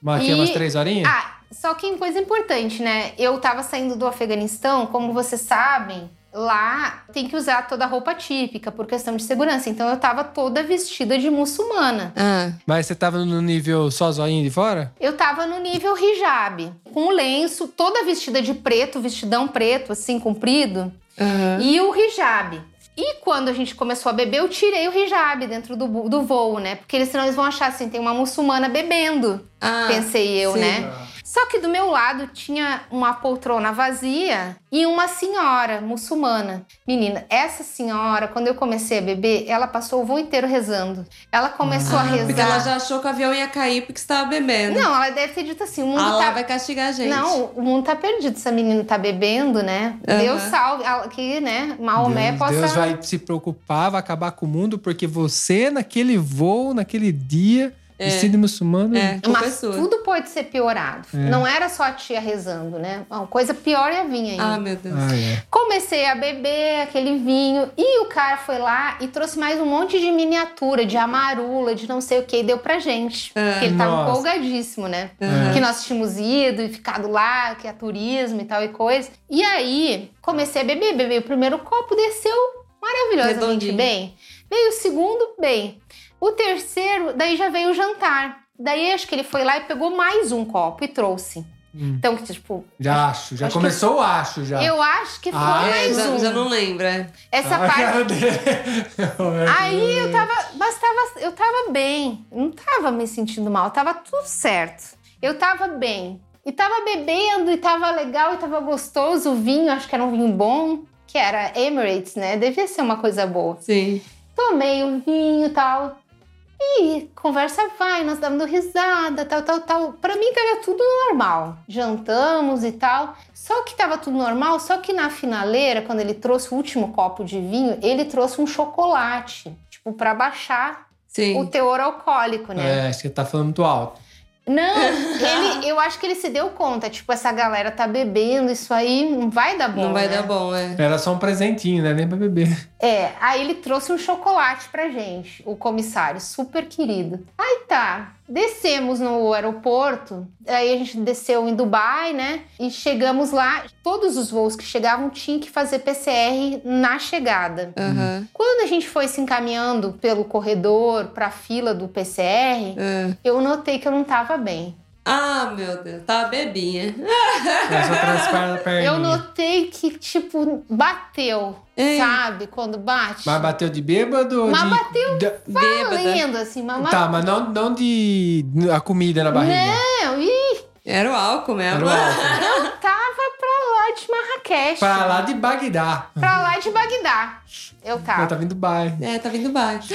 S3: Uma, aqui, é
S1: E-
S3: umas três horinhas?
S1: Ah, só que uma coisa importante, né? Eu tava saindo do Afeganistão, como vocês sabem, lá tem que usar toda a roupa típica por questão de segurança. Então eu tava toda vestida de muçulmana.
S2: Ah,
S3: Mas você tava no nível só zoinho de fora?
S1: Eu tava no nível hijab, com o lenço, toda vestida de preto, vestidão preto, assim, comprido,
S2: aham.
S1: e o hijab. E quando a gente começou a beber, eu tirei o hijab dentro do, bu- do voo, né? Porque eles- senão eles vão achar assim, tem uma muçulmana bebendo.
S2: Ah,
S1: pensei eu,
S2: sim. Ah.
S1: né? Só que do meu lado tinha uma poltrona vazia e uma senhora muçulmana. Menina, essa senhora, quando eu comecei a beber, ela passou o voo inteiro rezando. Ela começou a rezar.
S2: Ah, Porque ela já achou que o avião ia cair porque estava bebendo.
S1: Não, ela deve ter dito assim: o mundo
S2: Ah, lá
S1: tá.
S2: vai castigar a gente.
S1: Não, o mundo tá perdido. Essa menina tá bebendo, né?
S2: Aham.
S1: Deus salve. ela- Que, né? Maomé
S3: Deus,
S1: possa.
S3: Deus vai se preocupar, vai acabar com o mundo, porque você, naquele voo, naquele dia, vestido de muçulmano.
S2: É, culpa é
S1: Mas
S2: sua.
S1: tudo pode ser piorado.
S2: É.
S1: Não era só a tia rezando, né? Uma coisa pior ia vir ainda.
S2: Ah, meu Deus.
S3: Ah, é.
S1: Comecei a beber aquele vinho e o cara foi lá e trouxe mais um monte de miniatura, de amarula, de não sei o que, e deu pra gente. Porque ele tava
S3: Nossa.
S1: empolgadíssimo, né? Que nós tínhamos ido e ficado lá, que é turismo e tal e coisa. E aí comecei a beber, bebi o primeiro copo, desceu maravilhosamente
S2: Redondinho.
S1: bem. Veio o segundo, bem. O terceiro, daí já veio o jantar. Daí acho que ele foi lá e pegou mais um copo e trouxe. Então, que tipo,
S3: Já acho, já
S1: Acho que-
S3: começou o acho já.
S1: eu acho que foi
S3: Tá. Ah, é,
S1: mais
S2: já,
S1: um.
S2: já não lembra.
S1: Essa
S3: A
S1: parte.
S3: cara dele.
S1: Tá Aí eu tava, mas tava, eu tava bem, não tava me sentindo mal, tava tudo certo. Eu tava bem. E tava bebendo, e tava legal, e tava gostoso o vinho, acho que era um vinho bom, que era Emirates, né? Devia ser uma coisa boa.
S2: Sim.
S1: Tomei o vinho e tal. E conversa vai, nós dando risada, tal, tal, tal. Pra mim tava tudo normal. Jantamos e tal. Só que tava tudo normal, só que na finaleira, quando ele trouxe o último copo de vinho, ele trouxe um chocolate, tipo, pra baixar o
S2: Sim.
S1: teor alcoólico, né?
S3: É, acho que tá falando muito alto.
S1: Não, ele, eu acho que ele se deu conta, tipo, essa galera tá bebendo, isso aí não vai dar bom.
S2: não vai
S1: né?
S2: dar bom, é.
S3: Era só um presentinho, né? Nem pra beber.
S1: É, aí ele trouxe um chocolate pra gente, o comissário, super querido. Aí tá, descemos no aeroporto, aí a gente desceu em Dubai, né? E chegamos lá, todos os voos que chegavam tinham que fazer PCR na chegada.
S2: Aham.
S1: Quando a gente foi se encaminhando pelo corredor pra fila do PCR,
S2: É.
S1: eu notei que eu não tava bem.
S2: Ah, meu Deus. Tava bebinha.
S3: É só transpar a perninha.
S1: Eu notei que, tipo, bateu,
S2: Ei.
S1: sabe? Quando bate.
S3: Mas bateu de bêbado? ou
S1: Mas
S3: de...
S1: bateu
S3: da-
S2: Bêbada.
S1: Valendo, assim, mas
S3: Tá, mas não, não de a comida na barriga. Tá
S1: Não, e
S2: Era o álcool mesmo.
S3: Era o álcool.
S1: Eu tava pra lá de Marrakech.
S3: pra lá de Bagdá.
S1: Pra lá de Bagdá. Eu
S3: Eu
S1: tava.
S3: tava vindo bairro.
S2: É, tá vindo baixo.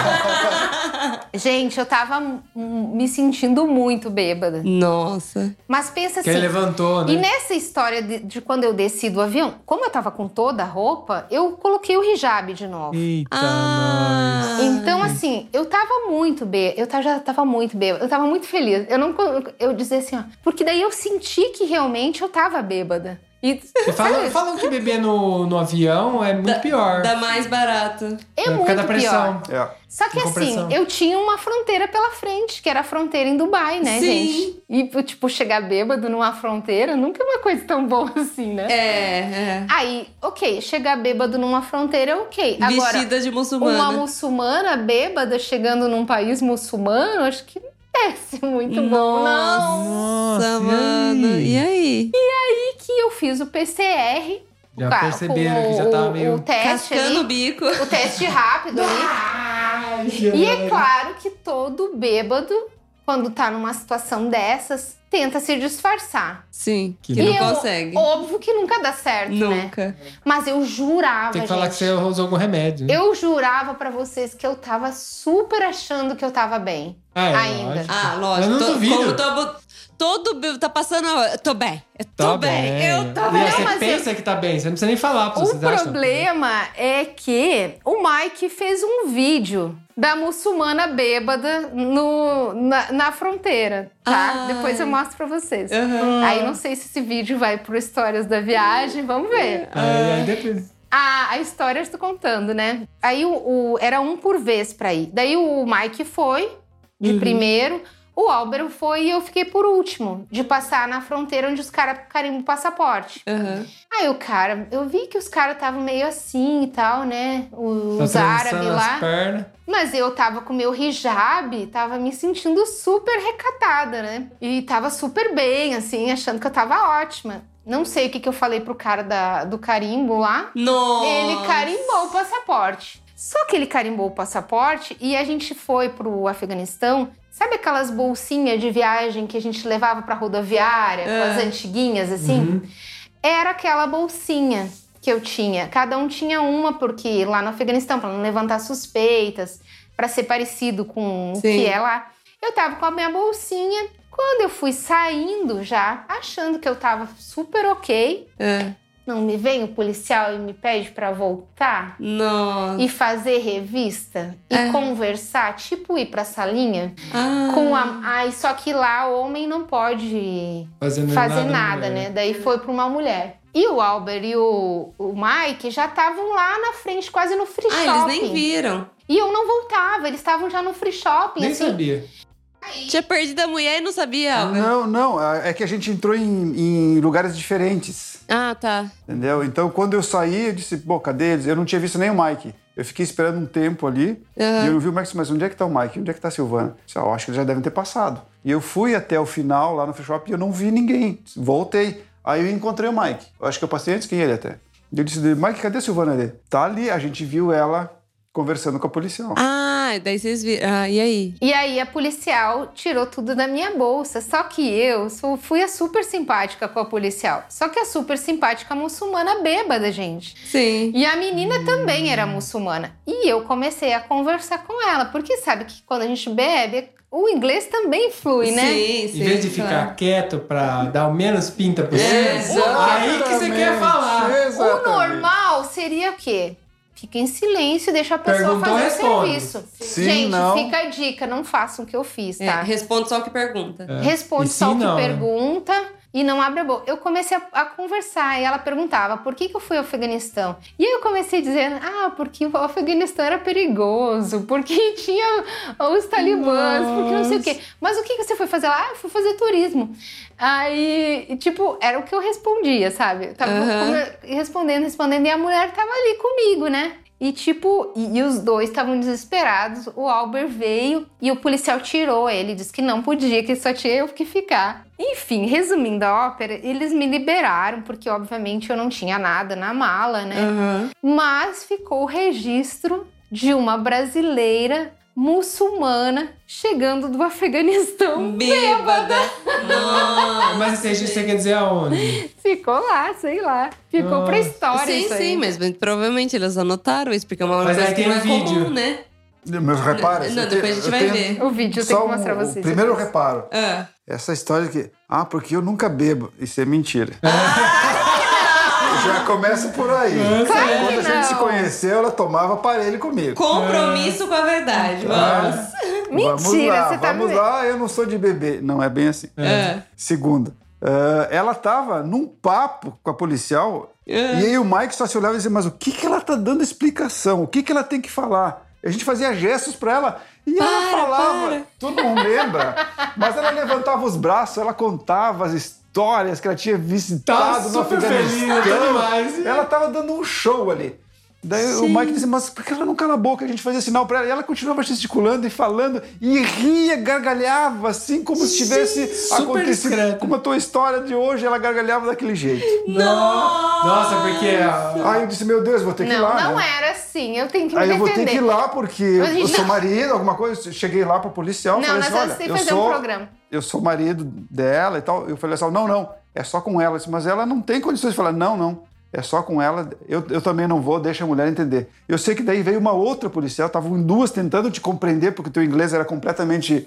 S1: É. Gente, eu tava hum, me sentindo muito bêbada.
S2: Nossa.
S1: Mas pensa
S3: Que ele
S1: assim.
S3: levantou, né?
S1: E nessa história de, de quando eu desci do avião, como eu tava com toda a roupa, eu coloquei o hijab de novo.
S3: Eita, nós.
S2: Ah.
S1: Então, assim, eu tava muito bêbada. Eu ta- já tava muito bêbada. Eu tava muito feliz. Eu não. co- Eu dizia assim, ó. Porque daí eu senti que realmente eu tava bêbada. E.
S3: E Falam, falam que beber no, no avião é muito pior.
S2: Dá Ah, mais barato.
S1: É
S3: por causa da
S1: muito pior.
S3: pressão.
S6: É.
S1: Só que
S3: Com pressão.
S1: assim, eu tinha uma fronteira pela frente, que era a fronteira em Dubai, né,
S2: Sim.
S1: gente? E, tipo, chegar bêbado numa fronteira nunca é uma coisa tão boa assim, né?
S2: É, é.
S1: Aí, ok, chegar bêbado numa fronteira, ok. Agora,
S2: Vestida de
S1: uma
S2: muçulmana.
S1: muçulmana bêbada chegando num país muçulmano, acho que não desce muito bom, não.
S2: Nossa,
S3: Nossa,
S2: mano.
S3: e
S2: E aí?
S1: E que eu fiz o PCR.
S3: Já
S1: o ca-
S3: perceberam
S1: com
S3: que já
S1: o-
S3: tava
S1: o,
S3: meio- Ah,
S1: o teste
S2: Cascando o
S1: ali,
S2: bico.
S1: o teste rápido ali. E
S3: Uhum.
S1: é claro que todo bêbado, quando tá numa situação dessas, tenta se disfarçar.
S2: Sim, que,
S1: E
S2: não
S1: eu-
S2: consegue.
S1: Óbvio que nunca dá certo, né?
S2: Nunca.
S1: Mas eu jurava,
S3: Tem
S1: gente.
S3: que falar que você é usou algum remédio. né?
S1: Eu jurava pra vocês que eu tava super achando que eu tava bem.
S3: Ah, é,
S1: ainda.
S3: lógico.
S2: Ah, lógico.
S3: Eu não
S2: To-
S3: duvido.
S2: Como todo, todo be- tá passando. a- Eu tô bem. Eu tô,
S3: Tá
S2: bem. Eu tô
S3: E aí
S1: Não,
S3: você
S1: mas
S3: pensa que tá bem, você não precisa nem falar pra
S1: O
S3: vocês acham.
S1: problema é que o Mike fez um vídeo da muçulmana bêbada no, na, na fronteira, tá?
S2: Ai.
S1: Depois eu mostro pra vocês.
S2: Aham.
S1: Aí não sei se esse vídeo vai pro Histórias da Viagem, vamos ver.
S3: É,
S1: Ah,
S3: Aí, aí depois- tá
S1: A, a história eu estou contando, né?
S3: Uhum.
S1: Aí o, o- era um por vez pra ir. Daí o Mike foi de primeiro, O Álvaro foi e eu fiquei por último, de passar na fronteira onde os caras carimbam o passaporte.
S2: Aham.
S1: Aí o cara, eu vi que os caras estavam meio assim e tal, né? o-
S3: Tá
S1: Os árabes
S3: trançando
S1: lá.
S3: as pernas.
S1: Mas eu tava com meu hijab, tava me sentindo super recatada, né? E tava super bem, assim, achando que eu tava ótima. Não sei o que, que eu falei pro cara da- do carimbo lá.
S2: Nossa.
S1: Ele carimbou o passaporte. Só que ele carimbou o passaporte e a gente foi pro Afeganistão. Sabe aquelas bolsinhas de viagem que a gente levava pra rodoviária,
S2: É. Uhum.
S1: as antiguinhas assim? Era aquela bolsinha que eu tinha. Cada um tinha uma, porque lá no Afeganistão, pra não levantar suspeitas, pra ser parecido com o
S2: Sim.
S1: que é lá. Eu tava com a minha bolsinha. Quando eu fui saindo já, achando que eu tava super ok,
S2: É.
S1: não me vem o policial e me pede pra voltar
S2: Nossa.
S1: e fazer revista e
S2: É.
S1: conversar, tipo ir pra salinha
S2: Ah.
S1: com a ai, só que lá o homem não pode
S3: Fazendo
S1: fazer
S3: nada,
S1: nada,
S3: mulher.
S1: né? Daí foi pra uma mulher. E o Albert e o, o Mike já estavam lá na frente, quase no free
S2: Ah, eles
S1: shopping.
S2: nem viram.
S1: E eu não voltava, eles estavam já no free shopping,
S3: Nem
S1: assim.
S3: sabia.
S2: Tinha perdido a mulher e não
S3: Ah,
S2: sabia, Álvaro.
S6: Não, não, a- é que a gente entrou em, em lugares diferentes,
S2: Ah, tá.
S6: entendeu? Então, quando eu saí, eu disse, pô, cadê eles? Eu não tinha visto nem o Mike. Eu fiquei esperando um tempo ali
S2: Aham.
S6: e eu não vi o Mike. Mas onde é que tá o Mike? Onde é que tá a Silvana? Eu disse, ah, eu acho que eles já devem ter passado. E eu fui até o final lá no free shop e eu não vi ninguém. Voltei. Aí eu encontrei o Mike. Eu acho que eu passei antes que ele até. Eu disse, Mike, cadê a Silvana ali? Tá ali, a gente viu ela conversando com a policial.
S2: Ah, daí vocês viram. Ah, e aí?
S1: E aí a policial tirou tudo da minha bolsa. Só que eu sou- fui a super simpática com a policial. Só que a super simpática muçulmana bêbada, gente.
S2: Sim.
S1: E a menina também era muçulmana. E eu comecei a conversar com ela, porque sabe que quando a gente bebe, o inglês também flui, né?
S2: Sim, sim.
S3: Em vez de ficar
S2: claro.
S3: quieto pra dar o menos pinta possível, aí que você quer falar.
S1: O
S6: Exatamente.
S1: normal seria o quê? Fica em silêncio e deixa a pessoa
S3: Perguntou,
S1: fazer
S3: responde.
S1: o serviço.
S6: Sim,
S1: gente,
S6: não.
S1: fica a dica, não façam o que eu fiz,
S2: É,
S1: tá? É.
S2: responde só o que pergunta.
S1: Responde
S3: E
S1: só
S3: sim,
S1: o que
S3: não, né?
S1: pergunta e não abre a boca. Eu comecei a, a conversar e ela perguntava por que, que eu fui ao Afeganistão. E aí eu comecei dizendo, ah, porque o Afeganistão era perigoso, porque tinha os talibãs, porque não sei o quê. Mas o que, que você foi fazer lá? Ah, eu fui fazer turismo. Aí, e, tipo, era o que eu respondia, sabe? Eu tava
S2: Aham.
S1: conver- respondendo, respondendo, e a mulher tava ali comigo, né? E tipo, e, e os dois estavam desesperados. O Albert veio e o policial tirou ele, disse que não podia, que só tinha eu que ficar. Enfim, resumindo a ópera, eles me liberaram, porque obviamente eu não tinha nada na mala, né?
S2: Aham.
S1: Mas ficou o registro de uma brasileira muçulmana chegando do Afeganistão.
S2: Bêbada. Nossa.
S3: Mas assim, esse registro você quer dizer aonde?
S1: Ficou lá, sei lá. Ficou pra
S3: Ah.
S1: história
S2: Sim,
S1: isso aí.
S2: sim, mas provavelmente eles anotaram isso, porque é uma
S3: Mas
S2: coisa
S3: aí
S2: que
S3: tem um
S2: não é
S3: vídeo.
S2: comum, né?
S6: Meus reparos.
S2: Não,
S6: eu
S2: depois
S6: tenho-
S2: a gente
S6: eu
S2: vai
S6: tenho
S2: ver.
S1: O vídeo eu tenho
S6: só
S1: que mostrar
S6: um-
S1: pra vocês.
S6: O primeiro
S1: depois.
S6: reparo.
S2: Ah.
S6: Essa história que. Ah, porque eu nunca bebo. Isso é mentira. Já começa por aí.
S1: Claro que
S6: Quando a
S1: não.
S6: gente se conheceu, ela tomava aparelho comigo.
S2: Compromisso com a verdade,
S6: Ah,
S2: vamos.
S1: Mentira,
S6: vamos lá,
S1: você tá
S6: Vamos
S1: me-
S6: lá, "Ah, eu não sou de beber. Não é bem assim.
S2: Ah.
S6: Segunda. ah, ela tava num papo com a policial
S3: É.
S6: e aí o Mike só se olhava e dizia, mas o que que ela tá dando explicação? O que que ela tem que falar? A gente fazia gestos pra ela e ela
S2: Para,
S6: falava.
S2: para.
S6: Tu não lembra? mas ela levantava os braços, ela contava as histórias que ela tinha
S3: Tá
S6: visitado no
S3: super feliz,
S6: Afeganistão.
S3: tá demais.
S6: Ela tava dando um show ali. Daí o Mike disse, mas por que ela não cala a boca? A gente fazia sinal pra ela. E ela continuava gesticulando e falando e ria, gargalhava, assim como se tivesse
S3: super
S6: acontecido.
S3: discreto.
S6: Como a tua história de hoje, ela gargalhava daquele jeito.
S3: Nossa, Nossa porque a-
S6: Aí eu disse, meu Deus, vou ter que ir
S1: Não,
S6: lá.
S1: não
S6: né?
S1: era assim. Eu tenho que me
S6: Aí eu vou ter
S1: defender.
S6: que ir lá porque
S1: Mas a gente
S6: eu sou
S1: não-
S6: marido, alguma coisa. Cheguei lá pra policial,
S1: Não,
S6: falei
S1: nós
S6: assim,
S1: vamos
S6: olha,
S1: ter que
S6: eu
S1: fazer um
S6: sou,
S1: programa.
S6: eu sou marido dela e tal. Eu falei assim, não, não, é só com ela. Eu disse, mas ela não tem condições de falar, não, não, é só com ela. Eu, eu também não vou, deixa a mulher entender. Eu sei que daí veio uma outra policial, estavam duas tentando te compreender porque teu inglês era completamente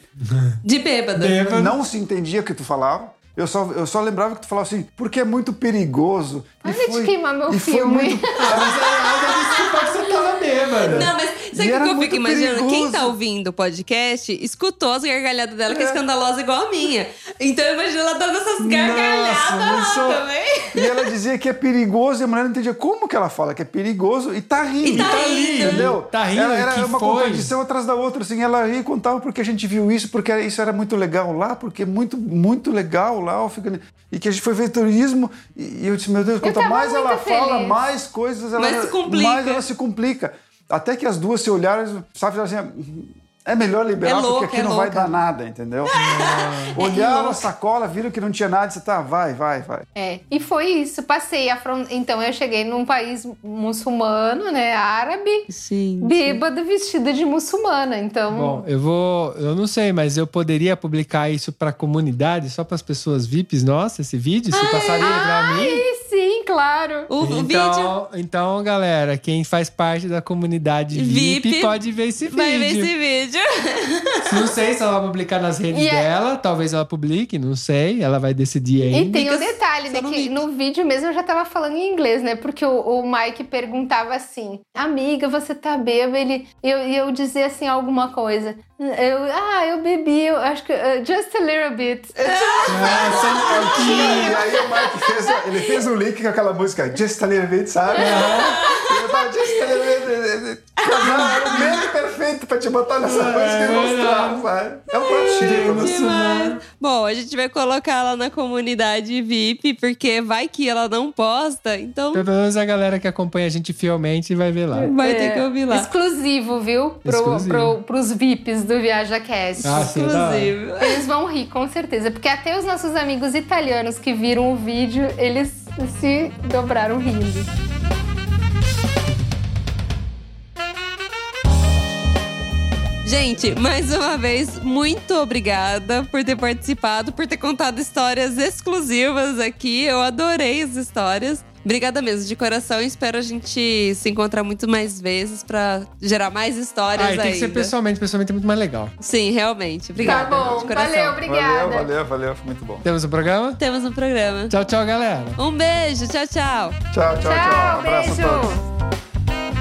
S2: De bêbada.
S3: Bêbado.
S6: não se entendia o que tu falava. Eu só, eu só lembrava que tu falava assim, porque é muito perigoso. E
S1: Para de
S6: foi-
S1: queimar meu
S6: e foi
S1: filme.
S6: muito- é,
S3: Ah, mas aí aí dá desculpa que você tava bêbado.
S2: Não, mas Sabe
S6: E
S2: o
S6: era
S2: que eu
S6: muito
S2: fico imaginando? Quem
S6: perigoso.
S2: tá ouvindo o podcast escutou as gargalhadas dela, que é escandalosa igual a minha. Então eu imagino ela dando essas gargalhadas
S6: Nossa, mas
S2: lá
S6: só-
S2: também.
S6: E ela dizia que é perigoso e a mulher não entendia como que ela fala que é perigoso e tá rindo.
S2: E tá rindo.
S6: entendeu?
S3: Tá rindo,
S6: Ela era
S3: que
S6: uma
S3: foi.
S6: contradição atrás da outra, assim, ela ria e contava porque a gente viu isso, porque isso era muito legal lá, porque é muito, muito legal lá, ó, fica- e que a gente foi ver turismo, e e eu disse, meu Deus, quanto
S1: tava
S6: mais ela
S1: muito
S6: fala,
S1: feliz.
S6: mais coisas ela...
S2: Mais se complica.
S6: mais ela se complica. Até que as duas se olharam, sabe, fizeram assim, é melhor liberar,
S2: É louca,
S6: porque aqui
S2: é
S6: não vai
S2: louca. É
S6: dar nada, entendeu? Olharam a sacola, viram que não tinha nada, e você tá, vai, vai, vai.
S1: É, e foi isso, passei a fronteira. Então eu cheguei num país muçulmano, né, árabe,
S2: Sim.
S1: bêbada vestida de muçulmana. Então,
S3: Bom, eu vou. Eu não sei, mas eu poderia publicar isso pra comunidade, só pras pessoas VIPs, nossa, esse vídeo? Se passaria pra mim.
S1: e sim, claro.
S2: O, o vídeo
S3: Então, então, galera, quem faz parte da comunidade VIP,
S2: VIP,
S3: pode ver esse
S2: vai ver
S3: vídeo.
S2: esse vídeo.
S3: Não sei se ela vai publicar nas redes
S1: E é-
S3: dela, talvez ela publique, não sei, ela vai decidir ainda.
S1: E tem o
S2: Dicas
S1: detalhe
S2: só
S1: de
S2: no
S1: que
S2: vídeo.
S1: no vídeo mesmo eu já tava falando em inglês, né? Porque o, o Mike perguntava assim: Amiga, você tá bêbada? Ele, e eu, e eu dizia assim alguma coisa. Eu, ah, eu bebi, eu acho que. uh, just a little bit.
S6: Ah, só um pouquinho. E aí o Mike fez, ele fez um link com aquela música Just a Little Bit, sabe? Ele tava Just a Little Bit. Não, era o meme perfeito pra te botar nessa música e mostrar, sabe? É um pratinho.
S2: Demais. Bom, a gente vai colocar ela na comunidade VIP, porque vai que ela não posta, então
S3: Pelo menos a galera que acompanha a gente fielmente vai ver lá.
S2: vai
S1: É,
S2: ter que ouvir lá.
S1: Exclusivo, viu? Pro,
S3: Exclusivo.
S1: pro- pros VIPs do Viaja Cast.
S3: Ah,
S6: assim,
S3: sim, da hora.
S2: Exclusivo.
S1: Eles vão rir, com certeza. Porque até os nossos amigos italianos que viram o vídeo, eles se dobraram rindo.
S2: Gente, mais uma vez, muito obrigada por ter participado, por ter contado histórias exclusivas aqui. Eu adorei as histórias. Obrigada mesmo, de coração. Espero a gente se encontrar muito mais vezes pra gerar mais histórias
S3: Ah, e tem que
S2: ainda.
S3: ser pessoalmente, pessoalmente é muito mais legal.
S2: Sim, realmente. Obrigada.
S1: tá bom,
S2: de coração.
S1: valeu, obrigada.
S6: Valeu, valeu, valeu. Foi muito bom.
S3: Temos um programa?
S2: Temos um programa.
S3: Tchau, tchau, galera.
S2: Um beijo, tchau, tchau.
S6: Tchau, tchau, tchau.
S1: Tchau,
S6: Abraço a todos.
S1: beijo.